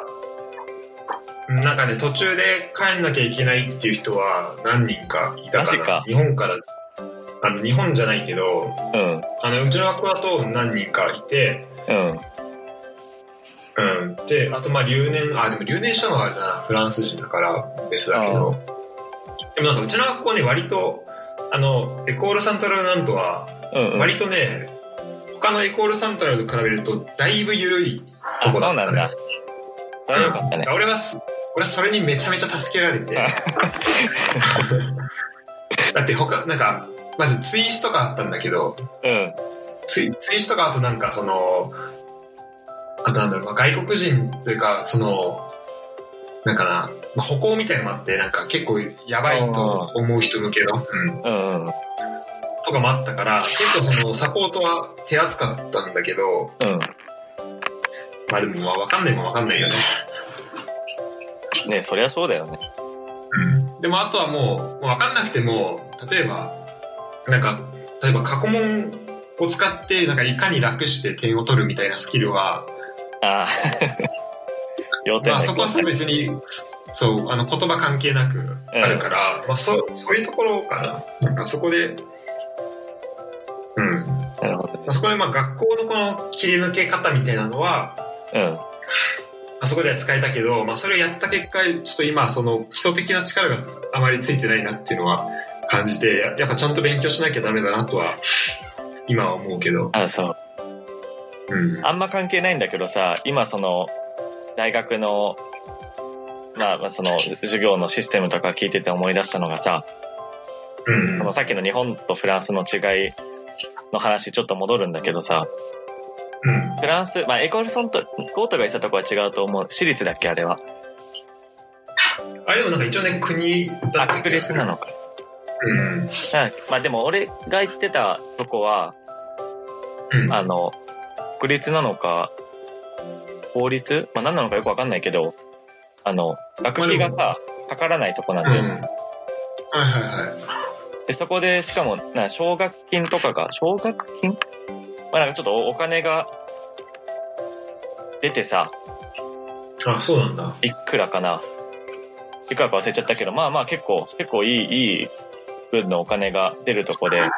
Speaker 1: なんかね、途中で帰んなきゃいけないっていう人は何人かいた
Speaker 2: マ
Speaker 1: か
Speaker 2: ジ
Speaker 1: ら、
Speaker 2: か
Speaker 1: 日本から、あの、日本じゃないけど、
Speaker 2: うん。
Speaker 1: あの、うちの学校だと何人かいて、
Speaker 2: うん。
Speaker 1: うん。で、あとまあ留年、あ、でも留年したのはあれだな、フランス人だからですだけど、でもなんかうちの学校ね、割と、あの、エコールサントラルなんとは、
Speaker 2: うん、うん。
Speaker 1: 割とね、他のエコールサントラルと比べると、だいぶ緩いと
Speaker 2: あ、
Speaker 1: こだ
Speaker 2: そ
Speaker 1: った、ね。
Speaker 2: うなんだ。それはよかったね。
Speaker 1: 俺はす、俺はそれにめちゃめちゃ助けら れて。だって他、なんか、まず追試とかあったんだけど、
Speaker 2: うん。
Speaker 1: 追追試とかあとなんかその、あとなんだろう、まあ、外国人というか、その、なんかな、まあ、歩行みたいのもあって、なんか結構やばいと思う人向けの、うん、
Speaker 2: うんうん。
Speaker 1: とかもあったから、結構そのサポートは手厚かったんだけど、
Speaker 2: う
Speaker 1: まあでもまあわかんないもんわかんないよね。
Speaker 2: ん。ねそりゃそうだよね。
Speaker 1: でもあとはもう、もう分かんなくても、例えば、なんか、例えば過去問を使って、なんかいかに楽して点を取るみたいなスキルは、
Speaker 2: ああ。要点
Speaker 1: まあ
Speaker 2: だ
Speaker 1: そこはさ別に、そう、あの言葉関係なくあるから、まあそそういうところかな。なんかそこで、うん。ま
Speaker 2: なるほど。
Speaker 1: あ、そこでまあ学校のこの切り抜け方みたいなのは、
Speaker 2: うん。
Speaker 1: あそこでは使えたけど、まあ、それをやった結果、ちょっと今、その基礎的な力があまりついてないなっていうのは感じて、ややっぱちゃんと勉強しなきゃダメだなとは、今は思うけど。
Speaker 2: あそう。
Speaker 1: うん。
Speaker 2: あんま関係ないんだけどさ、今その、大学の、まあまあ、その、授業のシステムとか聞いてて思い出したのがさ、
Speaker 1: うん
Speaker 2: そのさっきの日本とフランスの違いの話ちょっと戻るんだけどさ、
Speaker 1: うん。
Speaker 2: フランス、まあ、エコールソンと、コートが言ってたとこは違うと思う。私立だっけあれは。
Speaker 1: あれでもなんか一応ね、国だった
Speaker 2: あ、
Speaker 1: 気がす
Speaker 2: 国
Speaker 1: る
Speaker 2: 立なのか。
Speaker 1: うん。
Speaker 2: うんまあでも俺が行ってたとこは、
Speaker 1: うん。
Speaker 2: あの、国立なのか、法律まあ何なのかよくわかんないけど、あの、学費がさ、かからないとこなん
Speaker 1: うん。
Speaker 2: だよ。
Speaker 1: はいはいはい。
Speaker 2: で、そこで、しかも、な、奨学金とかが、奨学金まあなんかちょっとおお金が出てさ、
Speaker 1: あ、そうなんだ。
Speaker 2: いくらかな。いくらか忘れちゃったけど、まあまあ結構、結構いい、いい分のお金が出るとこで、
Speaker 1: うん。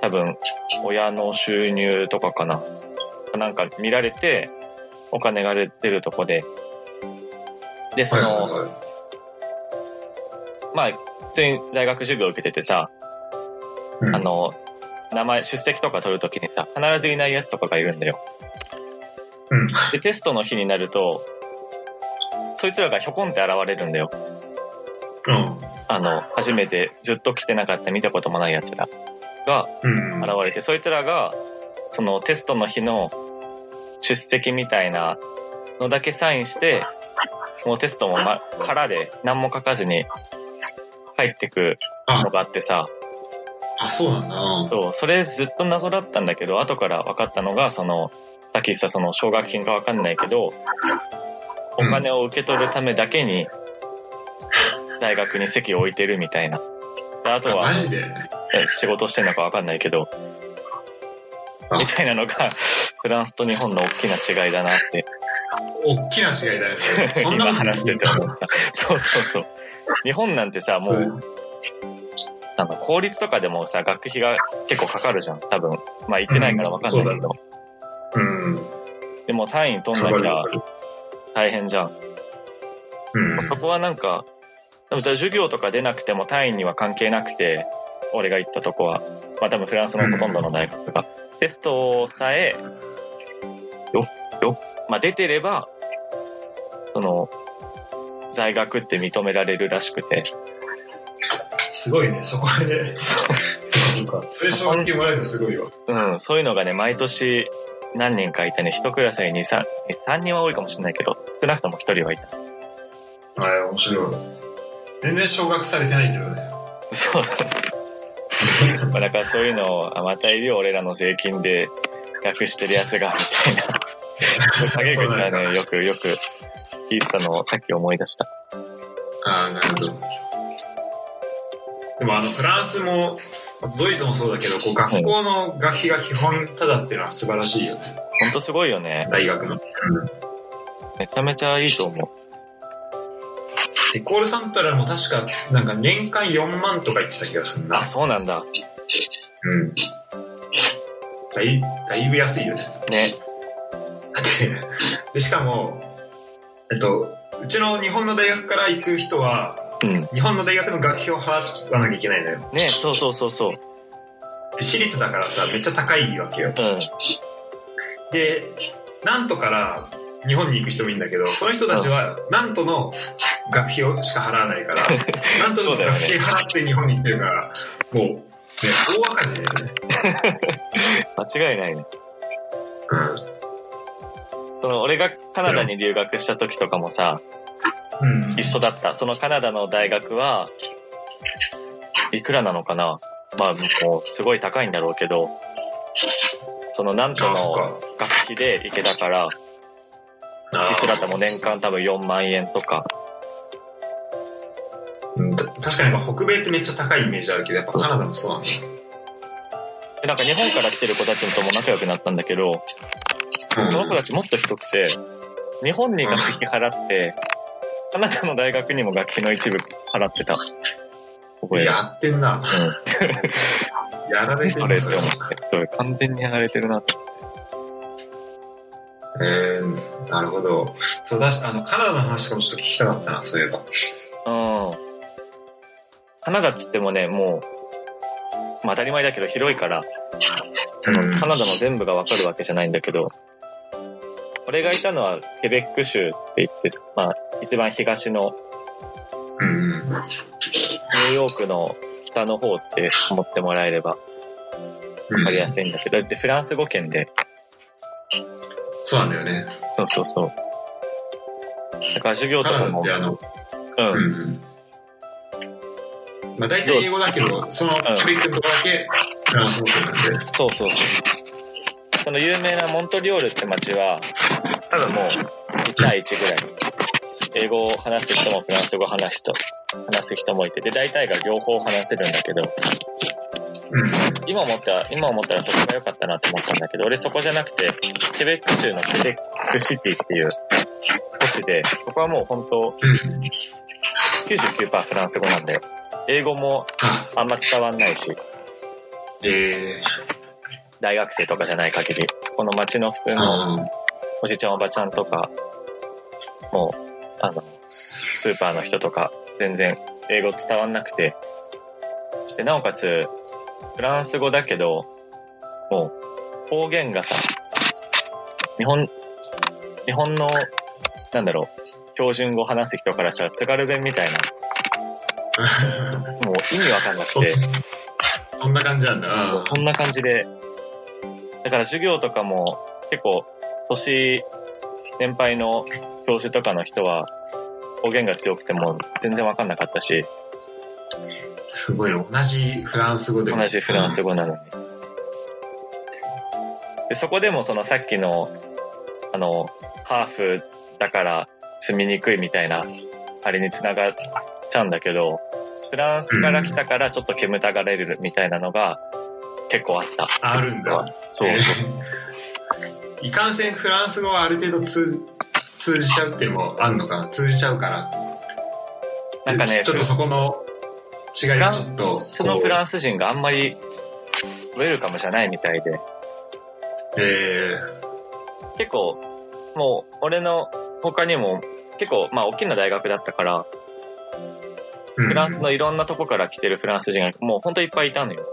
Speaker 2: 多分、親の収入とかかな。なんか見られて、お金が出るとこで。で、そ
Speaker 1: はいはい
Speaker 2: の、
Speaker 1: は
Speaker 2: まあ、普通に大学授業受けててさ、
Speaker 1: い。うん
Speaker 2: あ、の、名前、出席とか取るときにさ、必ずいないやつとかがいるんだよ。
Speaker 1: うん
Speaker 2: で、テストの日になると、そいつらがひょこんって現れるんだよ。あの、初めてずっと来てなかった見たこともないやつらが
Speaker 1: うん。うん。
Speaker 2: 現れて、そいつらが、そのテストの日の出席みたいなのだけサインして、もうテストも、ま、空で何も書かずに入ってくのがあってさ、
Speaker 1: あ、そうなんだ。うん
Speaker 2: そう、それずっと謎だったんだけど、後から分かったのが、その、さっき言ったその奨学金か分かんないけど、お
Speaker 1: うん
Speaker 2: 金を受け取るためだけに、大学に席を置いてるみたいな。であと
Speaker 1: あ
Speaker 2: は
Speaker 1: マ、ジで
Speaker 2: え仕事してんのか分かんないけど、
Speaker 1: あ
Speaker 2: みたい なのが、フランスと日本の大きな違いだなって、
Speaker 1: 大きな違いだよね。そんな
Speaker 2: 今
Speaker 1: こと
Speaker 2: 話してて 思った。そうそうそう。日本なんてさ、もう、あの、公立とかでもさ、学費が結構かかるじゃん、多分。まあ、行ってないから分かんないけど。
Speaker 1: うん。
Speaker 2: でも単位取んなきゃ大変じゃん。
Speaker 1: うん。
Speaker 2: そこはなんか、でもじゃあ授業とか出なくても単位には関係なくて、俺が行ってたとこは、まあ多分フランスのほとんどの大学が、テストさえ、よ、よ、まあ出てれば、その、在学って認められるらしくて。
Speaker 1: すごいね、そこで。そうか。それ奨学金もらえるのすごいわ。
Speaker 2: うん、そういうのがね、毎年何人かいたね、一クラスに2、3、3人は多いかもしれないけど、少なくとも1人はいた。
Speaker 1: はい、面白い。全然奨学されてないけどね。
Speaker 2: そう だね。まあだからそういうのを、あ、またいるよ、俺らの税金で訳してるやつが、みた いな。陰口はね、よくよく聞いてたのをさっき思い出した。
Speaker 1: ああ、なるほど。でもあの、フランスも、ドイツもそうだけど、こう学校の学費が基本ただっていうのは素晴らしいよね。
Speaker 2: ほんとすごいよね。
Speaker 1: 大学の。
Speaker 2: めちゃめちゃいいと思う。
Speaker 1: エコールサントラも確か、なんか年間4万とか言ってた気がするな
Speaker 2: あ、。そうなんだ。
Speaker 1: うん。だい、だいぶ安いよね。
Speaker 2: ね。
Speaker 1: だって、で、しかも、えっと、うちの日本の大学から行く人は、
Speaker 2: うん。
Speaker 1: 日本の大学の学費を払わなきゃいけないのよ。
Speaker 2: ね、そうそうそうそう。
Speaker 1: で私立だからさ、めっちゃ高いわけよ。
Speaker 2: うん。
Speaker 1: で、なんとから日本に行く人もいいんだけど、その人たちは、なんとの学費をしか払わない から、なんとの
Speaker 2: そうだ
Speaker 1: 学
Speaker 2: よね
Speaker 1: 費払って日本に行ってるから、もう、ね、大赤字だよね。
Speaker 2: 間違いないね。その、俺がカナダに留学した時とかも
Speaker 1: う
Speaker 2: さ、
Speaker 1: ん。うん。
Speaker 2: 一緒だった。そのカナダの大学は、いくらなのかなまあ、もう、すごい高いんだろうけど、その、なんと
Speaker 1: あ、
Speaker 2: の
Speaker 1: そっか。
Speaker 2: 学費で行けたから、
Speaker 1: あー
Speaker 2: 一緒だったらもう年間多分4万円とか。
Speaker 1: うんた確かになんか北米ってめっちゃ高いイメージあるけど、やっぱカナダもそうなの。
Speaker 2: で、なんか日本から来てる子たちとも仲良くなったんだけど、
Speaker 1: うん
Speaker 2: その子たちもっとひどくて、日本に学費払って、カナダの大学にも学費の一部払ってた。ここで。
Speaker 1: やってんな。やられて
Speaker 2: そ
Speaker 1: る
Speaker 2: れ
Speaker 1: な
Speaker 2: って思って。それ完全にやられてるなって。
Speaker 1: えー、なるほど。そうだし、あの、カナダの話とかもちょっと聞きたかったな、そういえば。
Speaker 2: うん。カナダっつってもね、もう、まあ当たり前だけど広いから、その
Speaker 1: うん
Speaker 2: カナダの全部がわかるわけじゃないんだけど、俺がいたのはケベック州って言って、まあ一番東の
Speaker 1: うんうん。
Speaker 2: ニューヨークの北の方って思ってもらえれば
Speaker 1: うん
Speaker 2: わかりやすいんだけど、で、フランス語圏で、
Speaker 1: そうなんだよね。
Speaker 2: そうそうそう。だから授業と
Speaker 1: カナ
Speaker 2: か
Speaker 1: ダっ
Speaker 2: も
Speaker 1: て、あの、
Speaker 2: う、
Speaker 1: うんん。まあ大体英語だけど、そのトリックのとこだけフランス語圏なんで。
Speaker 2: そうそうそう。その有名なモントリオールって街は、多分もう1対1ぐらい。英語を話す人もフランス語を話す人、話す人もいて、で、大体が両方話せるんだけど、
Speaker 1: うん。
Speaker 2: 今思ったら、今思ったらそこが良かったなと思ったんだけど、俺そこじゃなくて、ケベック州のケベックシティっていう都市で、そこはもう本当
Speaker 1: うん。
Speaker 2: 99%フランス語なんだよ。英語も
Speaker 1: あ、
Speaker 2: あんま伝わんないし、
Speaker 1: え
Speaker 2: 大学生とかじゃない限り、この街の普通
Speaker 1: ー、
Speaker 2: の
Speaker 1: あー
Speaker 2: おじちゃんおばちゃんとか、もう、あの、スーパーの人とか、全然英語伝わんなくて、で、なおかつ、フランス語だけど、もう、方言がさ、日本、日本の、なんだろう、標準語を話す人からしたら津軽弁みたいな、もう意味わかんなく
Speaker 1: そん
Speaker 2: て、
Speaker 1: そんな感じなんだ。うん
Speaker 2: そんな感じで、だから授業とかも結構、年、年配の教師とかの人は、方言が強くても全然わかんなかったし、
Speaker 1: すごいの。同じフランス語でも。
Speaker 2: 同じフランス語なのに。でそこでもそのさっきの、あの、ハーフだから住みにくいみたいな、あれにつながっちゃうんだけど、フランスから来たからちょっと煙たがれるみたいなのが結構あった。
Speaker 1: あるんだ。
Speaker 2: そう。
Speaker 1: いかんせんフランス語はある程度通通じちゃうっていうのもあんのかな通じちゃうから
Speaker 2: なんかね、
Speaker 1: ちょっとそこの違い
Speaker 2: フ
Speaker 1: が
Speaker 2: ラン
Speaker 1: ちょっと
Speaker 2: スのフランス人があんまりウェルカムじゃないみたいで、
Speaker 1: え
Speaker 2: 結構、もう俺の他にも結構、まあ大きな大学だったから、
Speaker 1: ーうん
Speaker 2: フランスのいろんなとこから来てるフランス人がもうほんといっぱいいたのよ。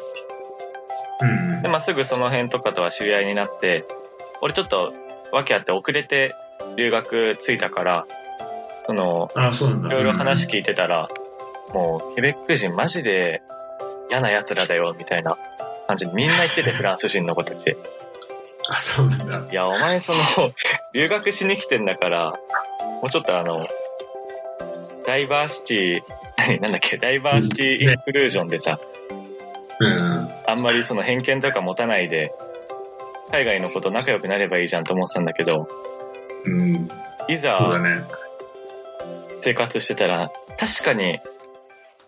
Speaker 1: うん
Speaker 2: で、まあすぐその辺とかとは知り合いになって、俺ちょっと訳あって遅れて留学着いたから、その、
Speaker 1: あそうなんだ
Speaker 2: いろいろ話聞いてたら、もうケベック人マジで嫌な奴らだよみたいな感じでみんな 言っててフランス人の子たち。
Speaker 1: あそうなんだ
Speaker 2: いや、お前そ の、留学しに来てんだから、もうちょっとあの、ダイバーシティ、 なんだっけ、ダイバーシティインクルージョンでさ、
Speaker 1: うん
Speaker 2: あんまりその偏見とか持たないで、海外の子と仲良くなればいいじゃんと思ってたんだけど、
Speaker 1: うん
Speaker 2: い
Speaker 1: そう
Speaker 2: ざ
Speaker 1: だね
Speaker 2: 生活してたら、確かに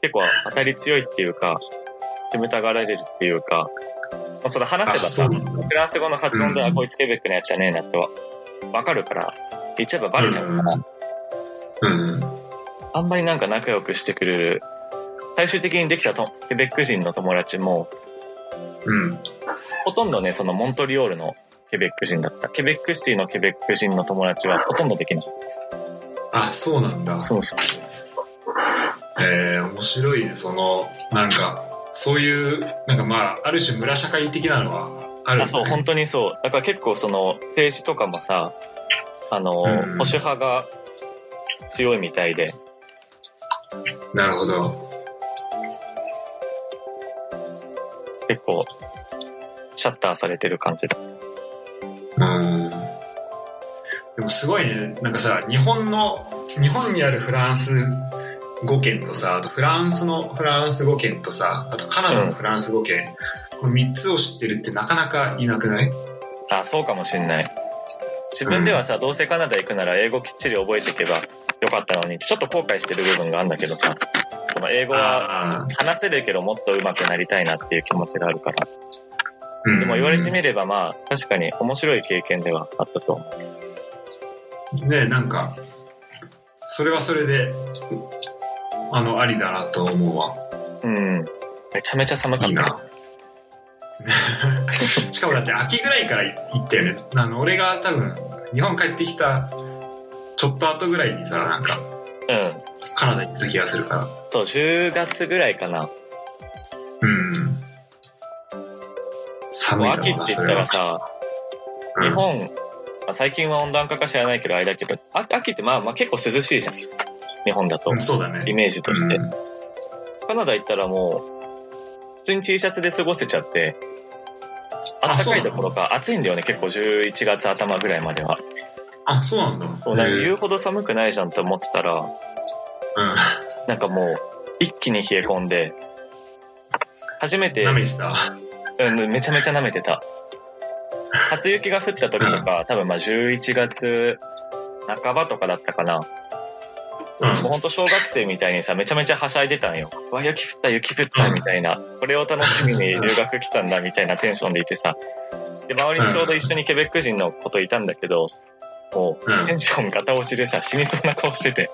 Speaker 2: 結構当たり強いっていうか、煙たがられるっていうか、まあ、それ話せば
Speaker 1: あそ
Speaker 2: さ
Speaker 1: う、なんだ
Speaker 2: フランス語の発音で、
Speaker 1: うん
Speaker 2: あ、こいつケベックのやつじゃねえなっては、わかるから、言っちゃえばバレちゃうから、
Speaker 1: うん。
Speaker 2: あんまりなんか仲良くしてくれる、最終的にできたとケベック人の友達も、
Speaker 1: うん。
Speaker 2: ほとんどね、そのモントリオールのケベック人だった。ケベックシティのケベック人の友達はほとんどできない。
Speaker 1: あ、そうなんだ。
Speaker 2: そうそう。
Speaker 1: えー、面白いね。その、なんか、そういう、なんかまあ、ある種村社会的なのはあるんだね、
Speaker 2: あそう、本当にそう。だから結構その政治とかもさ、あの、
Speaker 1: ん
Speaker 2: 保守派が強いみたいで、
Speaker 1: なるほど。
Speaker 2: 結構シャッターされてる感じだ。
Speaker 1: うん。でもすごいね。なんかさ、日本の、日本にあるフランス語圏とさ、あとフランスのフランス語圏とさ、あとカナダのフランス語圏、この3つを知ってるってなかなかいなくない
Speaker 2: あ、そうかもしんない。自分ではさ、どうせカナダ行くなら英語きっちり覚えていけばよかったのに、ちょっと後悔してる部分があるんだけどさ、その英語は
Speaker 1: あー
Speaker 2: 話せるけどもっと上手くなりたいなっていう気持ちがあるから。
Speaker 1: うん
Speaker 2: でも言われてみればまあ確かに面白い経験ではあったと思う。
Speaker 1: ねなんかそれはそれであのありだなと思うわ
Speaker 2: うん。めちゃめちゃ寒か
Speaker 1: いい
Speaker 2: った
Speaker 1: な しかもだって秋ぐらいから行ったよねあの俺が多分日本帰ってきたちょっと後ぐらいにさなんか
Speaker 2: けど。うん。
Speaker 1: カナダ行ってた気がするから
Speaker 2: そう、10月ぐらいかな。
Speaker 1: うん寒いだ
Speaker 2: 秋
Speaker 1: ろう
Speaker 2: っ
Speaker 1: な
Speaker 2: て言
Speaker 1: そ
Speaker 2: っ
Speaker 1: れ
Speaker 2: た
Speaker 1: は
Speaker 2: らさ、
Speaker 1: うん
Speaker 2: 日本、まあ最近は温暖化か知らないけど、あれだけど、あ秋ってまあまあ結構涼しいじゃん。日本だと
Speaker 1: うん、、そうだね
Speaker 2: イメージとして
Speaker 1: う。ん
Speaker 2: カナダ行ったらもう、普通に T シャツで過ごせちゃって、あ
Speaker 1: あ
Speaker 2: った
Speaker 1: そう
Speaker 2: か
Speaker 1: ないの
Speaker 2: どころか暑いんだよね、結構11月頭ぐらいまでは。
Speaker 1: あそうなんだ
Speaker 2: そうなんか
Speaker 1: へえ
Speaker 2: 言うほど寒くないじゃんと思ってたら、
Speaker 1: うん
Speaker 2: なんかもう、一気に冷え込んで、初めて
Speaker 1: 舐めてた
Speaker 2: うん、めちゃめちゃ舐めてた。初雪が降った時とか、多分まあ11月半ばとかだったかな。
Speaker 1: うん
Speaker 2: もうほんと小学生みたいにさ、めちゃめちゃはしゃいでたのよ。うわ、雪降った、雪降った、
Speaker 1: うん
Speaker 2: みたいな。これを楽しみに留学来たんだ、みたいなテンションでいてさ。で、周りにちょうど一緒にケベック人の子といたんだけど、も
Speaker 1: う
Speaker 2: うテ
Speaker 1: ん
Speaker 2: ンションガタ落ちでさ、死にそうな顔して て。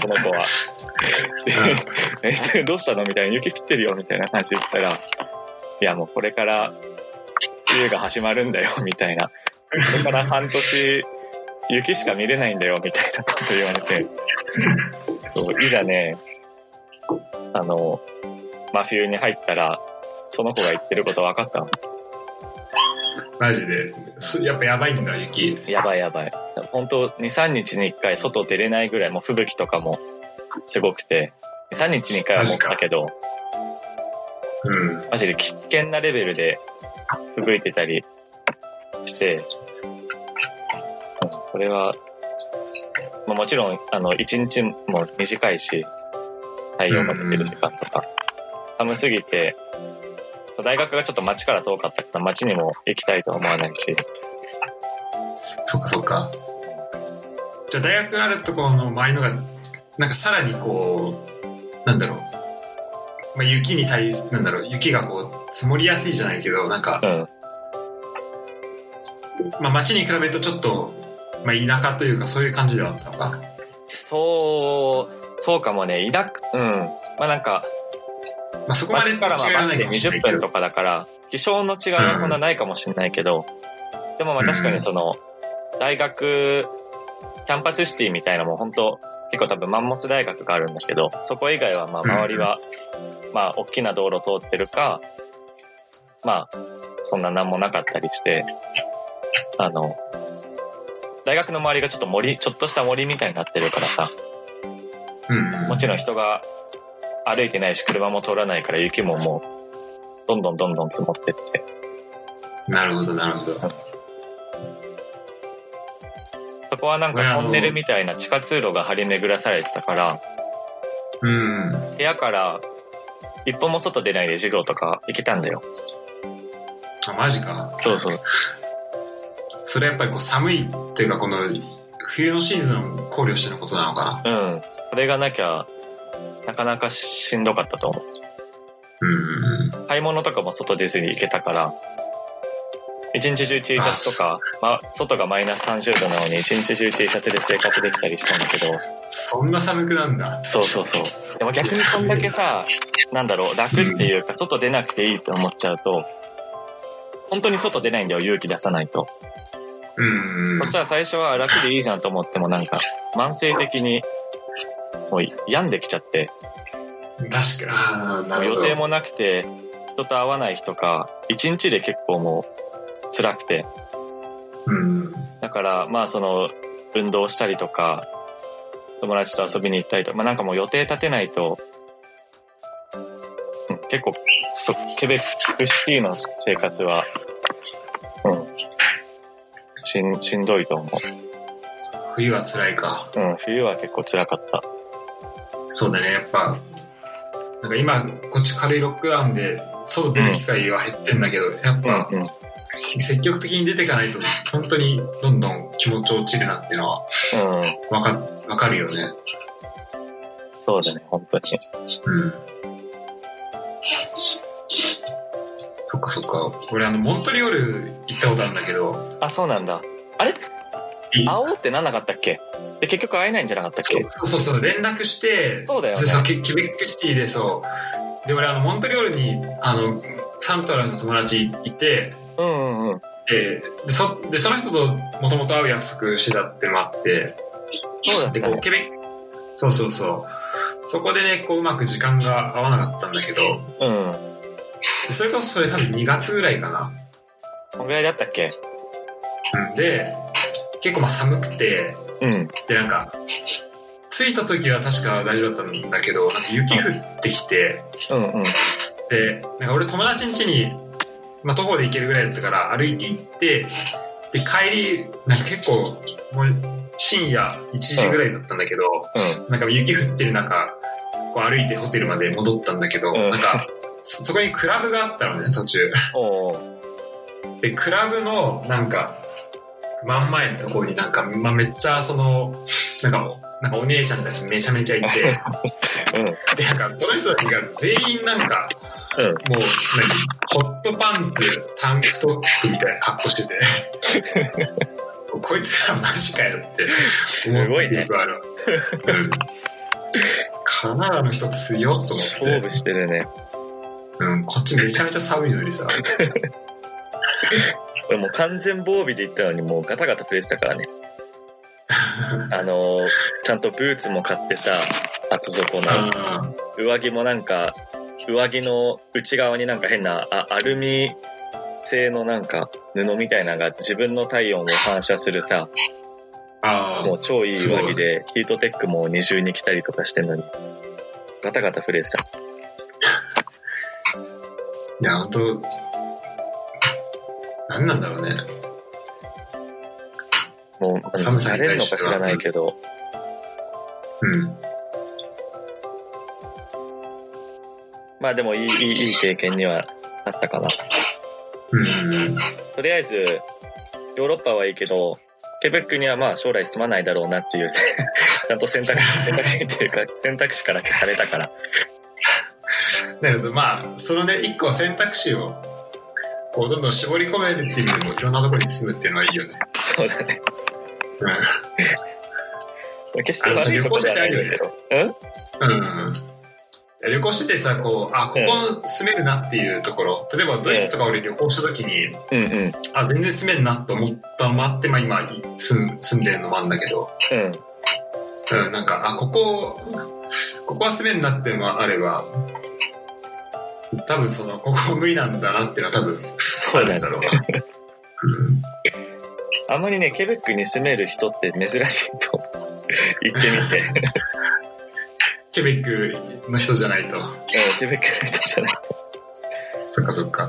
Speaker 2: その子は。でえ、 どうしたのみたいな、雪降ってるよ、みたいな話言ったら、いや、もうこれから、冬が始まるんだよ、みたいな。これから半年、雪しか見れないんだよ、みたいなこと言われ て。そういざね、あの、真冬に入ったら、その子が言ってること分かったの
Speaker 1: マジですやっぱやばいんだ雪
Speaker 2: やばいやばい。本当2、3日に1回外出れないぐらい、もう吹雪とかもすごくて、3日に1回は思ったけ
Speaker 1: う
Speaker 2: ど、
Speaker 1: ん
Speaker 2: マジで危険なレベルで吹雪いてたりして、うんそれは、まあ、もちろん、あの、1日も短いし、太陽が出てる時間とか、寒すぎて、大学がちょっと街から遠かったから街にも行きたいとは思わないし、
Speaker 1: そっかそっか。じゃあ大学があるところの周りのが、なんかさらにこう、なんだろう。まあ、雪に対す、なんだろう、雪がこう、積もりやすいじゃないけど、なんか
Speaker 2: う、ん、
Speaker 1: まあ、街に比べるとちょっと、まあ、田舎というか、そういう感じではあったのか。
Speaker 2: そう、そうかもね、いなく、うん。まあなんか、
Speaker 1: まあ、そこまで違
Speaker 2: 街
Speaker 1: い
Speaker 2: からま
Speaker 1: はな
Speaker 2: あバス
Speaker 1: い
Speaker 2: で
Speaker 1: かもしれ
Speaker 2: 20
Speaker 1: ないけ
Speaker 2: 分
Speaker 1: ど
Speaker 2: と。かだから、気象の違いはそんなないかもしれないけど、でもまあ確かにその、大学、キャンパスシティみたいなもん本当結構多分マンモス大学があるんだけど、そこ以外はまあ
Speaker 1: うん
Speaker 2: 周りは、まあ大きな道路通ってるか、まあ、そんな何もなかったりして、あの、大学の周りがちょっと森、ちょっとした森みたいになってるからさ、
Speaker 1: うん。
Speaker 2: もちろん人が歩いてないし、車も通らないから雪ももう、どんどんどんどん積もってって、
Speaker 1: なるほど、なるほど。
Speaker 2: そこはなんかトンネルみたいな地下通路が張り巡らされてたから、
Speaker 1: うん。
Speaker 2: 部屋から一歩も外出ないで授業とか行けたんだよ。
Speaker 1: あ、マジか。
Speaker 2: そうそう。
Speaker 1: それやっぱりこう寒いっていうかこの冬のシーズンを考慮してのことなのかな。
Speaker 2: うん。それがなきゃ、なかなかしんどかったと思
Speaker 1: うん。
Speaker 2: う。買い物とかも外出ずに行けたから、一日中 T シャツとか、ま、外がマイナス30度なのに一日中 T シャツで生活できたりしたんだけど、
Speaker 1: そんな寒くなんだ。
Speaker 2: そうそうそう。でも逆にそんだけさ、なんだろう、楽っていうか、外出なくていいと思っちゃうと、本当に外出ないんだよ、勇気出さないと。
Speaker 1: うん
Speaker 2: そし。たら最初は楽でいいじゃんと思ってもなんか、慢性的に、もう病んできちゃって、
Speaker 1: 確かに。ああ、な
Speaker 2: 予定。もなくて、人と会わない日とか、一日で結構もう、辛くて。
Speaker 1: うん。
Speaker 2: だから、まあその、運動したりとか、友達と遊びに行ったりとか、まあなんかもう予定立てないと、うん結構、そう、ケベックシティの生活は、うん、しん、しんどいと思う。
Speaker 1: 冬は辛いか。
Speaker 2: うん、冬は結構辛かった。
Speaker 1: そうだね、やっぱ。なんか今、こっち軽いロックダウンで、外出る機会は減ってんだけど、やっぱ、
Speaker 2: うん、うん。
Speaker 1: せ積極的に出ていかないと、本当にどんどん気持ち落ちるなっていうのは、わか、わかるよね。
Speaker 2: そうだね、本当に。
Speaker 1: うん。そっかそっか。俺、あの、モントリオール行ったことあるんだけど、
Speaker 2: あ、そうなんだ。
Speaker 1: い
Speaker 2: 会おうってなんなかったっけで、結局会えないんじゃなかったっけ
Speaker 1: そうそうそう、連絡して、
Speaker 2: そうだよね
Speaker 1: でそうケケベックシティでそう。で、俺、あの、モントリオールに、あの、サントラの友達いて、
Speaker 2: うんうんうん。
Speaker 1: で、でそでその人ともともと会う約束してたってのもあって、
Speaker 2: そうだった
Speaker 1: で、こう、
Speaker 2: ね。
Speaker 1: ケベック、そうそうそう。そこでね、こう、うまく時間が合わなかったんだけど、
Speaker 2: うん。
Speaker 1: でそれこそそれ多分2月ぐらいかな。
Speaker 2: こんぐらいだったっけ
Speaker 1: で結構まあ寒くて
Speaker 2: うん。
Speaker 1: でなんか着いた時は確か大丈夫だったんだけどなんか雪降ってきて
Speaker 2: うんうん。
Speaker 1: でなんか俺友達ん家に、まあ、徒歩で行けるぐらいだったから歩いて行ってで帰りなんか結構もう深夜1時ぐらいだったんだけど、なんか雪降ってる中こう歩いてホテルまで戻ったんだけど、
Speaker 2: うん
Speaker 1: なんかそそ こにクラブがあったのね途中
Speaker 2: おお。
Speaker 1: でクラブのなんか真ん前のところになんか、まあ、めっちゃそのなんかなんかお姉ちゃんたちめちゃめちゃいて
Speaker 2: うん。
Speaker 1: でなんかその人たちが全員なんか
Speaker 2: うん。
Speaker 1: もう何ホットパンツタンクトップみたいな格好しててこいつらマジかよって
Speaker 2: す
Speaker 1: 思って
Speaker 2: ごいね。
Speaker 1: 僕はあのうんカナダの人強っと思
Speaker 2: 勝
Speaker 1: って、
Speaker 2: 負してるね。
Speaker 1: うん、こっちめちゃめちゃ寒いのにさ
Speaker 2: 俺もう完全防備で行ったのにもうガタガタ震えて たからね。あのー、ちゃんとブーツも買ってさ、厚底の。
Speaker 1: あ
Speaker 2: 上着もなんか、上着の内側になんか変なあアルミ製のなんか布みたいなのが自分の体温を反射するさ、
Speaker 1: あ
Speaker 2: もう超いい上着で、ヒートテックも二重に着たりとかしてんのに、ガタガタ震えてた。
Speaker 1: いや、本当何なんだろうね。
Speaker 2: もう、
Speaker 1: 寒さ
Speaker 2: 慣
Speaker 1: に
Speaker 2: れる
Speaker 1: 対
Speaker 2: の
Speaker 1: して
Speaker 2: か
Speaker 1: は
Speaker 2: 知らないけど、
Speaker 1: うん。
Speaker 2: まあでもいい、いい、いい経験にはなったかな。
Speaker 1: うん。
Speaker 2: とりあえず、ヨーロッパはいいけど、ケベックにはまあ将来住まないだろうなっていう、 せちゃんと選択肢、 選択肢っていうか、選択肢から消されたから。
Speaker 1: だけど、まあ、そのね、一個選択肢を、こう、どんどん絞り込めるっていう意味でも、いろんなところに住むっていうのはいいよね。
Speaker 2: そうだね。
Speaker 1: う
Speaker 2: 決して悪いことじゃないんだけど。うん
Speaker 1: ん。うん。旅行しててさ、こう、あ、ここ住めるなっていうところ、例えばドイツとか俺旅行した時に、
Speaker 2: うんうん。
Speaker 1: あ、全然住めるなと思ったのもあって、まあ今住ん、住んでるのもあるんだけど、
Speaker 2: うん。
Speaker 1: うん、なんか、あ、ここ、ここは住めんなっていうのもあれば、多分その、ここ無理なんだなっていうのは多分、
Speaker 2: そ
Speaker 1: あ
Speaker 2: う
Speaker 1: る
Speaker 2: だ
Speaker 1: んだ
Speaker 2: ね。
Speaker 1: ろうな。うん
Speaker 2: あんまりね、ケベックに住める人って珍しいと思う。 行って みて。うん、
Speaker 1: ケベックの人じゃないと。
Speaker 2: ケベックの人じゃない。
Speaker 1: そっかそっか。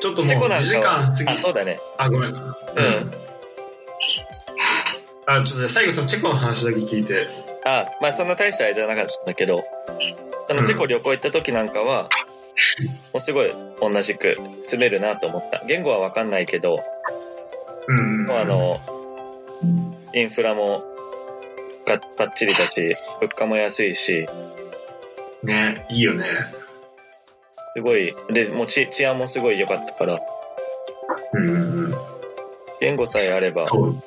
Speaker 1: ちょっと
Speaker 2: 事
Speaker 1: もう、
Speaker 2: 故なん
Speaker 1: 2
Speaker 2: か
Speaker 1: 時間過ぎ
Speaker 2: あ、、そうだね。。
Speaker 1: あ、ごめん。うんあ、ちょっとじゃあ最後そのチェコの話だけ聞いて。
Speaker 2: あ、まあそんな大したあれじゃなかったんだけど、あ
Speaker 1: う
Speaker 2: の、
Speaker 1: ん
Speaker 2: チェコ旅行行った時なんかは、もうすごい同じく住めるなと思った。言語はわかんないけど、
Speaker 1: うんうん。
Speaker 2: あの、インフラもがばっちりだし、物価も安いし、
Speaker 1: ね、いいよね。
Speaker 2: すごい、で、もう治治安もすごい良かったから、
Speaker 1: うんうんうん。
Speaker 2: 言語さえあれば、
Speaker 1: そう。
Speaker 2: も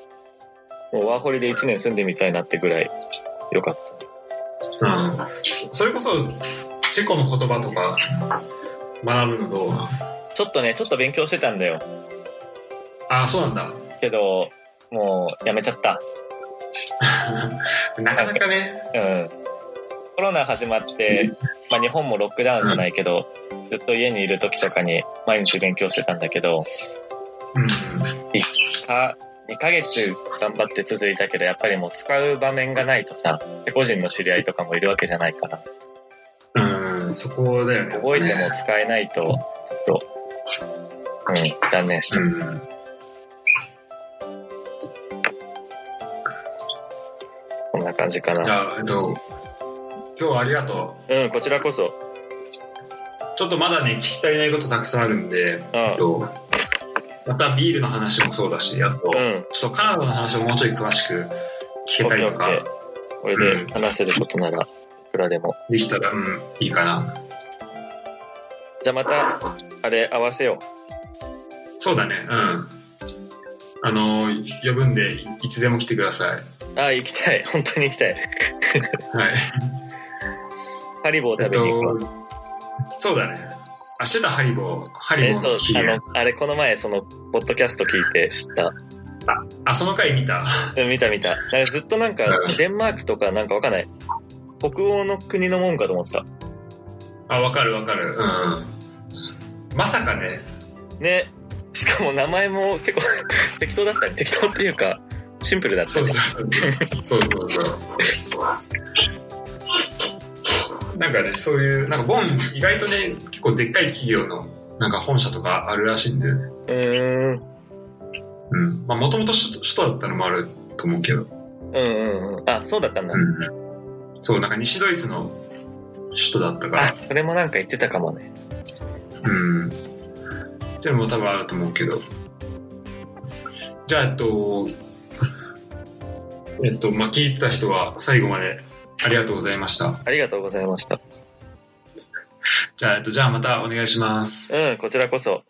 Speaker 2: うワーホリで1年住んでみたいなってぐらい良かっ
Speaker 1: うん。そそれこそ、チェコの言葉とか、学ぶのどうなん
Speaker 2: た。ちょっとね、ちょっと勉強してたんだよ。
Speaker 1: ああ、そうなん だ。
Speaker 2: けど、もうやめちゃった。
Speaker 1: なかなかね、
Speaker 2: うん。コロナ始まって、まあ日本もロックダウンじゃないけど、ずっと家にいる時とかに毎日勉強してたんだけど、
Speaker 1: うんうん。
Speaker 2: か2ヶ月頑張って続いたけど、やっぱりもう使う場面がないとさ、個人の知り合いとかもいるわけじゃないから、
Speaker 1: うん、そこだよね。
Speaker 2: 覚えても使えないと、ちょっと、うん、断念しちゃう。
Speaker 1: うん。
Speaker 2: こんな感じか
Speaker 1: じ
Speaker 2: な。
Speaker 1: ゃあ、えっと、今日はありがと
Speaker 2: うん、こちらこそ。
Speaker 1: う。ちょっとまだね、聞き足りないことたくさんあるんで、
Speaker 2: う
Speaker 1: えっ
Speaker 2: ん、
Speaker 1: と、またビールの話もそうだし、あと、
Speaker 2: うん、
Speaker 1: ちょっとカナダの話をもうちょい詳しく聞けたりと
Speaker 2: オッケーオッ
Speaker 1: か
Speaker 2: ケこれで話せることなら、いくらでも。
Speaker 1: できたら、うん、いいかな。
Speaker 2: じゃあまた、あれ合わせよ
Speaker 1: そうだね、うん。あの、呼ぶんで、いいつでも来てください。
Speaker 2: う。あ、行きたい。 本当に行きたい。
Speaker 1: はい。
Speaker 2: ハリボー
Speaker 1: えっ
Speaker 2: 食べに行
Speaker 1: と
Speaker 2: こう。、
Speaker 1: そうだね。あ、してたハリボー、ハリ
Speaker 2: え
Speaker 1: ボ
Speaker 2: っ
Speaker 1: ーの
Speaker 2: と、
Speaker 1: 期
Speaker 2: あ
Speaker 1: 限。
Speaker 2: の、あれ、この前、その、ポッドキャスト聞いて知った。
Speaker 1: あ、その回見た。
Speaker 2: うん見た見た。なんかずっとなんか
Speaker 1: う、
Speaker 2: デンマークとかなんかわかんない。北欧の国のもんかと思ってた。
Speaker 1: あ、わかるわかる。うん。まさかね、
Speaker 2: ね。しかも名前も結構 適当だったね。適当っていうか、シンプルだった
Speaker 1: そう
Speaker 2: ね。
Speaker 1: そう そう。そうそうそう。なんかね、そういう、なんかボン、意外とね、結構でっかい企業の、なんか本社とかあるらしいんだよね。
Speaker 2: うーん。
Speaker 1: うん。まあ、もともと首都だったのもあると思うけど。
Speaker 2: うんうんうん。あ、そうだったんだ
Speaker 1: う。ん。そう、なんか西ドイツの首都だったか
Speaker 2: あ
Speaker 1: ら。、
Speaker 2: それもなんか言ってたかもね。
Speaker 1: うん。っていうのも多分あると思うけど。じゃあ、えっと、 えっと、まあ、聞いてた人は最後までありがとうございました。
Speaker 2: ありがとうございました。
Speaker 1: じゃあ、えっと、じゃあまたお願いします。
Speaker 2: うん、こちらこそ。